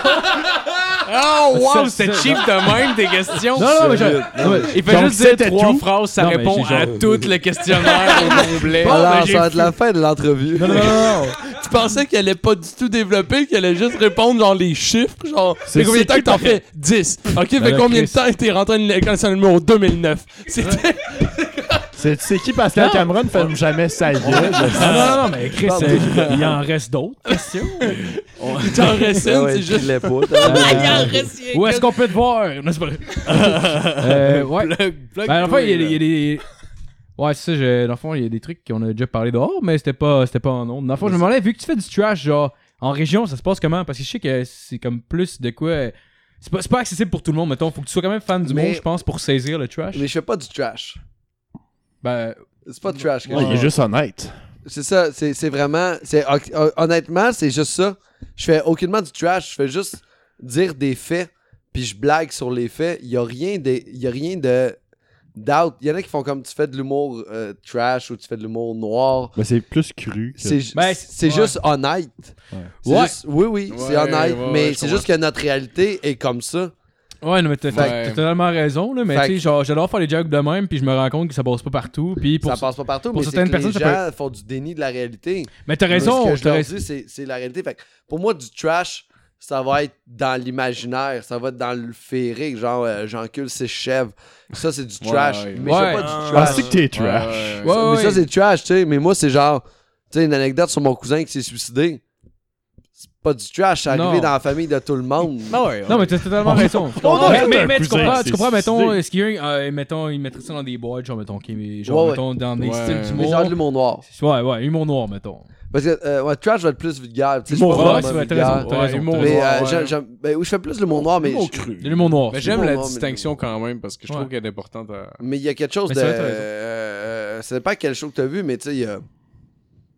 S4: Oh,
S3: wow,
S4: wow,
S3: c'était
S4: c'était cheap de même tes questions.
S3: non, non, mais je...
S5: Solide.
S3: non, mais-
S4: Il fait
S3: Donc,
S4: juste
S3: c'était
S4: dire trois
S3: tout.
S4: phrases, ça
S3: Non, mais
S4: répond
S3: j'ai
S4: à
S3: genre-
S4: tout le questionnaire au complet.
S5: Alors, ça va être la fin de l'entrevue.
S3: Non, non, non, non.
S4: tu pensais qu'elle allait pas du tout développer, qu'elle allait juste répondre genre les chiffres, genre
S1: C'est-
S4: fait combien de temps
S1: c'est
S4: que t'en fais 10. OK, fait
S3: là,
S4: combien de
S3: Chris.
S4: temps t'es rentré dans l'école nationale numéro 2009 C'était
S1: C'est c'est qui Pascal Cameron ferme jamais sa gueule?
S3: Ah, non, non, non, mais Chris,
S5: Pardon.
S3: euh, il en reste d'autres questions.
S4: t'en restes
S5: Ah
S4: une,
S5: ouais,
S4: c'est
S5: je
S4: juste
S5: l'ai pas. t'as-
S3: Euh, Où est-ce qu'on peut te voir? Non, c'est pas vrai. euh, ouais. Ben, dans le fond, il y a, il y a des. Ouais, c'est ça, je- dans le fond, il y a des trucs qu'on a déjà parlé dehors, mais c'était pas, c'était pas en nombre. Dans le fond, je me demandais, vu que tu fais du trash, genre, en région, ça se passe comment Parce que je sais que c'est comme plus de quoi. euh, C'est pas, c'est pas accessible pour tout le monde, mettons. Faut que tu sois quand même fan du
S5: Mais-
S3: monde, je pense, pour saisir le trash.
S5: Mais je fais pas du trash.
S3: Ben,
S5: C'est pas de trash. que
S1: Ouais,
S5: je
S1: il est
S5: fais.
S1: juste honnête.
S5: C'est ça, c'est c'est vraiment. c'est hon- Honnêtement, c'est juste ça. Je fais aucunement du trash, je fais juste dire des faits, puis je blague sur les faits. Il y a rien de. Il y a rien de. Doubt. Il y en a qui font comme tu fais de l'humour euh, trash ou tu fais de l'humour noir.
S1: Mais Ben, c'est plus cru. que-
S5: C'est
S3: Ben,
S5: c'est
S3: ouais.
S5: juste honnête. C'est
S4: Ouais.
S5: juste- oui, oui, c'est
S4: Ouais,
S5: honnête,
S4: ouais, ouais,
S5: mais
S4: je
S5: c'est juste que notre réalité est comme ça.
S3: ouais, non, mais t'as, t'as-
S4: Ouais.
S3: t'as totalement raison, là. Mais
S5: Fait
S3: tu sais,
S5: que-
S3: genre, j'adore faire les jokes de même, puis je me rends compte que ça passe pas partout. Puis pour...
S5: ça passe pas partout,
S3: pour
S5: mais c'est
S3: certaines
S5: que les gens
S3: personnes, ça
S5: font du déni de la réalité.
S3: Mais t'as
S5: Mais
S3: raison,
S5: Ce que je
S3: t'as
S5: leur
S3: raison.
S5: dis, c'est- c'est la réalité. Fait que pour moi, du trash, ça va être dans l'imaginaire, ça va être dans le féerique, genre euh, j'encule ses chèvres. Ça, c'est du trash.
S4: ouais.
S5: Mais c'est
S3: Ouais.
S5: pas du
S1: Ah,
S5: trash.
S1: c'est que t'es trash.
S3: Ouais, ouais,
S5: Ça- mais ça,
S3: ouais.
S5: c'est du trash, tu sais. Mais moi, c'est genre, tu sais, une anecdote sur mon cousin qui s'est suicidé. C'est pas du trash, c'est
S3: Non. Ah
S5: arrivé dans la famille de tout le monde.
S3: Non, mais t'as totalement raison.
S1: on a
S3: mais
S1: un
S3: mais, mais tu
S1: cousin
S3: comprends,
S1: qui
S3: tu
S1: s'est
S3: comprends mettons,
S1: suicidé.
S3: est-ce qu'il y a un, euh, mettons, il mettrait ça dans des boîtes, genre, mettons, ok, mais genre,
S5: Ouais, ouais.
S3: mettons, dans des
S4: Ouais.
S3: styles
S5: Mais genre de
S3: d'humour.
S5: l'humour noir.
S3: Ouais, ouais, humour noir, mettons.
S5: Parce que, euh, ouais, trash va être plus vulgaire. tu sais, je suis
S1: Humour
S5: pas
S1: noir,
S5: vraiment
S3: ça va être
S5: vulgaire.
S3: raison. t'as raison,
S4: humour
S3: t'as
S5: Mais
S4: noir,
S5: euh,
S4: ouais.
S5: j'aime- j'aime- ben, oui, je fais plus l'humour noir, mais
S6: Mot
S5: je-
S6: cru.
S3: De l'humour noir.
S4: Mais
S3: c'est-
S4: j'aime la
S5: Non, mais-
S4: distinction quand même parce que je trouve
S3: Ouais.
S4: qu'elle est importante à
S5: mais il y a quelque chose
S3: Mais
S5: de.
S3: c'est vrai, t'as raison.
S5: euh, c'est pas quel show que t'as vu, mais tu sais, il y a-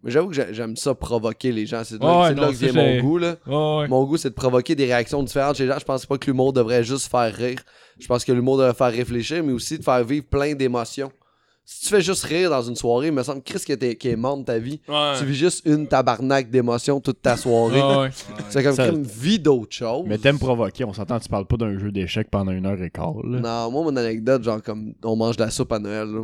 S5: Mais j'avoue que j'a- j'aime ça provoquer les gens. C'est de
S3: Ouais,
S5: là, c'est de
S3: non,
S5: là que
S3: ça,
S5: vient mon
S3: j'ai-
S5: goût, là.
S3: Ouais,
S5: Mon goût, c'est de provoquer des réactions différentes chez les gens. Je pense pas que l'humour devrait juste faire rire. Je pense que l'humour devrait faire réfléchir, mais aussi de faire vivre plein d'émotions. Si tu fais juste rire dans une soirée, il me semble, Chris, qui est, qui est mort de ta vie, tu vis juste une tabarnak d'émotions toute ta soirée.
S3: ouais. Euh,
S5: C'est comme,
S1: Ça-
S5: comme vie d'autre chose.
S1: Mais t'aimes provoquer, on s'entend, tu parles pas d'un jeu d'échecs pendant une heure et quart. là.
S5: Non, moi, mon anecdote, genre, comme on mange de la soupe à Noël, là.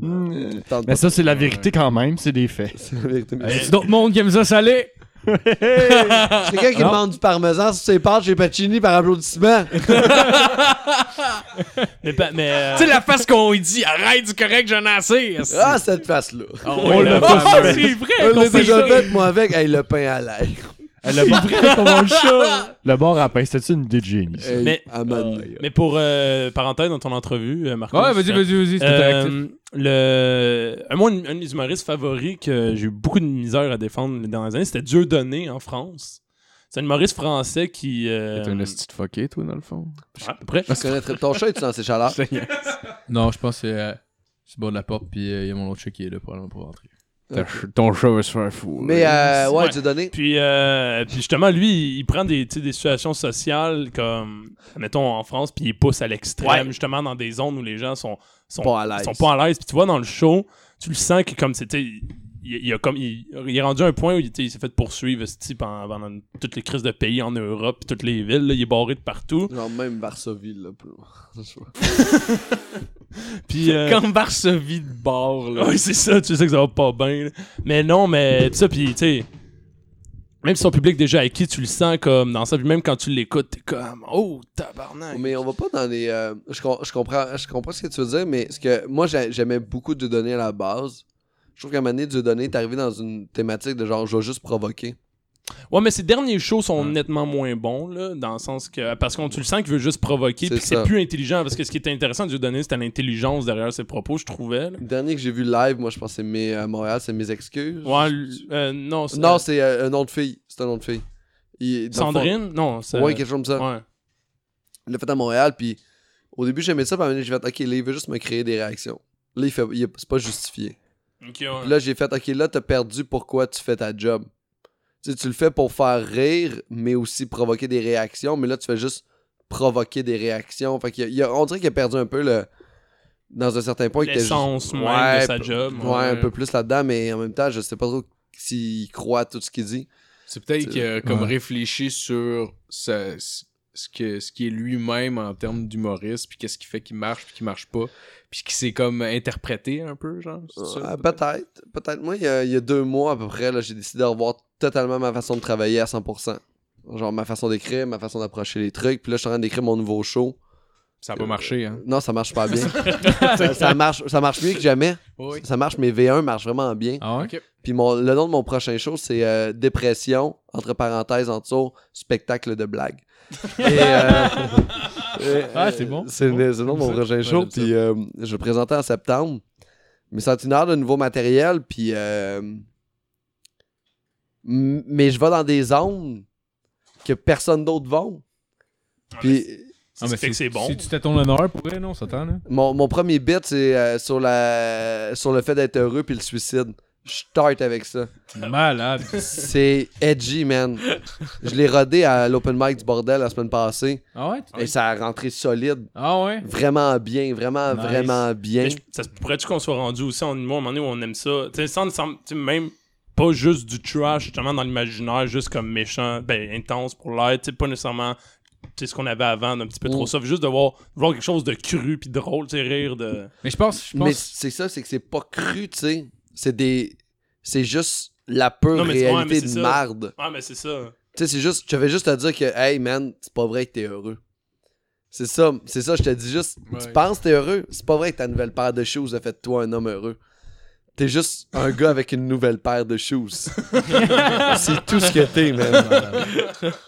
S1: Mm.
S5: Tente
S1: Mais
S5: pas-
S1: ça, c'est la vérité quand même, c'est des faits.
S5: c'est la vérité. mais-
S3: C'est d'autres mondes qui aiment ça salé.
S5: C'est quelqu'un qui
S3: Non.
S5: demande du parmesan sur ses pâtes chez Pacini par applaudissement.
S6: Mais, pa- mais, euh,
S4: Tu sais, la face qu'on lui dit, arrête du correct, j'en ai assez.
S5: Ah, cette face-là.
S6: on l'a pas
S3: Ah, c'est vrai!
S5: On l'a déjà fait, moi, avec. Hey, le pain à l'ail.
S1: le bar, le bar à pain, c'était une idée de génie. ça?
S5: Hey,
S6: Mais-
S5: à Manon.
S6: Mais pour euh, parenthèse dans ton entrevue, euh, Marco.
S3: Ouais, vas-y, vas-y, vas-y, c'était actif.
S6: Euh, le... un, moi, un de mes humoristes favoris que j'ai eu beaucoup de misère à défendre les dernières années, c'était Dieudonné en France. C'est un humoriste français qui. euh,
S4: T'es un esti de fucké, toi, dans le fond.
S6: à peu près.
S5: Tu connais très- Ton chat, est-tu dans ses chaleurs?
S3: Non, je pense que c'est euh, c'est bord de la porte, puis euh, il y a mon autre chat qui est là probablement pour rentrer.
S4: Ta ch- Ton chat va se faire fou.
S5: Mais, euh, ouais,
S6: Ouais.
S5: tu as donné.
S6: Puis, euh, puis justement, lui, il prend des, tu sais, des situations sociales comme, mettons, en France, puis il pousse à l'extrême, justement, dans des zones où les gens sont, sont
S5: Pas à l'aise.
S6: sont pas à l'aise. Puis tu vois, dans le show, tu le sens que comme c'était. Il, il a comme, il, il est rendu à un point où il, tu sais, il s'est fait poursuivre esti, pendant, pendant toutes les crises de pays en Europe, puis toutes les villes. là, il est barré de partout.
S5: Genre, même Varsovie, là. plus-
S6: Puis, euh,
S4: Comme Varsovie de bord, là.
S6: Ouais, c'est ça, tu sais que ça va pas bien. là. Mais non, mais tout ça, puis tu sais, même si son public déjà acquis, tu le sens comme dans ça, puis même quand tu l'écoutes, t'es comme, oh tabarnak.
S5: Mais on va pas dans les. euh, je, com- je comprends, je comprends ce que tu veux dire, mais ce que moi j'ai- j'aimais beaucoup de donner à la base. Je trouve qu'à un moment donné, Dieudonné est arrivé dans une thématique de genre je vais juste provoquer.
S6: Ouais, mais ses derniers shows sont nettement moins bons, là, dans le sens que, parce qu'on tu le sens qu'il veut juste provoquer,
S5: C'est
S6: puis que c'est
S5: ça.
S6: plus intelligent, parce que ce qui était intéressant de donner, c'était l'intelligence derrière ses propos, je trouvais. là.
S5: Le dernier que j'ai vu live, moi je pense que c'est mes- à Montréal, c'est mes excuses.
S6: Ouais, l- euh, non, c'est-
S5: non, c'est euh, un nom de fille. C'est un nom de fille. Il- dans le fond-
S6: Sandrine, non, c'est.
S5: Ouais, quelque chose comme ça.
S6: ouais.
S5: Il l'a fait à Montréal, puis au début j'aimais ça, puis à un moment donné, j'ai fait ok, là il veut juste me créer des réactions. Là, il fait, il est- c'est pas justifié.
S6: Ok, ouais.
S5: Puis là, j'ai fait, OK, là, t'as perdu pourquoi tu fais ta job. Tu sais, tu le fais pour faire rire, mais aussi provoquer des réactions. Mais là, tu fais juste provoquer des réactions. Fait qu'il y a- il y a- on dirait qu'il a perdu un peu le. Dans un certain point, il était
S6: L'essence,
S5: juste-
S6: même, de sa
S5: p-
S6: job,
S5: Ouais,
S6: ouais.
S5: un peu plus là-dedans, mais en même temps, je sais pas trop s'il croit à tout ce qu'il dit.
S4: C'est peut-être qu'il a comme
S3: Ouais.
S4: réfléchi sur ce, ce- ce que, ce qui est lui-même en termes d'humoriste, puis qu'est-ce qui fait qu'il marche, puis qu'il marche pas, puis qu'il s'est comme interprété un peu, genre. c'est ça,
S5: Ah, peut-être. Peut-être. Moi, il y, a, il y a deux mois à peu près, là, j'ai décidé de revoir totalement ma façon de travailler à 100%. Genre ma façon d'écrire, ma façon d'approcher les trucs. Puis là, je suis en train d'écrire mon nouveau show.
S4: Ça a pas marché, hein.
S5: Non, ça marche pas bien. ça, ça marche, ça marche mieux que jamais.
S4: Euh, Oui.
S5: Ça marche, mais V1 marche vraiment bien.
S3: Ah ouais?
S4: Ok.
S5: Puis mon, le nom de mon prochain show, c'est euh, Dépression, entre parenthèses, en dessous, spectacle de blagues. Et, euh, euh,
S3: Ah, c'est bon.
S5: C'est le c'est le nom de mon prochain show.
S4: j'aime ça.
S5: Puis euh, je vais le présenter en septembre. Mais c'est une heure de nouveau matériel. Puis. euh, m- mais je vais dans des zones que personne d'autre va. Puis.
S3: Ah, mais
S6: fait que c'est bon.
S3: Si tu t'es ton honneur, pour vrai, non, ça t'en, là.
S5: Mon, mon premier bit, c'est euh, sur, la... sur le fait d'être heureux puis le suicide. Je start avec ça.
S3: Malade.
S5: C'est edgy, man. Je l'ai rodé à l'open mic du bordel la semaine passée
S3: Ah ouais?
S5: et ça a rentré solide.
S3: Ah ouais?
S5: Vraiment bien, vraiment,
S3: Nice.
S5: vraiment bien.
S6: Mais je- ça se pourrait-tu qu'on soit rendu aussi en humour à un moment donné où on aime ça? Tu sais, sans, sans- tu sais, même pas juste du trash, justement dans l'imaginaire, juste comme méchant, ben intense pour l'air, tu sais, pas nécessairement tu sais, ce qu'on avait avant, d'un petit peu trop
S5: Mm.
S6: soft, juste de voir, voir quelque chose de cru puis drôle, tu sais, rire de.
S3: Mais je pense, je
S5: Mais
S3: pense.
S5: c'est ça, c'est que c'est pas cru, tu sais. C'est des. C'est juste la pure
S6: Non, mais c'est- ouais, mais
S5: réalité
S6: c'est ça.
S5: de merde.
S6: Ah, mais c'est ça.
S5: Tu sais, c'est juste. Je vais juste te dire que, hey, man, c'est pas vrai que t'es heureux. C'est ça, c'est ça, je te dis juste. Tu
S4: Ouais.
S5: penses que t'es heureux? C'est pas vrai que ta nouvelle paire de shoes a fait de toi un homme heureux. T'es juste un gars avec une nouvelle paire de shoes. c'est tout ce que t'es, man.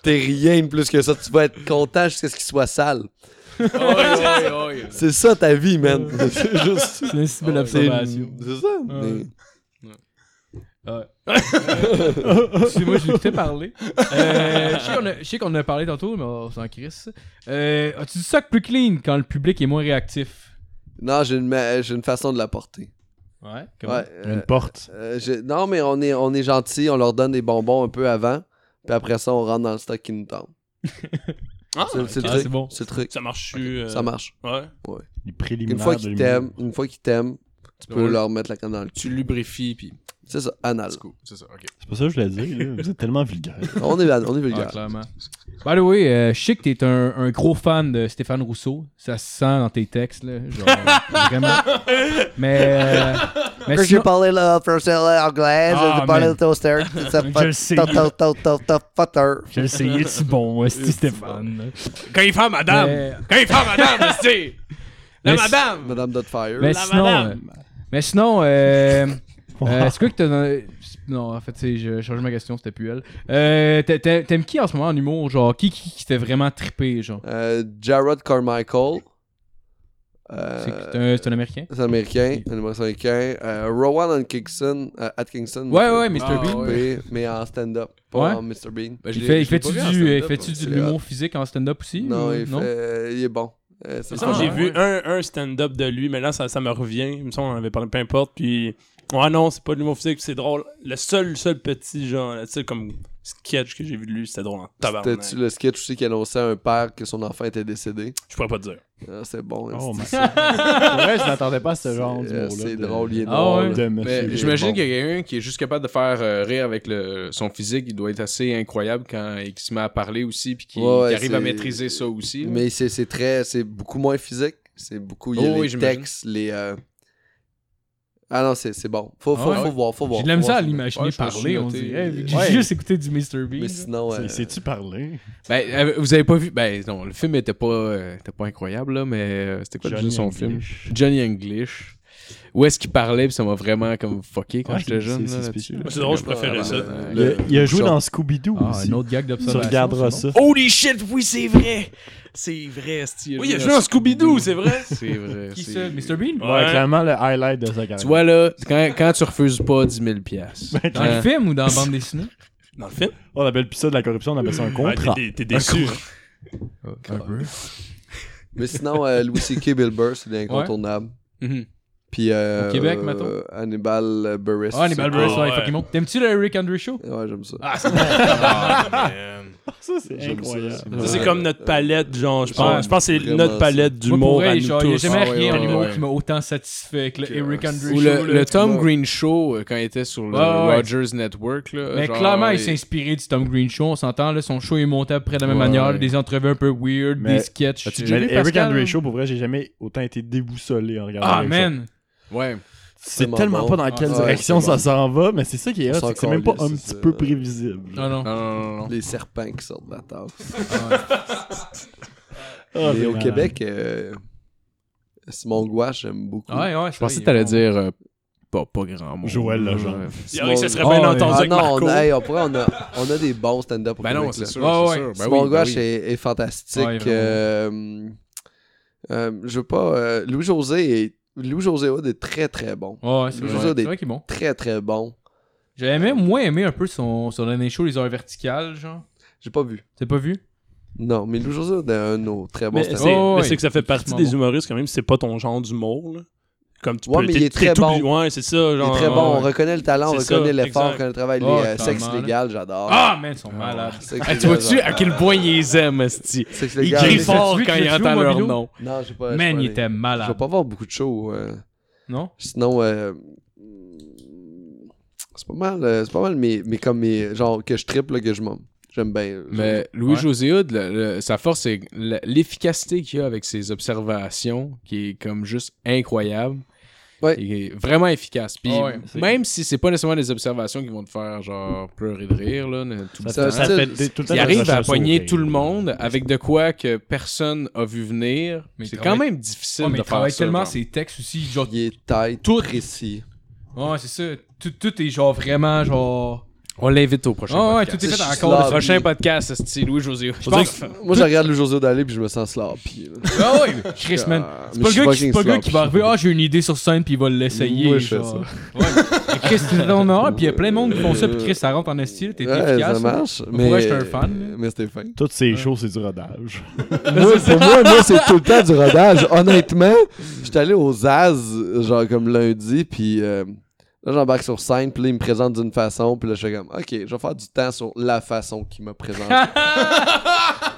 S5: t'es rien de plus que ça. Tu vas être content jusqu'à ce qu'il soit sale.
S4: Oi, oi, oi.
S5: C'est ça ta vie, man. c'est juste.
S3: Ah C'est une si belle
S5: C'est
S3: observation.
S5: c'est ça. mais-
S3: Excusez-moi, je t'ai parlé. Euh, je sais qu'on a- je sais qu'on en a parlé tantôt, mais on s'en crisse. Euh, As-tu dit ça que plus clean quand le public est moins réactif?
S5: Non, j'ai une, ma- j'ai une façon de la porter.
S3: Ouais.
S5: Ouais, euh,
S1: Une porte.
S5: euh, je- Non, mais on est, on est gentil, on leur donne des bonbons un peu avant, puis après ça, on rentre dans le stock qui nous tombe.
S6: Ah,
S5: C'est c'est le
S3: ah,
S5: truc.
S3: c'est bon. Euh,
S5: C'est le truc.
S6: Ça marche tu
S5: Ça marche.
S6: Ouais.
S1: Les
S5: Une
S1: préliminaires
S5: fois
S1: de
S5: qu'ils
S1: l'humour.
S5: t'aiment, une fois qu'ils t'aiment, tu peux
S4: Ouais.
S5: leur mettre la canne dans le cul.
S4: Tu lubrifies, puis
S5: C'est ça, anal.
S4: c'est cool. C'est ça, ok.
S1: C'est pas ça que je voulais dire, là. Vous êtes tellement vulgaire.
S5: On est, on est
S3: Ah,
S5: vulgaire.
S3: clairement. By the way, euh, je sais que t'es un, un gros fan de Stéphane Rousseau. Ça se sent dans tes textes, là. Genre, vraiment. Mais. euh, mais
S5: Quand
S3: sinon-
S5: j'ai parlé le français anglais,
S3: Ah,
S5: j'ai parlé
S3: man.
S5: le toaster, c'est ça,
S3: Je le sais.
S5: tot- tot- tot- tot- tot- potter.
S3: Je le sais, il est si bon, euh, c'est Stéphane.
S6: Quand il fait madame!
S3: Mais-
S6: Quand il fait madame, c'est. La
S3: Mais-
S6: madame!
S5: Madame Dotfire.
S3: Mais sinon. euh, mais sinon, euh, euh, est-ce que t'as. euh, Non, en fait, c'est- j'ai changé ma question, c'était plus elle. Euh, t'a- t'a- T'aimes qui en ce moment en humour Genre, qui qui, qui t'a vraiment trippé genre?
S5: Euh, Jared Carmichael. Euh,
S3: C'est c'est un, c'est un américain
S5: c'est américain, un humoriste américain. Euh, Rowan Atkinson. euh, Atkinson
S3: Ouais, ouais, Mr.
S4: Ah,
S3: Bean.
S4: ouais.
S5: Oui, Mais en stand-up, pas
S3: Ouais.
S5: en Mr. Bean.
S4: Ben, je
S3: Il fait,
S4: l'ai-
S3: il
S4: je l'ai
S3: fait-tu
S4: pas vu en
S3: du, euh,
S4: stand-up, hein.
S3: fait-tu
S4: moi.
S3: du
S5: c'est
S3: de l'humour physique en stand-up aussi
S5: Non,
S3: ou-
S5: il, fait- euh, il est bon. Euh, c'est
S6: Il me
S5: pas
S6: semble que j'ai
S5: mal.
S6: vu un, un stand-up de lui, mais là, ça, ça me revient. Il me semble qu'on en avait parlé, peu importe. Puis, ouais, non, c'est pas de l'humour physique, c'est drôle. Le seul, seul petit, genre, tu sais, comme sketch que j'ai vu de lui, c'était drôle en tabarnak.
S5: C'était-tu le sketch aussi qui annonçait à un père que son enfant était décédé?
S6: Je pourrais pas te dire.
S5: Ah, c'est bon.
S1: Oh,
S5: esti.
S1: mais c'est vrai, je m'attendais pas à ce genre
S5: C'est- euh,
S1: d'humour-là.
S5: c'est
S1: de-
S5: drôle, il est
S3: Ah,
S5: drôle.
S3: ouais.
S1: de
S4: Mais
S1: monsieur.
S4: j'imagine
S5: bon.
S4: qu'il y a quelqu'un qui est juste capable de faire euh, rire avec le, son physique. Il doit être assez incroyable quand il se met à parler aussi, puis qu'il
S5: Ouais, ouais,
S4: qu'il arrive à
S5: c'est-
S4: maîtriser ça aussi. là.
S5: Mais c'est c'est très. C'est beaucoup moins physique. C'est beaucoup. Il y a
S4: Oh, oui,
S5: les
S4: j'imagine.
S5: textes, les. euh, Ah non, c'est c'est bon. Faut,
S3: Ah
S5: faut,
S3: ouais?
S5: faut voir, faut voir.
S3: J'ai de la
S5: faut
S3: misère à
S5: voir.
S3: l'imaginer
S4: Ouais, je pense que
S3: parler,
S4: j'ai
S3: on
S4: noté.
S3: dirait. vu que
S4: Ouais.
S3: J'ai juste écouté du Mr. Bean. Ah,
S5: Mais sinon. euh,
S1: C'est- Sais-tu parler?
S4: Ben, euh, vous avez pas vu. Ben, non, le film était pas, euh, était pas incroyable, là, mais euh, c'était quoi déjà
S1: Johnny
S4: son
S1: English.
S4: film Johnny English. Où est-ce qu'il parlait, puis ça m'a vraiment comme fucké quand
S1: Ouais,
S4: j'étais
S1: c'est-
S4: jeune.
S1: c'est-
S4: là,
S1: c'est
S4: là-dessus.
S1: spécial.
S6: C'est drôle, je
S4: Comme,
S6: préférais
S4: euh,
S6: ça.
S4: euh,
S1: Il a, il a joué
S4: Bouchard.
S1: dans Scooby-Doo
S3: Ah,
S1: aussi.
S3: un autre gag
S1: Tu
S3: d'observation.
S1: regarderas
S3: c'est
S1: ça.
S3: bon.
S8: Holy shit, oui, c'est vrai. C'est vrai, Steve.
S6: Oui, il a joué dans Scooby-Doo, c'est vrai.
S4: C'est vrai.
S3: Qui
S4: c'est-
S3: ça Mr. Bean
S1: Ouais, clairement le highlight de sa carrière.
S4: Tu vois là, quand, quand tu refuses pas 10 000 piastres.
S3: Dans le
S4: hein,
S3: film ou dans la bande dessinée
S6: Dans le film.
S1: Oh, On appelle plus ça de la corruption, on appelle ça un
S6: Ouais,
S1: contrat.
S6: t'es- t'es déçu. hein.
S3: Un peu.
S5: Mais sinon, euh, Louis C.K. Bill Burr, c'est incontournable.
S4: Mhm.
S5: Puis. euh,
S3: Au Québec,
S5: euh,
S3: mettons?
S5: Hannibal Burris.
S3: Ah, les Burris,
S6: Ah,
S3: ouais,
S6: ouais.
S3: fucking bon. T'aimes-tu le Rick Andrew Show
S5: Ouais, j'aime ça.
S1: ça, c'est
S5: J'aime ça,
S1: incroyable.
S5: c'est
S6: Ça,
S5: bon.
S6: C'est comme notre palette, genre, je pense.
S3: Ouais.
S6: je pense que c'est
S5: Vraiment,
S6: notre palette
S3: Moi, pour
S6: d'humour à
S3: vrai,
S6: nous
S3: genre, il y a
S6: tous.
S3: jamais
S4: Ah,
S3: rien
S4: ouais,
S3: en
S4: ouais,
S3: humour
S4: ouais.
S3: qui m'a autant satisfait que le
S5: Que-
S3: Eric Andrew
S4: Ou
S3: Show.
S4: le,
S3: là.
S4: le Tom
S5: Ouais.
S4: Green Show euh, quand il était sur le
S3: Ouais, ouais.
S4: Rogers Network. Là,
S3: Mais
S4: Euh, genre,
S3: clairement, il
S4: et-
S3: s'est inspiré du Tom Green Show, on s'entend. Là, son show est monté à peu près de la même
S4: Ouais.
S3: manière. là, Des entrevues un peu weird,
S1: Mais-
S3: des sketchs.
S1: As-tu
S3: Euh,
S1: déjà vu Eric
S3: Pascal?
S1: Andre Show, pour vrai, j'ai jamais autant été déboussolé en regardant
S3: Ah,
S1: Eric Show.
S3: man.
S4: Ouais.
S1: C'est
S5: Tellement
S1: tellement
S5: bon.
S1: pas dans quelle
S5: ouais,
S1: direction
S5: c'est bon.
S1: ça s'en va, mais c'est ça qui est hot,
S5: On
S1: c'est que c'est
S5: s'en
S1: même pas
S5: calisse, euh,
S1: un
S5: c'est
S1: petit
S5: ça.
S1: peu prévisible.
S3: Non, non.
S4: Non, non, non, non.
S5: Les serpents qui sortent de la tasse.
S1: Ah,
S5: Mais
S1: c'est
S5: au
S1: malade.
S5: Québec, euh, Simon Gouache, j'aime beaucoup. Ah,
S3: Ouais, ouais,
S4: Je pensais que t'allais dire euh, pas, pas grand monde.
S1: Joël Legendre.
S4: Ouais.
S6: Il y aurait que ça serait
S3: Oh,
S6: bien
S3: ouais.
S6: entendu
S5: Ah
S6: avec
S5: non, on
S6: Marco.
S5: a, hey, on, pourrait- on a, on a des bons stand-up au
S4: Ben
S5: Québec,
S4: non, c'est
S5: là.
S4: sûr.
S3: Ouais,
S4: c'est
S3: ouais.
S4: sûr. Ben
S5: Simon
S4: oui, ben
S5: Gouache
S4: oui.
S5: est, est fantastique.
S3: Ouais, vraiment.
S5: euh, euh, je veux pas. euh, Louis-José est. Louis-José Hood est très très bon.
S3: Ouais, ouais, c'est
S5: Louis
S3: vrai.
S5: José
S3: C'est
S5: des-
S3: vrai qu'il est bon.
S5: Très très bon.
S3: J'avais aimé- moins aimé un peu son, son dernier show, Les Heures Verticales, genre.
S5: J'ai pas vu.
S3: T'as pas vu
S5: Non, mais Louis-José Hood est un autre très Ah bon
S6: Mais
S5: stand-up.
S6: c'est
S3: Oh,
S6: mais
S3: ouais.
S6: c'est que ça fait partie
S3: Justement.
S6: des humoristes quand même, c'est pas ton genre d'humour. là. Comme tu
S5: Ouais,
S6: peux
S5: mais
S6: t'es-
S5: il est
S6: t'es
S5: très
S6: tout
S5: bon.
S6: bu- Ouais, c'est ça.
S5: Il est
S6: genre, euh,
S5: très
S6: ouais,
S5: bon. On
S6: ouais.
S5: reconnaît le talent, on
S6: C'est ça,
S5: reconnaît l'effort, on
S6: exact.
S5: reconnaît le travail.
S3: Oh,
S5: les euh, sexes
S3: clairement, là.
S5: légal, j'adore.
S3: Ah, man, ils sont malades.
S5: Sexe
S4: Hey,
S5: légal,
S4: tu vois-tu à
S5: j'adore.
S4: quel point ils les aiment, Esti?
S5: Sexe
S4: Ils
S5: légal,
S4: crient
S5: les-
S4: fort
S3: Celui
S4: quand
S3: qui
S4: ils
S3: a tué
S4: entendent leur
S3: Mobilo?
S4: nom.
S5: Non, j'ai pas. j'ai
S3: Man,
S5: pas
S3: il
S5: allé.
S3: était
S5: Je vais
S3: malade.
S5: pas voir beaucoup de shows. euh.
S3: Non
S5: Sinon, euh, c'est pas mal, euh, c'est pas mal, mais, mais comme mes, genre que je triple, là, que je m'en. J'aime bien.
S4: Mais Louis-José Hood, le- le- sa force, c'est la- l'efficacité qu'il a avec ses observations, qui est comme juste incroyable.
S5: Ouais.
S4: Il est vraiment efficace. Puis
S3: Ah ouais, c'est-
S4: même si c'est pas nécessairement des observations qui vont te faire genre pleurer de rire, là, ne- tout le
S1: Ça,
S4: temps.
S1: fait- ça
S5: temps.
S1: fait des- tout le temps
S4: il
S1: des
S4: arrive à
S1: recherches
S4: pogner
S1: au
S4: tout le
S1: Québec.
S4: monde avec de quoi que personne a vu venir.
S3: Mais il
S4: C'est
S3: travaille-
S4: quand même difficile
S3: Ouais,
S4: de
S3: mais il
S4: faire
S3: travaille
S4: ça,
S3: tellement
S4: genre.
S3: ses textes aussi. Genre,
S5: Il est tight,
S3: Tout-
S5: précis.
S3: Ouais, c'est ça. Tout, tout est genre vraiment genre.
S4: On l'invite au prochain
S3: Oh, ouais,
S4: podcast.
S3: tout est fait en
S5: Je suis
S3: compte.
S5: là.
S4: Prochain podcast, c'est Louis-José. Je
S6: Faudrait
S4: pense.
S6: que-
S5: Moi, je regarde le José d'aller puis je me sens sloppy. là.
S3: Ah oui, Chris, man.
S5: Ah,
S3: C'est pas
S5: mais je
S3: le
S5: suis
S3: gars qui, c'est
S5: fucking
S3: pas le gars qui
S5: sloppy.
S3: va arriver, ah, j'ai une idée sur scène, puis il va l'essayer.
S5: Moi, je fais
S3: genre. Ouais. Mais Chris, tu en as un, puis il y a plein de monde qui font ça, puis Chris, ça rentre en style, t'es
S5: Ouais,
S3: efficace.
S5: ça marche.
S3: Pour
S5: Mais
S3: vrai, j'étais un fan.
S5: Mais c'était fin.
S1: Toutes ces shows, c'est du rodage.
S5: Moi, pour moi, moi c'est tout le temps du rodage. Honnêtement, j'étais allé aux Az, genre comme lundi, puis euh, là, j'embarque sur scène, puis là, ils me présentent d'une façon, puis là, je suis comme, OK, je vais faire du temps sur la façon qu'ils me présentent.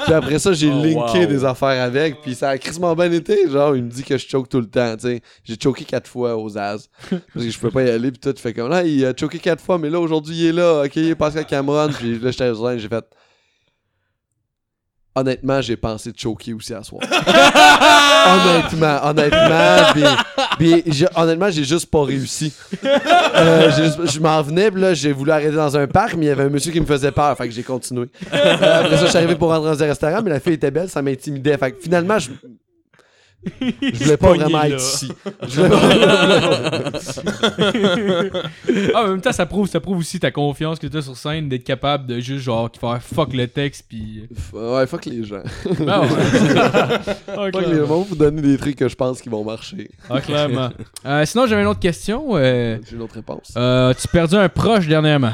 S5: puis après ça, j'ai linké des affaires avec, puis ça a crissement bien été. Genre, il me dit que je choke tout le temps, tu sais. J'ai choqué quatre fois aux Az, parce que je peux pas y aller, puis tout. Fait comme, là, il a choqué quatre fois, mais là, aujourd'hui, il est là, OK, il est Pascal Cameron, puis là, j'étais sur scène, j'ai fait. Honnêtement, j'ai pensé de choquer aussi à soir. honnêtement, honnêtement, puis, puis j'ai- honnêtement, j'ai juste pas réussi. Euh, j'ai juste- je m'en venais, puis là, j'ai voulu arrêter dans un parc, mais il y avait un monsieur qui me faisait peur, fait que j'ai continué. Euh, après ça, je suis arrivé pour rentrer dans un restaurant, mais la fille était belle, ça m'intimidait. Fait que finalement, je. Je voulais pas
S6: pogné
S5: vraiment
S6: là.
S5: être ici. Je voulais pas-
S3: Ah, mais en même temps, ça prouve, ça prouve aussi ta confiance que t'as sur scène, d'être capable de juste, genre, faire fuck le texte, puis.
S5: Ouais, fuck les gens.
S3: Ah, ouais.
S5: Fuck les gens, vous donner des trucs que je pense qui vont marcher.
S3: Ah, clairement. Euh, sinon, j'avais une autre question. euh,
S5: J'ai une autre réponse.
S3: euh, tu as perdu un proche dernièrement.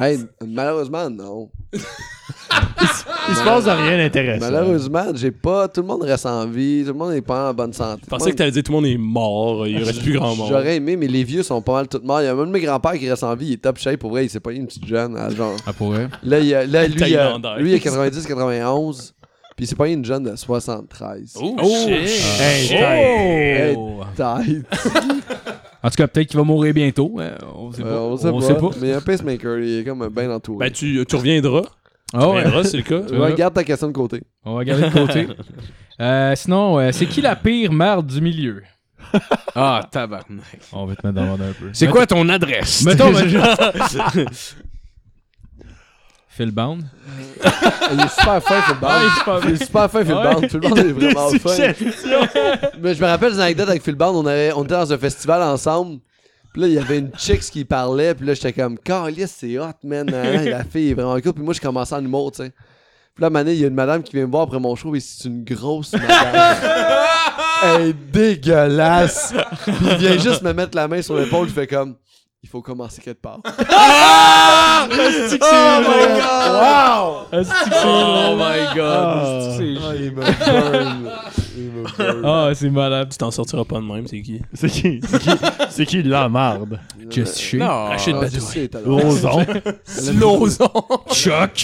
S5: Hey, malheureusement, non.
S1: Il se passe rien d'intéressant.
S5: Ah, Malheureusement, j'ai pas. Tout le monde reste en vie, tout le monde n'est pas en bonne santé.
S6: Je pensais que t'allais dire tout le monde est mort, il reste plus grand monde.
S5: J'aurais aimé, mais les vieux sont pas mal tous morts. Il y a même mes grands-pères qui restent en vie, il est top shape. Pour vrai, il s'est pas une petite jeune. à genre.
S3: Ah, pour vrai?
S5: Là, il a, là lui, il a,
S6: Thaïlandais.
S5: lui, il a 90, 91. Puis il s'est pas une jeune de 73.
S6: Oh,
S1: Hey,
S5: Hey, tight.
S3: En tout cas, peut-être qu'il va mourir bientôt. hein, on sait pas.
S5: Euh, on sait, pas, Mais il y a un pacemaker, il est comme bien entouré.
S6: Ben, tu, tu reviendras.
S3: Ah,
S6: Tu
S3: ouais.
S6: reviendras, c'est le cas.
S5: Tu regardes ta question de côté.
S3: On va garder de côté. Euh, sinon, euh, c'est qui la pire merde du milieu?
S4: Ah, tabarnak.
S3: On va te mettre dans l'ordre un peu.
S4: C'est quoi ton adresse?
S3: Mettons, mettons- Phil Bound.
S5: Il est super fin, Phil Bond. Ah, Il est super fin, Phil
S3: Ouais.
S5: Bond. Tout le monde est vraiment fin. Mais je me rappelle une anecdote avec Phil Bond. On, avait, on était dans un festival ensemble. Puis là, il y avait une chicks qui parlait. Puis là, j'étais comme, Carlis, c'est hot, man. Hein, la fille est vraiment cool. Puis moi, je commençais en humour, tu sais. Puis là, Mané, il y a une madame qui vient me voir après mon show. Et c'est une grosse madame. Elle est dégueulasse. Puis il vient juste me mettre la main sur l'épaule. Il fait comme, il faut commencer quelque part. oh my god!
S4: Oh my god.
S5: Ah, il me burn. Il me burn.
S3: Ah, c'est malade.
S6: Tu t'en sortiras pas de même, c'est qui
S1: C'est qui C'est qui, c'est qui la marde
S3: Just shit.
S4: Non.
S6: Rachid
S5: Ah,
S6: Badouri.
S5: je sais, t'as
S1: Oh,
S5: l'air.
S1: Ozon.
S3: Choc.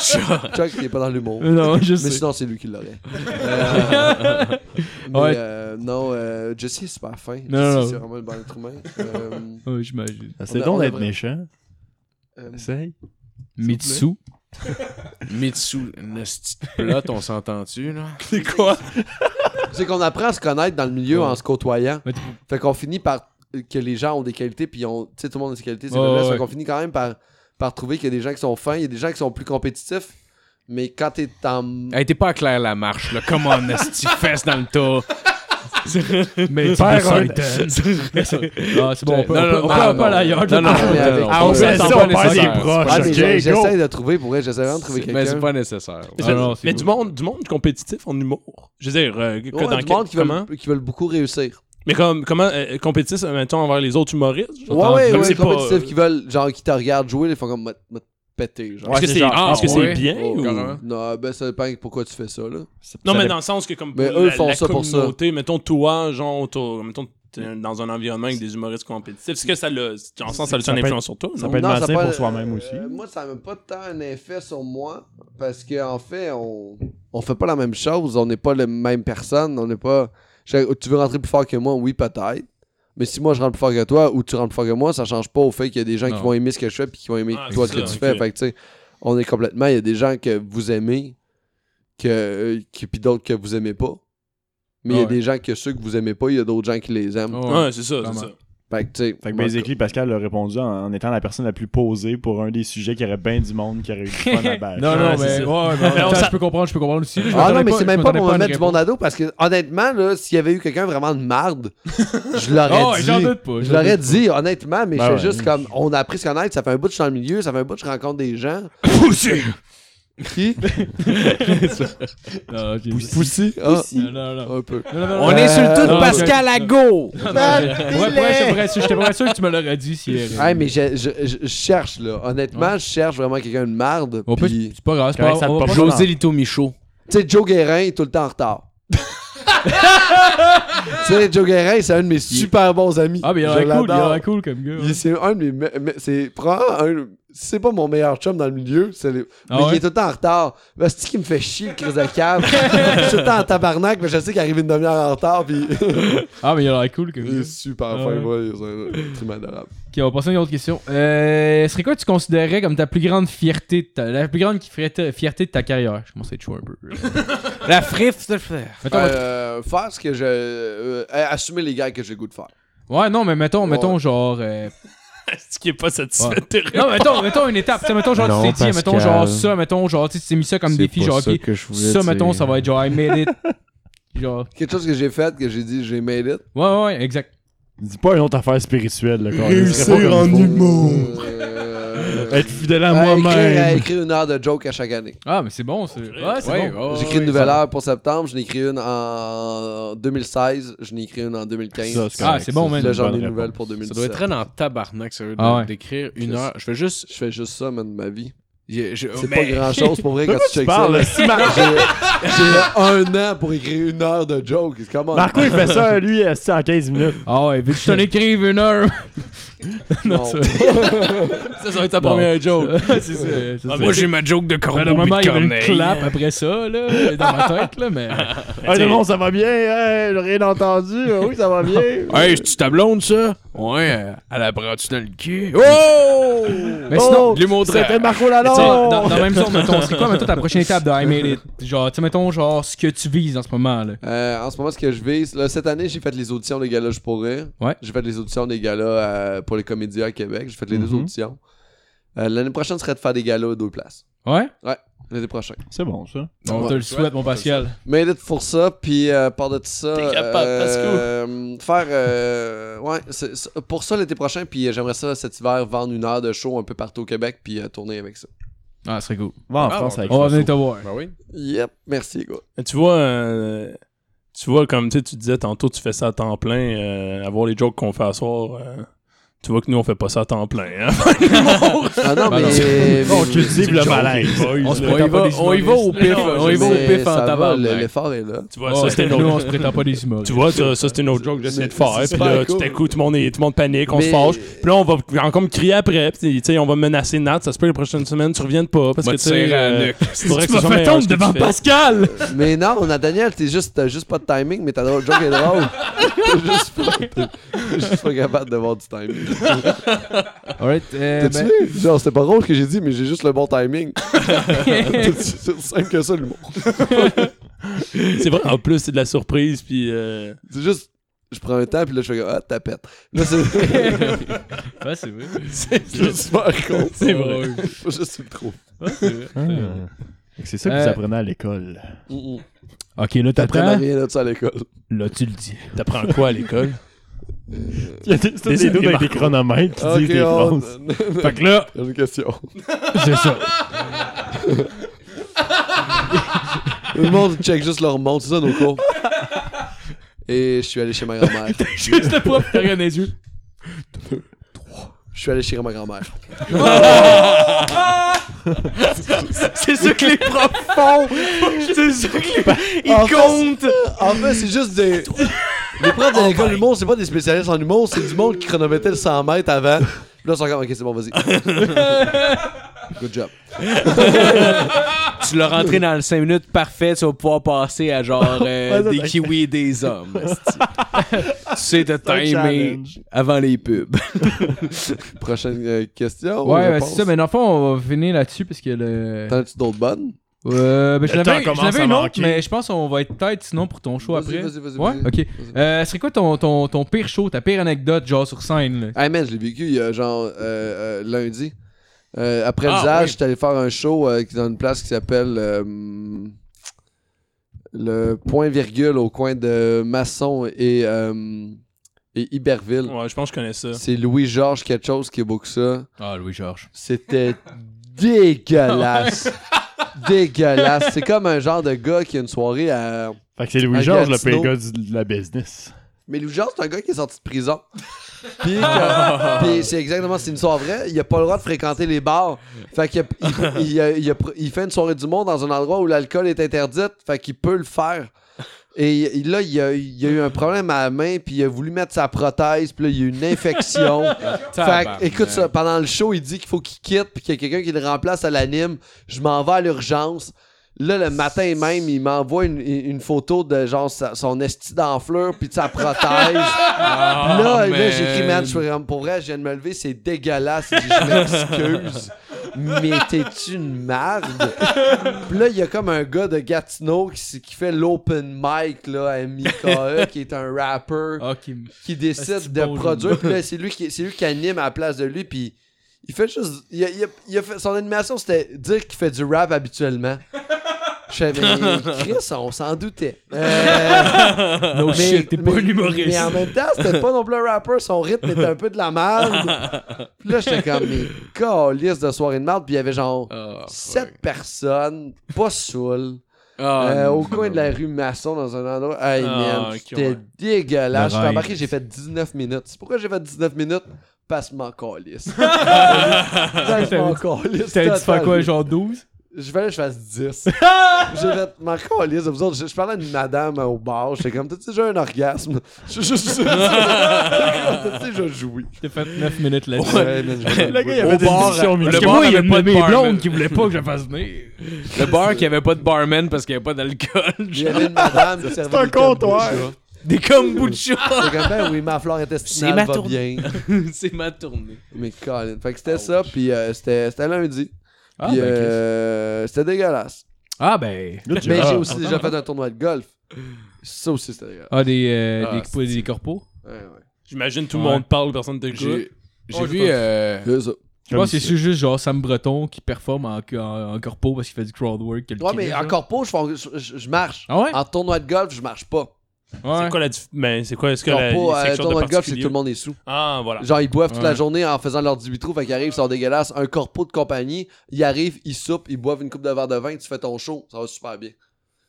S5: Chuck, il est pas dans l'humour.
S3: Non, je
S5: Mais
S3: sais.
S5: sinon, c'est lui qui l'aurait. Euh, mais,
S3: Ouais.
S5: euh, non, euh, Jesse est super fin.
S3: Non,
S5: Jesse,
S3: non.
S5: c'est vraiment le bon être humain. Euh,
S3: Ouais, J'imagine.
S1: C'est
S5: On a-
S1: donc
S5: on a
S1: d'être
S5: vrai-
S1: méchant.
S5: euh,
S1: Essaye.
S3: Mitsu.
S4: Mitsu, le petit plot, on s'entend-tu, là?
S6: C'est quoi
S5: c'est qu'on apprend à se connaître dans le milieu en se côtoyant.
S3: Mais tu-
S5: Fait qu'on finit par que les gens ont des qualités, puis ils ont- tu sais, tout le monde a des qualités. C'est
S3: Ouais,
S5: vrai.
S3: ouais.
S5: Fait qu'on finit quand même par, par trouver qu'il y a des gens qui sont fins, il y a des gens qui sont plus compétitifs. Mais quand t'es en.
S4: Hey, t'es pas à clair la marche, là. Come on, esti, fesse dans le tas.
S3: Mais tu
S1: Faire un-
S3: Ah, c'est bon, on peut
S4: Non,
S3: on peut-
S4: non,
S3: on peut
S4: non,
S3: aller
S4: non.
S3: ailleurs.
S4: Non, non,
S5: Ah, mais avec-
S4: non, non.
S5: Ah, on
S4: Pas
S5: fait
S1: ça,
S4: nécessaire.
S1: on perd des
S4: C'est pas
S1: proches.
S5: Ouais, mais
S1: Ok,
S4: nécessaire.
S5: j'ai-
S1: go.
S5: Ah, j'essaie de trouver, pour vrai, j'essaie vraiment de trouver
S4: Mais
S5: quelqu'un.
S4: c'est pas nécessaire.
S3: Ah non, c'est
S6: Mais
S3: cool.
S6: du monde, du monde compétitif en humour. Je veux dire, euh, que-
S5: Ouais,
S6: dans
S5: du
S6: quel-
S5: monde qui
S6: comment
S5: veulent, qui veulent beaucoup réussir.
S6: Mais comme, comment euh, compétitif, euh, mettons, envers les autres humoristes
S5: Ouais,
S6: genre?
S5: ouais,
S6: Comme
S5: ouais,
S6: c'est pas,
S5: compétitifs
S6: euh,
S5: qui veulent, genre, qui te regardent jouer, ils font comme, m'a m'a pété, genre.
S1: Ouais,
S6: Est-ce que
S1: c'est
S6: c'est
S1: genre,
S6: est-ce que
S1: ah,
S6: c'est
S1: ouais.
S6: bien
S4: Oh,
S6: ou-
S4: carrément.
S5: Non, ben ça dépend pourquoi tu fais ça, là.
S6: Non,
S1: Ça
S6: mais
S1: dé-
S6: dans le sens que comme
S5: Mais
S6: pour
S5: eux
S6: la,
S5: font
S6: la
S5: ça pour ça.
S6: communauté, mettons toi, genre, t'as- mettons t'es dans un environnement avec des humoristes compétitifs, est-ce que ça l'a, dans le sens, ça a
S1: Ça
S6: une
S1: peut être-
S6: influence sur toi
S1: ça
S6: non?
S1: peut être
S5: Non,
S1: malsain
S5: pas-
S1: pour soi-même
S5: euh,
S1: aussi.
S5: moi, ça n'a pas tant un effet sur moi, parce qu'en fait, on, on fait pas la même chose, on n'est pas la même personne, on n'est pas... Je- Tu veux rentrer plus fort que moi, oui, peut-être. Mais si moi je rentre plus fort que toi ou tu rentres plus fort que moi, ça change pas au fait qu'il y a des gens
S3: Non.
S5: qui vont aimer ce que je fais puis qui vont aimer
S6: Ah,
S5: toi ce
S6: c'est
S5: que
S6: ça,
S5: tu
S6: ok.
S5: fais. Fait que tu sais, on est complètement. Il y a des gens que vous aimez que, euh, que puis d'autres que vous aimez pas. Mais il y a
S3: Ouais.
S5: des gens que ceux que vous aimez pas, il y a d'autres gens qui les aiment.
S3: Oh,
S6: Ouais, c'est ça,
S3: Vraiment.
S6: c'est ça.
S5: Fait que, tu sais.
S1: Fait que
S5: moi,
S1: basically, Pascal a répondu en, en étant la personne la plus posée pour un des sujets qu'il y aurait bien du monde qui aurait eu du fun à battre.
S3: Non, non, mais. Ouais, mais en même
S6: on
S3: temps,
S6: s'a-
S3: je peux comprendre, je peux comprendre aussi. là, je
S5: Ah non,
S3: m'attendais
S5: mais
S3: pas-
S5: c'est
S3: je
S5: même pas
S3: m'attendais
S5: pour
S3: à
S5: me
S3: une
S5: mettre du
S3: réponse.
S5: monde à dos parce que, honnêtement, là, s'il y avait eu quelqu'un vraiment de marde, je l'aurais
S3: Ah ouais,
S5: dit.
S3: j'en doute pas.
S5: Je
S3: j'en
S5: l'aurais
S3: doute
S5: dit, honnêtement, mais
S1: Ben
S5: je
S1: ouais.
S5: fais juste comme. On a appris à se connaître, ça fait un bout que je suis dans le milieu, ça fait un bout que je rencontre des gens. Qui
S3: pas. Non, j'ai-
S5: Poussi. Ah,
S3: Non, non, non.
S5: un peu.
S3: Non, non, non,
S5: On
S3: non.
S5: est sur le tout de
S3: non,
S5: Pascal Ago!
S3: Non, non, je- Ouais, ouais, j'aimerais- j'étais pas sûr que tu me l'aurais dit si.
S5: Ouais, mais je, je- je- je cherche, là. Honnêtement, je cherche vraiment quelqu'un de marde.
S3: On peut-
S5: Puis,
S3: C'est pas grave, c'est
S1: Correct,
S3: pas
S1: ça te
S3: on va
S1: porte
S3: pas-
S1: chance.
S4: Lito Michaud.
S5: tu sais, Joe Guérin est tout le temps en retard. tu sais, Joe Guérin, c'est un de mes super bons amis.
S3: Ah, mais il
S5: Je
S3: a l'air cool, il a
S5: l'adore.
S3: l'air cool comme gars.
S5: Il- C'est un de mes. me- me- C'est probablement un. si C'est pas mon meilleur chum dans le milieu. C'est le-
S3: Ah
S5: mais
S3: ouais?
S5: il est tout le temps en retard. Ben, c'est qui me fait chier, le crise de cave. je suis tout le temps en tabarnak, mais je sais qu'il arrive une demi-heure en retard. Puis
S3: Ah, mais il a l'air cool comme
S5: il est
S3: gars.
S5: super
S3: Ah
S5: fin,
S3: ouais.
S5: ouais, c'est un- c'est adorable.
S3: Ok, on va passer à une autre question. Euh, serait quoi que tu considérais comme ta plus grande fierté de ta, la plus grande qui ferait ta- fierté de ta carrière Je commence à être chaud un peu.
S4: La friffe de frère.
S3: Mettons,
S5: Euh, faire ce que je. euh, assumer les gars que j'ai le goût de faire.
S3: Ouais, non, mais mettons,
S5: Ouais.
S3: mettons genre. euh,
S6: Est-ce qu'il est pas satisfait de tes
S3: Non, mettons, mettons une étape. Tu sais, mettons genre
S9: Non,
S3: tu t'es dit, mettons
S9: Pascal.
S3: genre ça, mettons genre tu sais, tu t'es mis ça comme
S9: C'est
S3: défi,
S9: pas
S3: genre
S9: ça
S3: ok,
S9: que je voulais
S3: ça
S9: dire.
S3: mettons ça va être genre I made it. genre
S5: Quelque chose que j'ai fait, que j'ai dit j'ai made it.
S3: ouais ouais, ouais exact.
S1: Dis pas une autre affaire spirituelle, là, quand
S5: humour.
S1: Être fidèle à
S5: écrire, Euh, à
S1: moi-même.
S5: écrire une heure de joke à chaque année.
S3: Ah mais c'est bon, c'est ouais c'est
S4: Ouais,
S3: bon.
S1: Ah
S4: ouais,
S5: J'écris une
S4: ouais.
S5: nouvelle heure pour septembre, j'en ai écrit une en 2016, j'en ai écrit une en 2015.
S1: Ça, c'est
S3: Ah,
S1: correct,
S3: c'est bon,
S1: ça,
S3: man.
S5: Là,
S1: une
S5: j'en ai
S1: bonne
S5: une nouvelle
S1: réponse.
S5: pour 2017.
S4: Ça doit être dans tabarnak, sérieux, de-
S3: Ah ouais.
S4: d'écrire une
S5: Qu'est-ce-
S4: heure. Je vais juste.
S5: Je fais juste ça, man, de ma vie.
S4: je- je-
S5: C'est
S4: mais-
S5: pas grand chose pour vrai quand
S1: Pourquoi
S5: tu
S1: tu
S5: checkes
S1: parles?
S5: ça.
S1: Si Mar-
S5: J'ai j'ai un an pour écrire une heure de joke. It's Come on.
S1: Marco, il fait ça, lui, esti, en 15 minutes.
S3: Ah ouais, veux que je t'en écrive une heure
S5: non.
S4: Ça, ça va être ta
S3: Bon.
S4: première joke.
S3: C'est ça, c'est
S4: Ah,
S3: ça.
S6: Moi, j'ai ma joke de corbeau
S3: Ben, normalement,
S6: pis
S3: il
S6: de
S3: y avait une
S6: corneille.
S3: clap après ça, là, dans ma tête, là, mais.
S1: Ah, tout le monde, ça va bien, hein, j'ai rien entendu. Ah Oui, ça va bien.
S4: Hey, c'est-tu ta blonde, ça? Ouais, euh, elle la prend-tu dans le cul? Oh!
S3: Mais sinon,
S4: de l'humour de
S1: C'était
S3: tu
S1: Marco
S3: sais, dans,
S1: Lalonde.
S3: dans la même sorte, mettons, c'est quoi, mettons, ta prochaine étape de I made it? Genre, tu sais, mettons, genre, ce que tu vises en ce moment, là.
S5: Euh, en ce moment, ce que je vise, là, cette année, j'ai fait les auditions des galas Je pourrais.
S3: Ouais.
S5: J'ai fait les auditions des galas euh, pour les comédiens à Québec. J'ai fait les deux
S1: Mhm.
S5: auditions. Euh, L'année prochaine serait de faire des galas à deux places.
S3: Ouais?
S5: L'été prochain.
S1: C'est bon, ça.
S3: On te le souhaite, mon Pascal.
S5: Made it pour ça, puis euh, par de ça.
S6: T'es capable,
S5: euh, Faire. euh, ouais, c'est- c'est- pour ça l'été prochain, puis euh, j'aimerais ça cet hiver vendre une heure de show un peu partout au Québec, puis euh, tourner avec ça.
S3: Ah, ce serait cool.
S1: Va en
S4: Ah,
S1: France
S4: bon,
S1: avec
S3: On va
S1: ça.
S3: venir te voir.
S4: Ben oui.
S5: Yep, merci, gars.
S6: Tu vois, euh, tu vois, comme tu sais, tu disais tantôt, tu fais ça à temps plein, euh, avoir les jokes qu'on fait à soir. euh, tu vois que nous, on fait pas ça à temps plein. Hein?
S5: Ah non, mais.
S3: non.
S5: mais-
S1: On cultive le
S6: Joke,
S1: malaise.
S6: boys,
S3: On se
S6: là.
S3: prend-
S4: On y,
S3: T'as pas
S4: va,
S3: des
S4: on y va au
S3: humoristes.
S4: pif,
S6: Non,
S4: on y va au
S5: mais
S4: pif en
S5: ça va, le-
S4: tabarnak.
S5: L'effort est là.
S6: Tu vois,
S3: Ouais,
S6: ça, c'était une
S3: nous,
S6: autre-
S3: on se prétend pas des humoristes.
S6: Tu vois, ça, ça, c'est une autre joke que j'essayais de faire.
S5: C'est
S6: Puis là,
S5: super
S6: tout à coup, tout le monde, est- tout le monde panique, on
S5: Mais-
S6: se fâche. Puis là, on va encore me crier après. Puis, tu sais, on va menacer Nat. Ça se peut que la prochaine semaine, tu reviennes pas. Parce
S4: Va
S6: que,
S4: te
S6: tu sais,
S4: serrer à la
S6: euh,
S4: nuque.
S6: c'est vrai
S3: Tu
S6: que
S3: m'as
S6: c'est
S3: fait
S6: jamais un
S3: tomber
S6: jeu que tu
S3: devant
S6: fais.
S3: Pascal!
S5: Mais non, on a Daniel, t'es juste, t'as juste pas de timing, mais ta drôle joke est drôle. T'es juste pas, t'es- t'es juste pas capable d'avoir du timing.
S3: Alright, euh,
S5: T'as-tu
S3: ben.
S5: vu? Genre, c'était pas drôle ce que j'ai dit, mais j'ai juste le bon timing. C'est c'est aussi simple que ça, l'humour.
S6: C'est vrai, en plus, c'est de la surprise. Puis, euh,
S5: C'est juste, je prends un temps, puis là, je fais comme, ah, tapette. Là, c'est
S3: Ouais, c'est vrai.
S5: c'est juste super con.
S6: c'est vrai.
S5: Faut juste me trouver.
S1: Ah. Fait que C'est ça que vous
S3: Euh,
S1: apprenez à l'école.
S3: Ok, là,
S5: T'apprends
S3: t'apprends.
S5: rien de ça à l'école.
S3: Là, tu le dis.
S6: T'apprends quoi à l'école?
S1: Il y a des, c'est
S6: Dessine
S1: des dudes
S6: des
S1: avec des chronomètres qui disent des
S5: on-
S1: phrases.
S5: Fait
S3: Fait que là,
S5: que- Une question.
S3: c'est ça.
S5: Le monde check juste leur montre, c'est ça nos cours. Et je suis allé chez ma grand-mère.
S3: Juste le prof qui regarde les yeux.
S5: Je suis allé chez ma grand-mère.
S8: C'est ce que les profs font. C'est ce que les... Ils
S5: En fait,
S8: comptent.
S5: En fait, c'est juste des. Les profs
S3: Oh
S5: de l'école d'humour, c'est pas des spécialistes en humour, c'est du monde qui chronométrait le 100 mètres avant. Puis là, ils sont comme, ok, c'est bon, vas-y. Good job.
S4: Tu l'as rentré dans le 5 minutes parfait, tu vas pouvoir passer à genre euh, des kiwis et des hommes. esti. tu sais te
S1: un
S4: timer
S1: challenge.
S4: avant les pubs.
S5: Prochaine euh, question.
S3: Ouais, ben,
S5: réponse.
S3: c'est ça, mais dans le fond, on va finir là-dessus parce que le.
S5: T'en as-tu d'autres bonnes?
S3: Euh, ben, je
S1: Le
S3: l'avais-
S1: temps
S3: je
S1: commence
S3: l'avais
S1: à
S3: une autre,
S1: manquer.
S3: mais je pense qu'on va être tête sinon pour ton show
S5: Vas-y,
S3: après.
S5: vas-y, vas-y,
S3: Ouais,
S5: vas-y.
S3: ok. Euh, serait quoi ton, ton, ton pire show, ta pire anecdote, genre sur scène là?
S5: Hey man, je l'ai vécu il y a genre euh, euh, lundi. Euh, après
S6: Ah,
S5: le ZAG,
S6: oui.
S5: j'étais allé faire un show euh, qui- dans une place qui s'appelle euh, le Point Virgule au coin de Masson et, euh, et Iberville.
S6: Ouais, je pense que je connais ça.
S5: C'est Louis-Georges quelque chose qui book ça.
S3: Ah, Louis-Georges.
S5: C'était dégueulasse. dégueulasse. C'est comme un genre de gars qui a une soirée à.
S1: Fait que c'est Louis-Georges, le
S5: Gatineau.
S1: pire gars du- de la business.
S5: Mais Lou Jean, c'est un gars qui est sorti de prison. Puis, que- puis c'est exactement, c'est une soirée vraie. Il a pas le droit de fréquenter les bars. Fait qu'il a- il, il a- il a pr- il fait une soirée du monde dans un endroit où l'alcool est interdite. Fait qu'il peut le faire. Et il- là, il a, il a eu un problème à la main, puis il a voulu mettre sa prothèse, puis là, il a eu une infection. fait que, écoute ça, pendant le show, il dit qu'il faut qu'il quitte, puis qu'il y a quelqu'un qui le remplace à l'anime. Je m'en vais à l'urgence. Là, le matin même, il m'envoie une, une photo de genre sa- son esti d'enflure puis de sa prothèse. Puis là, là j'écris, man, je suis vraiment- pour vrai, je viens de me lever, c'est dégueulasse. Il dit, Je m'excuse. Mais t'es-tu une merde? Puis là, il y a comme un gars de Gatineau qui, s- qui fait l'open mic là, à Mika, E, qui est un rapper
S3: Ok.
S5: qui
S3: Ah, c'est
S5: décide de
S3: bon,
S5: produire. Puis là, c'est lui, qui, c'est lui qui anime à la place de lui. Puis il fait juste. Il a- il a- il a fait, son animation, c'était dire qu'il fait du rap habituellement. Je fais, mais Chris, on s'en doutait. Euh,
S3: No shit, t'es pas
S5: mais-
S3: un humoriste.
S5: Mais en même temps, c'était pas non plus un rapper. Son rythme était un peu de la merde. Puis là, j'étais comme, mais calice de soirée de merde. Puis il y avait genre
S4: Ah.
S5: sept personnes, pas saoules.
S4: Ah,
S5: Euh, au coin de la rue Masson, dans un endroit. Hey
S6: Ah,
S5: man,
S6: ok,
S5: c'était
S6: ouais.
S5: dégueulasse. Je
S3: Le
S5: suis
S3: rêve.
S5: embarqué, j'ai fait 19 minutes. C'est pourquoi j'ai fait 19 minutes? Passe mon calice. Passe mon calice.
S3: T'as dit faire quoi,
S5: totalement.
S3: genre 12
S5: Je fallait que je fasse 10. j'ai fait mon calice. Vous autres, Je, je parlais à une madame au bar. J'étais comme, t'as-tu déjà un orgasme? Je suis juste. T'as-tu déjà joué?
S3: T'as fait 9 minutes là-dessus.
S5: Ouais, man, je vais-
S1: Le gars, il
S6: Au
S1: avait des
S6: bar,
S1: discussions
S6: le
S3: Parce
S1: musicales.
S3: que
S6: bar
S3: moi, il y a
S6: avait
S3: une
S6: pas
S3: de
S6: de
S3: mes
S6: barman.
S3: blondes qui voulait pas que je fasse venir.
S4: Le bar qui avait pas de barman parce qu'il n'y avait pas d'alcool.
S5: Il y avait une madame qui servait.
S1: C'est un
S5: des kombucha.
S1: comptoir.
S4: Des kombucha.
S5: J'étais comme, ben oui, ma flore intestinale
S4: ma
S5: va
S4: tournée.
S5: bien.
S4: C'est ma tournée.
S5: Mais Colin. Fait que c'était ça, puis euh, c'était c'était lundi.
S3: Ah,
S5: Puis,
S3: ben, Chris.
S5: euh, c'était dégueulasse.
S3: Ah, ben.
S1: Là, tu
S5: Mais
S1: vas-
S5: j'ai aussi déjà fait un tournoi de golf. Ça aussi, c'était dégueulasse.
S3: Ah, des, euh,
S4: Ah,
S3: des, corpo- des corpos.
S5: Ouais, ouais.
S6: J'imagine tout le
S3: Ouais.
S6: monde parle, personne t'écoute. Oh,
S4: J'ai j'ai vu. euh,
S5: Deux autres.
S3: Je pense que
S1: ça.
S3: Ah, c'est juste genre Sam Breton qui performe en, en, en corpo parce qu'il fait du crowd work. que le
S5: Ouais, mais
S3: Québec,
S5: en
S3: là.
S5: corpo, je, fais- je- je- je marche.
S3: hein? Ah ouais?
S5: En tournoi de golf, je marche pas.
S3: ouais.
S6: C'est quoi la dif- Mais c'est quoi Est-ce que la...
S5: euh, Corpo,
S6: c'est
S5: euh,
S6: quelque chose
S5: tournoi
S6: de
S5: de golf, c'est que
S6: particulier
S5: tout le monde est sous.
S6: Ah, voilà.
S5: Genre, ils boivent toute la
S3: Ouais.
S5: journée en faisant leur 18 trous, fait qu'ils arrivent, ils sont dégueulasses. Un corpo de compagnie, ils arrivent, ils soupent, ils boivent une coupe de verre de vin, tu fais ton show, ça va super bien.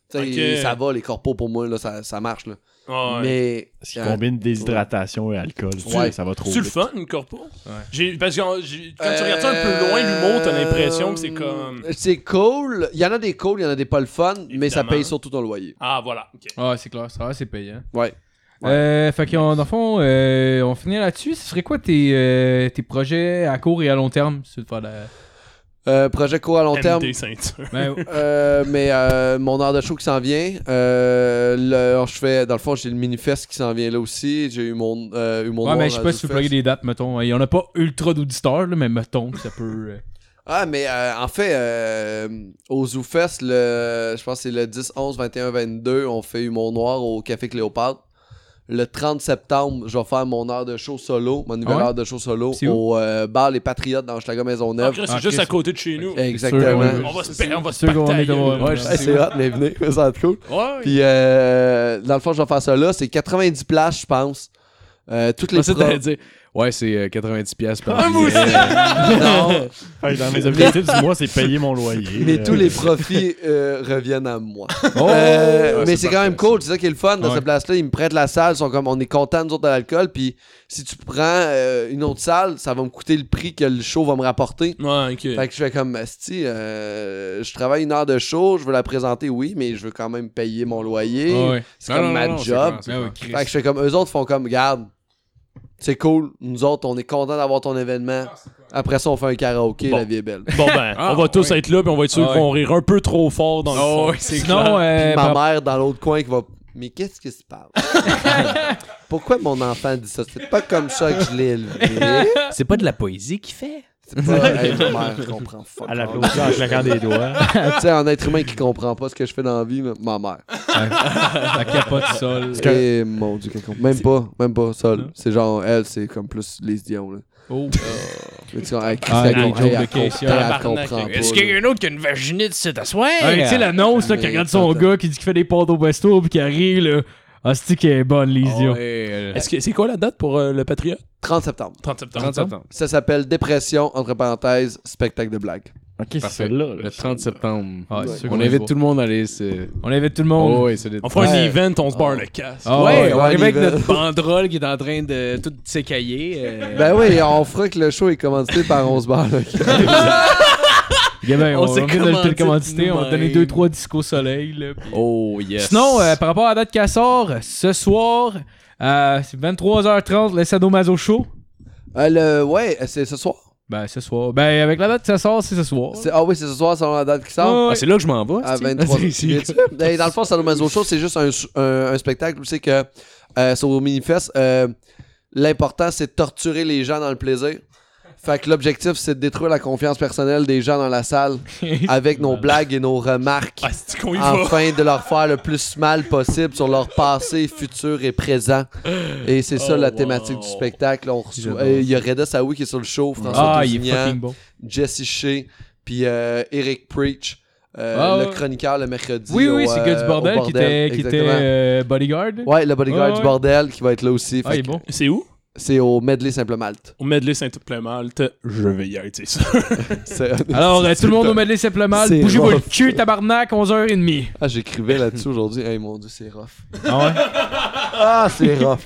S5: Tu sais,
S6: Ok.
S5: ça va, les corpos pour moi, là, ça, ça marche. Là.
S6: Ah, Ouais.
S5: Mais.
S1: Ce qui combine déshydratation et alcool. Tu-
S5: Ouais.
S1: Ça va trop
S6: C'est le
S1: vite.
S6: fun, une corpo? J'ai- Parce que euh, j'ai- quand tu
S5: Euh,
S6: regardes ça un peu loin, l'humour, t'as l'impression que c'est comme...
S5: C'est cool. Il y en a des cool, il y en a des pas le fun, mais ça
S6: Évidemment.
S5: paye surtout ton loyer.
S6: Ah, voilà. ok.
S3: Ah, c'est clair, ça, c'est payant.
S5: Ouais.
S3: Euh, fait qu'on, dans le fond, euh, on finit là-dessus. Ce serait quoi tes, euh, tes projets à court et à long terme? sur le faire de la-
S5: Euh, projet court à long
S6: MD
S5: terme.
S6: ceinture.
S3: Ben,
S5: Euh, mais euh, mon heure de show qui s'en vient. Euh, le- je fais, dans le fond, j'ai le mini-fest qui s'en vient là aussi. J'ai eu mon. Euh, eu mon
S3: ouais,
S5: noir
S3: mais je sais
S5: à
S3: pas
S5: Zoo
S3: si vous
S5: Fest.
S3: pluguez des dates, mettons. Il y en a pas ultra d'auditeurs, là, mais mettons que ça peut. euh,
S5: Ah, mais euh, en fait, euh, au ZooFest, le, je pense que c'est le 10, 11, 21, 22, on fait Humour Noir au Café Cléopâtre. Le 30 septembre, je vais faire mon heure de show solo, mon nouvelle
S3: Ah ouais?
S5: heure de show solo
S3: C'est où?
S5: au euh, bar Les Patriotes dans Hochelaga
S6: Ah,
S5: Maisonneuve.
S6: Chris,
S3: Ah,
S6: c'est juste
S3: Chris.
S6: à côté de chez nous.
S3: Sûr,
S5: Exactement.
S6: On va se pa- on va se
S3: sûr qu'on est
S6: pactailler.
S3: devant-
S6: Ouais,
S5: Ouais,
S6: je
S5: hey,
S6: sais.
S5: c'est hot, mais venez, ça va être cool.
S6: Ouais.
S5: Puis, euh, dans le fond, je vais faire ça là. C'est 90 places, je pense. Euh, toutes les
S4: Moi, ça,
S5: pro-
S4: t'allais dire. Ouais, c'est euh, 90$ piastres par
S6: Ah, moi
S4: billet.
S5: Non,
S1: Fait que Dans mes objectifs du mois, c'est payer mon loyer.
S5: mais
S1: Euh,
S5: tous les profits euh, reviennent à moi.
S3: Oh!
S5: Euh,
S4: ouais,
S5: mais
S4: c'est
S5: c'est quand
S4: parfait,
S5: même cool, c'est ça qui est le fun dans
S3: Ouais.
S5: cette place-là. Ils me prêtent la salle, ils sont comme on est content nous autres de l'alcool. Puis si tu prends euh, une autre salle, ça va me coûter le prix que le show va me rapporter.
S6: Ouais, ok.
S5: Fait que je fais comme Asti, euh, je travaille une heure de show, je veux la présenter, oui, mais je veux quand même payer mon loyer.
S3: Ah ouais.
S5: C'est comme ma job.
S3: Ah ouais, Chris.
S5: Fait que je fais comme eux autres font comme garde. C'est cool, nous autres, on est content d'avoir ton événement. Après ça, on fait un karaoké,
S6: Bon.
S5: la vie est belle.
S6: Bon, ben,
S4: Ah,
S6: on va tous être là, puis on va être sûr
S3: Ah,
S6: qu'on rire un peu trop fort dans le
S4: Oh,
S6: fond.
S4: ouais, c'est
S3: Sinon, euh,
S5: Puis
S3: par-
S5: ma mère dans l'autre coin qui va. Mais qu'est-ce qui se passe? Pourquoi mon enfant dit ça? C'est pas comme ça que je l'ai élevé.
S8: C'est pas de la poésie qu'il fait.
S5: C'est pas, hey, ma mère comprend fuck.
S1: À
S5: all.
S1: l'applaudissant en claquant des doigts.
S5: Tu sais, un être humain qui comprend pas ce que je fais dans la vie, mais ma mère.
S3: La capote sol.
S5: Et mon dieu, qu'elle comprend. Même pas, même pas, seule. C'est genre, elle, c'est comme plus les Dion, là.
S3: Oh.
S5: Mais tu sais, elle,
S3: Ah,
S5: elle,
S3: les
S5: comprend-
S3: jokes
S5: elle
S3: de
S5: comprend-
S3: Kesha.
S5: elle comprend pas.
S9: Est-ce
S5: là.
S9: qu'il y a un autre qui a une vaginite c'est à soir?
S3: Hey, tu sais, l'annonce, là, qui
S5: Mais
S3: regarde son
S5: attends.
S3: gars, qui dit qu'il fait des portes au Westo, puis qui arrive, là. Ah, c'est qu'elle est bonne, Lizio. euh,
S6: Est-ce que c'est quoi la date pour euh, le Patriote
S5: 30 septembre.
S6: 30 Ah, septembre.
S4: 30 septembre.
S5: Ça s'appelle Dépression, entre parenthèses, spectacle de blague.
S1: Ok, c'est
S4: Parfait.
S1: celle-là. là.
S4: Le 30 septembre.
S3: Ah, c'est sûr
S4: On
S3: qu'on
S4: invite
S3: va.
S4: tout le monde à aller. c'est-
S3: On invite tout le
S4: Oh,
S3: monde.
S4: ouais, c'est des-
S6: On fera
S5: Ouais.
S6: un event, on se barre le casse.
S3: Ah,
S4: ouais,
S5: ouais,
S4: on arrive
S5: on y
S4: avec
S5: va.
S4: notre banderole qui est en train de tout s'écailler. euh,
S5: Ben oui, on fera que le show est commandité par 11 bars. là.
S3: Yeah, ben,
S4: On
S3: on,
S4: s'est
S3: vient de le
S4: commandé
S3: télécommanditer, on va donner
S6: ben.
S4: nous-mêmes.
S3: 2-3 discos soleil, là. puis-
S4: Oh, yes.
S3: Sinon, euh, par rapport à la date qu'elle sort, ce soir, euh, c'est 23h30, le Sadomaso Show.
S5: Euh, le- ouais, c'est ce soir.
S3: Ben, ce soir. Ben, avec la date que ça sort, c'est ce soir.
S5: C'est- Ah oui, c'est ce soir, selon la date qui sort.
S3: Ouais,
S4: Ah, c'est là que je m'en vais.
S5: à
S4: c'est-tu?
S5: 23
S4: C'est ici.
S5: Viens-tu? Ben, dans le fond Sadomaso Show c'est juste un, un, un spectacle où c'est que euh, sur au Minifest euh, l'important c'est de torturer les gens dans le plaisir fait que l'objectif c'est de détruire la confiance personnelle des gens dans la salle avec nos blagues et nos remarques
S6: Ah, c'est qu'on y va.
S5: afin de leur faire le plus mal possible sur leur passé, futur et présent. Et c'est ça
S6: Oh,
S5: la thématique
S6: wow.
S5: du spectacle. On reçoit-
S3: J'adore.
S5: euh, Il y a Reda Saoui qui est sur le show, François
S3: ah, il est
S5: Tousignan,
S3: fucking bon.
S5: Jesse Shea, puis euh, Eric Preach, euh,
S3: Ah ouais.
S5: le chroniqueur le mercredi.
S3: Oui, oui,
S5: au,
S3: c'est
S5: euh,
S3: le gars du
S5: au
S3: bordel, qui était, qui était
S5: exactement.
S3: euh, bodyguard.
S5: Ouais, le bodyguard
S3: Ouais, ouais.
S5: du bordel qui va être là aussi.
S3: ah,
S5: Fait
S3: il est
S5: que
S3: bon.
S6: C'est où
S5: C'est au Medley Simple Malte.
S6: Au Medley Saint-Malte. Je vais y aller, c'est ça.
S5: C'est-
S3: Alors, euh, tout le monde au medley simplement,
S5: C'est
S3: bougez-vous le
S5: rough.
S3: cul, tabarnak, 11h30.
S5: Ah, j'écrivais là-dessus aujourd'hui. Hey, mon dieu, c'est rough.
S3: Ah ouais?
S5: Ah, c'est rough.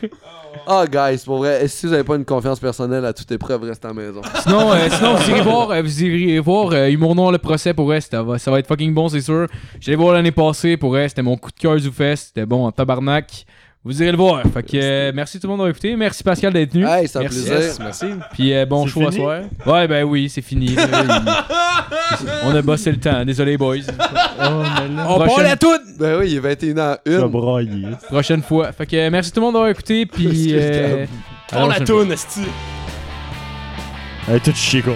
S5: Ah, guys, pour vrai, si vous avez pas une confiance personnelle à toute épreuve, restez à la maison.
S3: Sinon, euh, sinon vous irez voir, euh, vous irez voir euh, Humour Noir le procès pour elle, ça va, ça va être fucking bon, c'est sûr. J'allais voir l'année passée pour elle, c'était mon coup de cœur du fest, c'était bon en tabarnak. Vous irez le voir. Fait que euh, merci tout le monde d'avoir écouté, merci Pascal d'être venu.
S5: Hey, c'est un
S3: Merci.
S5: plaisir.
S4: Merci.
S3: Puis euh, bon
S1: C'est
S3: show à
S1: fini?
S3: soir. Ouais, ben oui, c'est fini. Euh, il- On a bossé le temps, désolé boys.
S4: On parle à toutes!
S5: Ben oui, il est 21
S1: Tu vas
S5: h 1
S1: broyer.
S3: Prochaine fois. Fait que euh, merci tout le monde d'avoir écouté, puis
S5: Excuse-moi.
S6: Ah,
S3: euh, à la
S6: On la
S3: prochaine
S6: tourne, esti.
S1: Elle est toute chico.